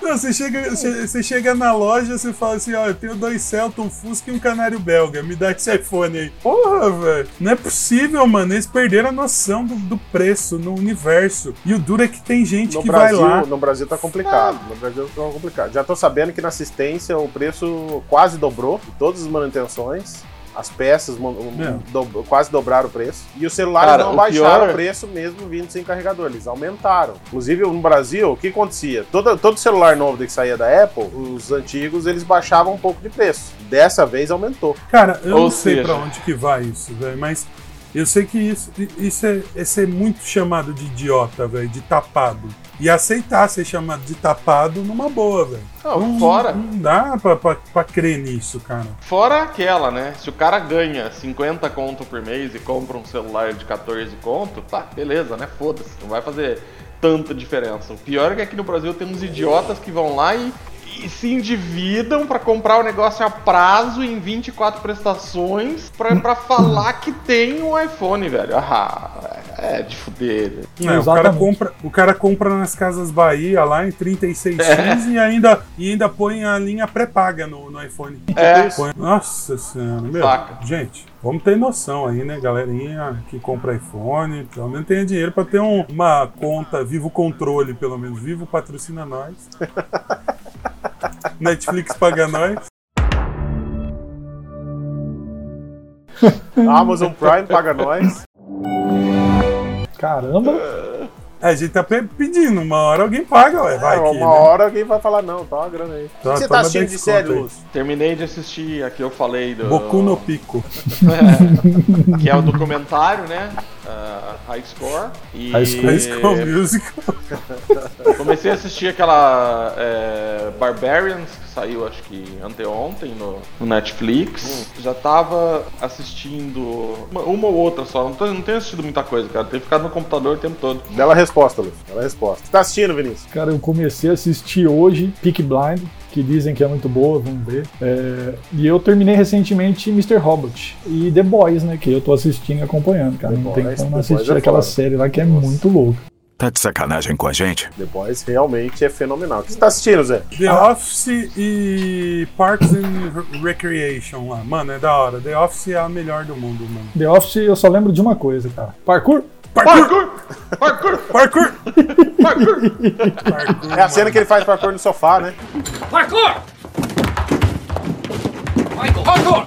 Speaker 4: Não, você chega, che- você chega na loja você fala assim, ó, eu tenho dois Celta, um Fusca e um Canário Belga, me dá esse iPhone aí. Porra, velho, não é possível, mano, eles perderam a noção do, do preço no universo. E o duro é que tem gente
Speaker 5: No
Speaker 4: que
Speaker 5: Brasil,
Speaker 4: vai lá...
Speaker 5: no Brasil tá complicado. No Brasil tá complicado. Já tô sabendo que na assistência o preço quase dobrou de todas as manutenções. As peças mon-
Speaker 4: É.
Speaker 5: do- quase dobraram o preço. E os celulares
Speaker 2: Cara,
Speaker 5: não
Speaker 2: o
Speaker 5: baixaram
Speaker 2: pior-
Speaker 5: o preço mesmo vindo sem carregador. Eles aumentaram. Inclusive, no Brasil, o que acontecia? Todo, todo celular novo que saía da Apple, os antigos, eles baixavam um pouco de preço. Dessa vez aumentou.
Speaker 4: Cara, eu
Speaker 2: Ou
Speaker 4: não sei
Speaker 2: seja-
Speaker 4: pra onde que vai isso, velho, mas eu sei que isso, isso é, é ser muito chamado de idiota, velho, de tapado. E aceitar ser chamado de tapado numa boa, velho.
Speaker 2: Não, fora.
Speaker 4: Não dá pra, pra, pra crer nisso, cara.
Speaker 2: Fora aquela, né? Se o cara ganha 50 conto por mês e compra um celular de 14 conto, tá, beleza, né? Foda-se, não vai fazer tanta diferença. O pior é que aqui no Brasil tem uns idiotas que vão lá e, e se endividam pra comprar o negócio a prazo em 24 prestações pra, pra falar que tem um iPhone, velho. Ah, é de fuder. né?
Speaker 4: Não, o, cara
Speaker 3: Exatamente.
Speaker 4: compra, o cara compra nas Casas Bahia lá em 36
Speaker 5: É.
Speaker 4: x e ainda, e ainda põe a linha pré-paga no, no iPhone.
Speaker 2: É.
Speaker 4: Põe- nossa senhora. Meu,
Speaker 2: Saca.
Speaker 4: gente, vamos ter noção aí, né, galerinha que compra iPhone. Pelo menos tenha dinheiro pra ter um- uma conta Vivo Controle, pelo menos. Vivo patrocina nós. Netflix paga nós. Hum.
Speaker 5: Amazon Prime paga nós.
Speaker 3: Caramba,
Speaker 4: A gente tá pe- pedindo, uma hora alguém paga, ué. Vai né?
Speaker 5: É,
Speaker 4: aqui,
Speaker 5: uma hora alguém vai falar, não, tá uma grana aí.
Speaker 4: né?
Speaker 5: O que você tá
Speaker 4: Toma
Speaker 5: assistindo de
Speaker 4: 10
Speaker 5: série,
Speaker 4: conto aí.
Speaker 5: Lúcio?
Speaker 2: Terminei de assistir aqui, eu falei do.
Speaker 4: Boku no Pico.
Speaker 2: que é o documentário, né? Ah, High Score. E
Speaker 3: High Score.
Speaker 4: High School Musical.
Speaker 2: Comecei a assistir aquela é, Barbarians, que saiu acho que anteontem no, no Netflix.
Speaker 5: Hum.
Speaker 2: Já tava assistindo uma, uma ou outra só. Não, tô- não tenho assistido muita coisa, cara. Tenho ficado no computador o tempo todo.
Speaker 5: Bela resposta, Lúcio. Bela resposta. Você tá assistindo, Vinícius?
Speaker 3: cara, eu comecei a assistir hoje Peak Blind, que dizem que é muito boa, vamos ver. É, e eu terminei recentemente Mr. Robot e The Boys, né? Que eu tô assistindo e acompanhando, cara.
Speaker 5: The
Speaker 3: não tem
Speaker 5: Boys,
Speaker 3: como não
Speaker 5: The Boys
Speaker 3: assistir
Speaker 5: é
Speaker 3: aquela
Speaker 5: foda.
Speaker 3: série lá que é muito louca.
Speaker 10: Tá de sacanagem com a gente?
Speaker 5: The Boys realmente é fenomenal. O que você tá assistindo, Zé?
Speaker 4: The Office e Parks and Recreation lá. Mano, é da hora. The Office é a melhor do mundo, mano.
Speaker 3: The Office eu só lembro de uma coisa, cara. Parkour?
Speaker 2: Parkour! Parkour!
Speaker 4: Parkour!
Speaker 2: Parkour!
Speaker 4: Parkour,
Speaker 5: É a cena que ele faz parkour no sofá, né?
Speaker 7: Parkour! Michael! Parkour!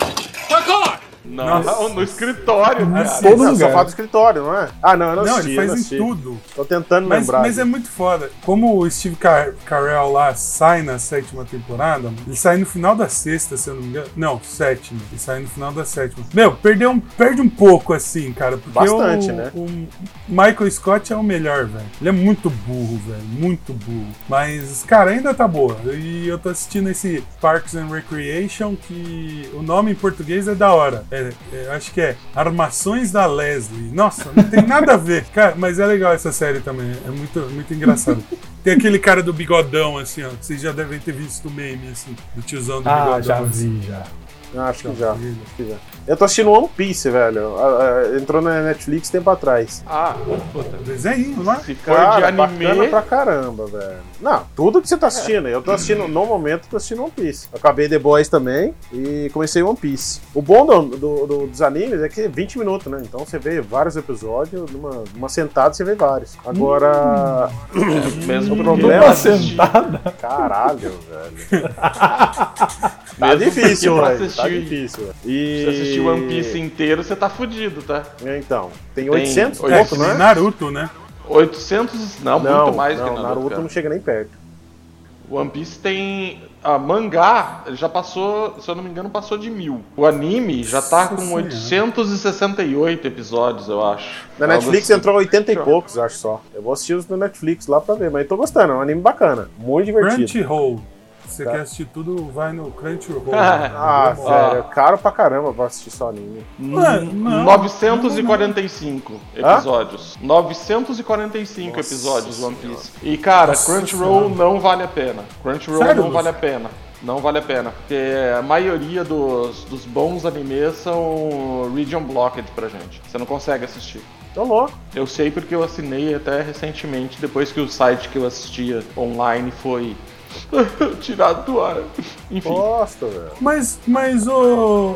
Speaker 7: Parkour!
Speaker 2: Não,
Speaker 4: Nossa.
Speaker 2: no escritório, cara.
Speaker 4: Todo
Speaker 5: não,
Speaker 3: lugar.
Speaker 5: sofá do escritório, não é? Ah, não, eu não,
Speaker 4: Não,
Speaker 5: assisti,
Speaker 4: ele
Speaker 5: eu não
Speaker 4: faz
Speaker 5: assim, assisti.
Speaker 4: em tudo.
Speaker 5: Tô tentando
Speaker 4: Mas,
Speaker 5: lembrar.
Speaker 4: mas é muito foda. Como o Steve Car Carell lá sai na sétima temporada, mano, ele sai no final da sexta, se eu não me engano. Não, sétima. Ele sai no final da sétima. Meu, perdeu um, perde um pouco assim, cara. Porque
Speaker 5: Bastante,
Speaker 4: o,
Speaker 5: né?
Speaker 4: o Michael Scott é o melhor, velho. Ele é muito burro, velho. Muito burro. Mas, cara, ainda tá boa. E eu tô assistindo esse Parks and Recreation, que o nome em português é da hora. É, é, acho que é Armações da Leslie. Nossa, não tem nada a ver. Cara, mas é legal essa série também. É muito, muito engraçado. Tem aquele cara do bigodão, assim, ó. que Vocês já devem ter visto o meme, assim, do tiozão do
Speaker 3: Ah,
Speaker 4: bigodão.
Speaker 3: já
Speaker 4: assim.
Speaker 3: vi, já.
Speaker 5: Ah, acho que já. acho que já. Eu tô assistindo One Piece, velho. Ah, ah, Entrou na Netflix tempo atrás.
Speaker 2: Ah,
Speaker 4: Desenho lá.
Speaker 2: se for de
Speaker 5: Cara, é bacana
Speaker 2: anime.
Speaker 5: pra caramba, velho. Não, tudo que você tá assistindo. Eu tô assistindo, no momento, tô assistindo One Piece. Eu acabei The Boys também e comecei One Piece. O bom do- do- do- dos animes é que é 20 minutos, né? Então você vê vários episódios, numa, numa sentada você vê vários.
Speaker 4: Hum.
Speaker 5: Agora,
Speaker 2: Mesmo
Speaker 5: problema.
Speaker 2: problema.
Speaker 5: tá,
Speaker 2: Sentar
Speaker 5: Caralho, velho. tá difícil, velho. Tá difícil. velho. E...
Speaker 2: Se assistir One Piece inteiro, você tá fudido, tá?
Speaker 5: É, Então, tem 800
Speaker 2: Tem
Speaker 4: É,
Speaker 5: pontos,
Speaker 4: que
Speaker 5: não
Speaker 4: nem
Speaker 5: é?
Speaker 4: Naruto, né?
Speaker 2: 800, não, muito mais
Speaker 5: não,
Speaker 2: que Naruto.
Speaker 5: Naruto
Speaker 2: cara.
Speaker 5: não chega nem perto.
Speaker 2: One Piece tem. A mangá já passou, se eu não me engano, passou de mil. O anime já tá
Speaker 4: Nossa
Speaker 2: com
Speaker 4: Senhora.
Speaker 2: 868 episódios, eu acho.
Speaker 5: Na
Speaker 2: Algo
Speaker 5: Netflix
Speaker 2: assim.
Speaker 5: entrou 80 e poucos, acho só. Eu vou assistir os do Netflix lá pra ver, mas tô gostando, é um anime bacana, muito divertido.
Speaker 4: Crunchyroll. Se você quer assistir tudo, vai no Crunchyroll.
Speaker 5: Ah,
Speaker 4: Ah,
Speaker 5: velho, é caro pra caramba pra assistir só anime.
Speaker 4: Mano, não.
Speaker 2: 945 episódios. 945 episódios One Piece. E cara,
Speaker 4: Nossa
Speaker 2: Crunchyroll
Speaker 4: Senhora.
Speaker 2: não vale a pena. Crunchyroll
Speaker 4: Sério,
Speaker 2: não
Speaker 4: Lúcio?
Speaker 2: vale a pena. Não vale a pena. Porque a maioria dos, dos bons animes são region blocked pra gente. Você não consegue assistir.
Speaker 5: Tô louco.
Speaker 2: Eu sei porque eu assinei até recentemente, depois que o site que eu assistia online foi tirado do ar. Enfim.
Speaker 5: Gosto, velho.
Speaker 4: Mas, mas, ô.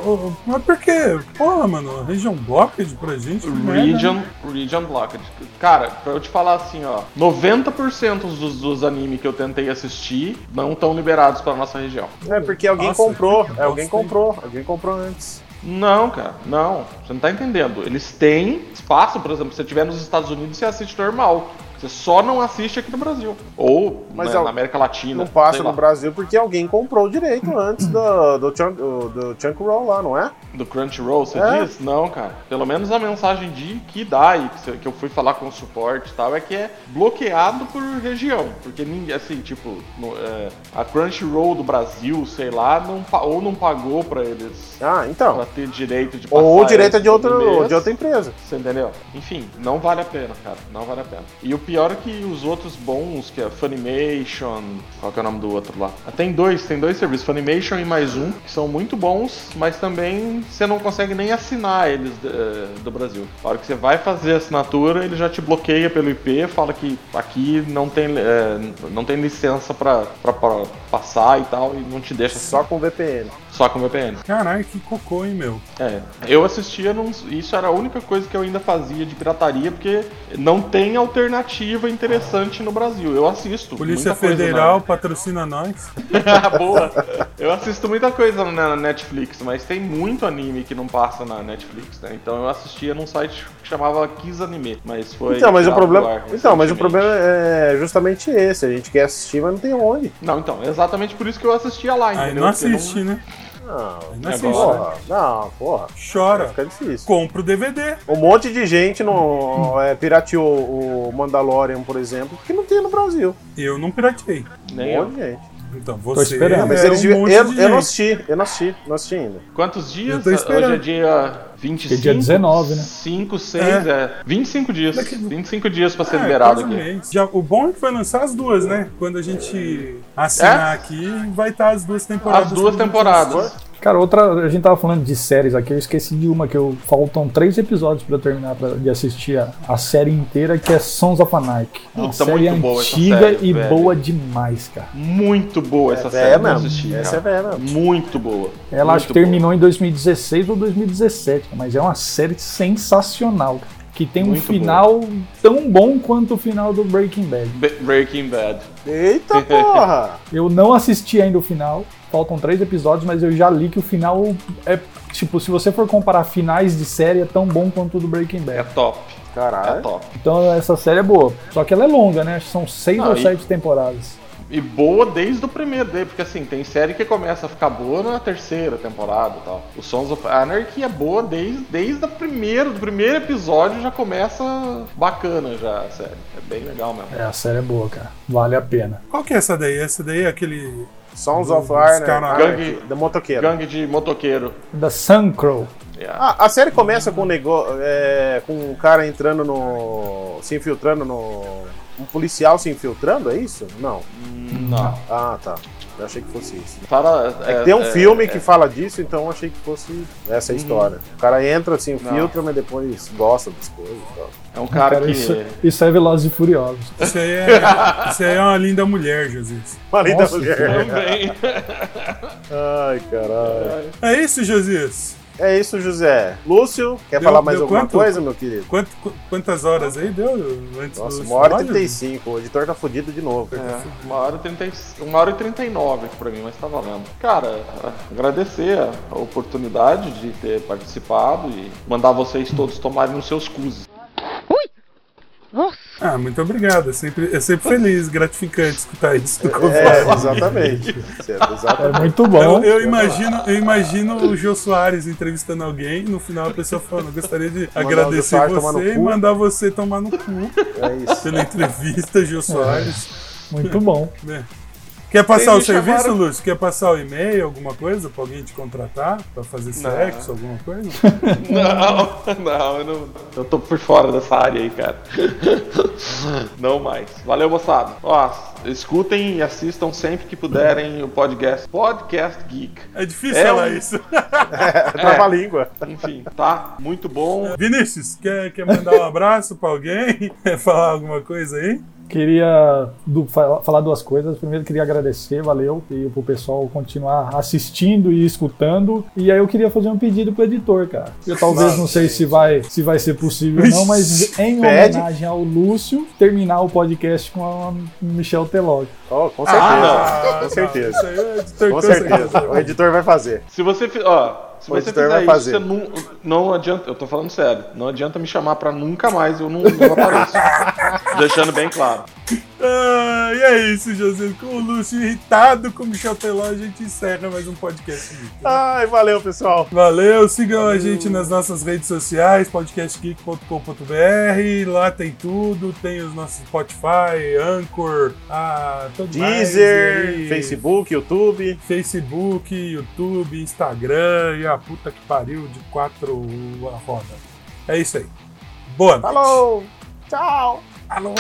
Speaker 4: ô, mas por quê? Porra, mano, região blocked pra gente? que merda, né?
Speaker 2: Region, Region Blocked. Cara, pra eu te falar assim, ó, 90% dos, dos animes que eu tentei assistir não estão liberados pra nossa região.
Speaker 5: É porque alguém
Speaker 4: Nossa,
Speaker 5: comprou,
Speaker 4: que
Speaker 5: é, alguém
Speaker 4: bosta, hein?
Speaker 5: comprou, alguém comprou antes.
Speaker 2: Não, cara, não. Você não tá entendendo. Eles têm espaço, por exemplo, se você estiver nos Estados Unidos, você assiste normal. Você só não assiste aqui no Brasil. Ou
Speaker 5: Mas
Speaker 2: na,
Speaker 5: al-
Speaker 2: na América Latina.
Speaker 5: Não passa
Speaker 2: né? sei
Speaker 5: no
Speaker 2: lá.
Speaker 5: Brasil porque alguém comprou o direito antes do, do, Chunk, do Chunk Roll lá, não é?
Speaker 2: Do Crunchyroll, você
Speaker 5: É.
Speaker 2: diz? Não, cara. Pelo menos a mensagem de que dá e que se- que eu fui falar com o suporte e tal é que é bloqueado por região. Porque ninguém, assim, tipo, no- é, a Crunchyroll do Brasil, sei lá, não, pa- ou não pagou pra eles
Speaker 5: Ah, então.
Speaker 2: pra ter direito de passar.
Speaker 5: Ou o direito é de
Speaker 2: esse
Speaker 5: outra,
Speaker 2: mês.
Speaker 5: de outra empresa.
Speaker 2: Você entendeu? Enfim, não vale a pena, cara. Não vale a pena. E o pior é que os outros bons, que é Funimation, qual que é o nome do outro lá? Ah, Tem dois, tem dois serviços, Funimation e mais um, que são muito bons, mas também você não consegue nem assinar eles eh, do Brasil. A hora que você vai fazer a assinatura, ele já te bloqueia pelo IP, fala que aqui não tem, eh, não tem licença pra, pra, pra passar e tal, e não te deixa
Speaker 5: Só com VPN.
Speaker 2: só com VPN.
Speaker 4: Caralho, que cocô, hein, meu?
Speaker 2: É, eu assistia, num- isso era a única coisa que eu ainda fazia de pirataria, porque não tem alternativa interessante no Brasil. Eu assisto.
Speaker 4: Polícia
Speaker 2: muita coisa
Speaker 4: Federal patrocina nós.
Speaker 2: na- Boa! Eu assisto muita coisa na Netflix, mas tem muito anime que não passa na Netflix, né? Então eu assistia num site que chamava Kiss Anime, mas foi.
Speaker 5: Então, mas o
Speaker 2: tirado do
Speaker 5: problema,
Speaker 2: ar
Speaker 5: então, mas o
Speaker 2: recentemente.
Speaker 5: problema é justamente esse. A gente quer assistir, mas não tem onde.
Speaker 2: Não, então, é exatamente por isso que eu assistia lá,
Speaker 4: Aí
Speaker 2: entendeu?
Speaker 4: não
Speaker 2: Porque
Speaker 4: assiste, né?
Speaker 5: Não,
Speaker 4: Aí não
Speaker 2: É
Speaker 4: assiste,
Speaker 2: bom.
Speaker 4: né?
Speaker 5: porra. Não, porra. Vai
Speaker 4: Chora.
Speaker 5: ficar difícil.
Speaker 4: Compra o DVD.
Speaker 5: Um monte de gente no, é, pirateou o Mandalorian, por exemplo, que não tem no Brasil.
Speaker 4: Eu não pirateei.
Speaker 5: Um
Speaker 2: nem eu.
Speaker 5: monte de gente.
Speaker 4: Então, você
Speaker 3: esperando.
Speaker 4: é
Speaker 5: Ah, mas
Speaker 4: um
Speaker 5: eles deviam-
Speaker 4: monte
Speaker 5: eu, eu
Speaker 4: de
Speaker 5: não
Speaker 4: gente.
Speaker 5: assisti, eu não assisti, não assisti ainda.
Speaker 2: Quantos dias?
Speaker 4: Eu tô
Speaker 2: Hoje
Speaker 4: esperando.
Speaker 2: é dia 25.
Speaker 3: É dia 19, né?
Speaker 2: 5, 6, é. 25 dias.
Speaker 4: Daqui-
Speaker 2: 25 dias pra ser
Speaker 4: Ah, é
Speaker 2: liberado
Speaker 4: quase um
Speaker 2: aqui.
Speaker 4: mês. Já, o bom é que vai lançar as duas, né? Quando a gente assinar
Speaker 5: É?
Speaker 4: aqui, vai estar as duas temporadas.
Speaker 2: As duas
Speaker 4: que a gente
Speaker 2: temporadas.
Speaker 4: lançou.
Speaker 3: Cara, outra. A gente tava falando de séries aqui, eu esqueci de uma que eu. Faltam três episódios pra eu terminar pra, de assistir a, a série inteira, que é Sons of Anarchy. Uma
Speaker 2: Puta,
Speaker 3: série
Speaker 2: muito boa essa
Speaker 3: antiga
Speaker 2: série,
Speaker 3: e
Speaker 2: velho.
Speaker 3: boa demais, cara.
Speaker 2: Muito boa essa
Speaker 5: é
Speaker 2: série.
Speaker 5: velha
Speaker 2: eu
Speaker 5: mesmo.
Speaker 2: assisti,
Speaker 5: Essa
Speaker 2: cara.
Speaker 5: é velha mesmo.
Speaker 2: Muito boa.
Speaker 3: Ela acho
Speaker 2: Muito
Speaker 3: que
Speaker 2: boa.
Speaker 3: terminou em 2016 ou 2017, mas é uma série sensacional, cara. Que tem um
Speaker 2: Muito
Speaker 3: final tão bom quanto o final do Breaking Bad.
Speaker 2: Be- Breaking Bad.
Speaker 5: Eita porra!
Speaker 3: Eu não assisti ainda o final, faltam três episódios, mas eu já li que o final é. Tipo, se você for comparar finais de série, é tão bom quanto o do Breaking
Speaker 2: É
Speaker 3: Bad.
Speaker 2: top. É
Speaker 5: Caralho.
Speaker 2: top.
Speaker 3: Então essa série é boa. Só que ela é longa, né? Acho que São seis
Speaker 2: Não,
Speaker 3: ou
Speaker 2: e-
Speaker 3: sete temporadas.
Speaker 2: E boa desde o primeiro dele, porque assim, tem série que começa a ficar boa na terceira temporada e tal. O Sons of Anarchy é boa desde, desde o primeiro, do primeiro episódio já começa bacana já a série. É bem legal mesmo.
Speaker 3: É, a série é boa, cara. Vale a pena.
Speaker 4: Qual que é essa daí? Essa daí é aquele.
Speaker 5: Sons
Speaker 4: Dos
Speaker 5: of Iron,
Speaker 4: cara-
Speaker 5: Anarchy, The Motoqueiro.
Speaker 2: Gangue de motoqueiro.
Speaker 3: Da Sun Crow.
Speaker 2: Yeah.
Speaker 5: Ah, a série começa com um negócio. com um cara entrando no. se infiltrando no. Um policial se infiltrando, é isso? Não.
Speaker 2: Não.
Speaker 5: Ah, tá. Eu achei que fosse isso.
Speaker 2: Fala, é,
Speaker 5: Tem um
Speaker 2: é,
Speaker 5: filme
Speaker 2: é.
Speaker 5: que fala disso, então eu achei que fosse essa a história. O cara entra, se infiltra, mas depois gosta das coisas e tal.
Speaker 2: É um cara,
Speaker 3: Cara,
Speaker 2: que.
Speaker 3: isso, isso é Velozes e Furiosos.
Speaker 4: Isso aí é, isso aí é uma linda mulher, Josias.
Speaker 5: Falei da
Speaker 3: Nossa,
Speaker 5: mulher.
Speaker 2: Também.
Speaker 5: Ai, caralho.
Speaker 4: É isso, Josias.
Speaker 5: É isso, José. Lúcio, quer
Speaker 4: Deu-
Speaker 5: falar mais
Speaker 4: deu
Speaker 5: alguma
Speaker 4: quanto?
Speaker 5: coisa, meu querido?
Speaker 4: Quanto- qu- quantas horas aí deu antes
Speaker 5: Nossa,
Speaker 4: do
Speaker 5: uma hora e
Speaker 4: trabalho?
Speaker 5: 35. O editor tá fudido de novo.
Speaker 2: É, uma hora e trinta e- uma hora e 39 aqui pra mim, mas tá valendo. Cara, agradecer a a oportunidade de ter participado e mandar vocês todos tomarem nos seus cus.
Speaker 4: Ah, muito obrigado. É sempre, é sempre feliz, gratificante escutar isso do convidado.
Speaker 5: É, exatamente. Certo,
Speaker 3: É
Speaker 5: exatamente.
Speaker 3: muito
Speaker 4: Eu,
Speaker 3: bom.
Speaker 4: eu imagino, eu imagino o Jô Soares entrevistando alguém, no final a pessoa falando, gostaria de agradecer
Speaker 5: Soares tomar no
Speaker 4: você e
Speaker 5: cu."
Speaker 4: mandar você tomar no cu
Speaker 5: É isso.
Speaker 4: pela entrevista,
Speaker 2: É.
Speaker 4: Jô Soares.
Speaker 3: Muito bom.
Speaker 4: Quer passar o
Speaker 2: Eles me
Speaker 4: serviço,
Speaker 2: chamaram-
Speaker 4: Lúcio? Quer passar o e-mail, alguma coisa, pra alguém te contratar, pra fazer sexo, alguma coisa?
Speaker 2: Não, não eu, não, eu tô por fora dessa área aí, cara. Não mais. Valeu, moçada. Ó, escutem e assistam sempre que puderem o podcast Podcast Geek.
Speaker 4: É difícil
Speaker 2: É
Speaker 4: falar
Speaker 2: um-
Speaker 4: isso.
Speaker 5: Trava a língua.
Speaker 2: Enfim, tá? Muito bom.
Speaker 4: Vinícius, quer, quer mandar um abraço pra alguém? Quer falar alguma coisa aí?
Speaker 3: Queria du- fa- falar duas coisas. Primeiro, queria agradecer, valeu, e pro pessoal continuar assistindo e escutando. E aí eu queria fazer um pedido pro editor, cara. Eu talvez não sei se vai, se vai ser possível ou não, mas em
Speaker 5: Pede.
Speaker 3: homenagem ao Lúcio, terminar o podcast com a Michel Telog.
Speaker 5: Oh, com
Speaker 2: Ah,
Speaker 5: certeza. com certeza.
Speaker 4: Isso aí é editor
Speaker 5: Com certeza. O editor vai fazer.
Speaker 2: Se você, fi- ó, se
Speaker 5: O
Speaker 2: você
Speaker 5: editor
Speaker 2: fizer
Speaker 5: vai
Speaker 2: isso,
Speaker 5: fazer.
Speaker 2: você não, não adianta. Eu tô falando sério. Não adianta me chamar pra nunca mais, eu não, não apareço. Deixando bem claro.
Speaker 4: Ah, e é isso, José. Com o Lúcio irritado com o Michel Teló, a gente encerra mais um podcast. Geek.
Speaker 5: Ai, valeu, pessoal.
Speaker 4: Valeu, sigam a gente nas nossas redes sociais, podcastgeek.com.br, lá tem tudo, tem os nossos Spotify, Anchor, ah, tudo mais, e
Speaker 5: Deezer,
Speaker 4: aí,
Speaker 5: Facebook, YouTube.
Speaker 4: Facebook, YouTube, Instagram e a puta que pariu de quatro a roda. É isso aí. Boa noite.
Speaker 5: Falou! Tchau!
Speaker 4: Alô.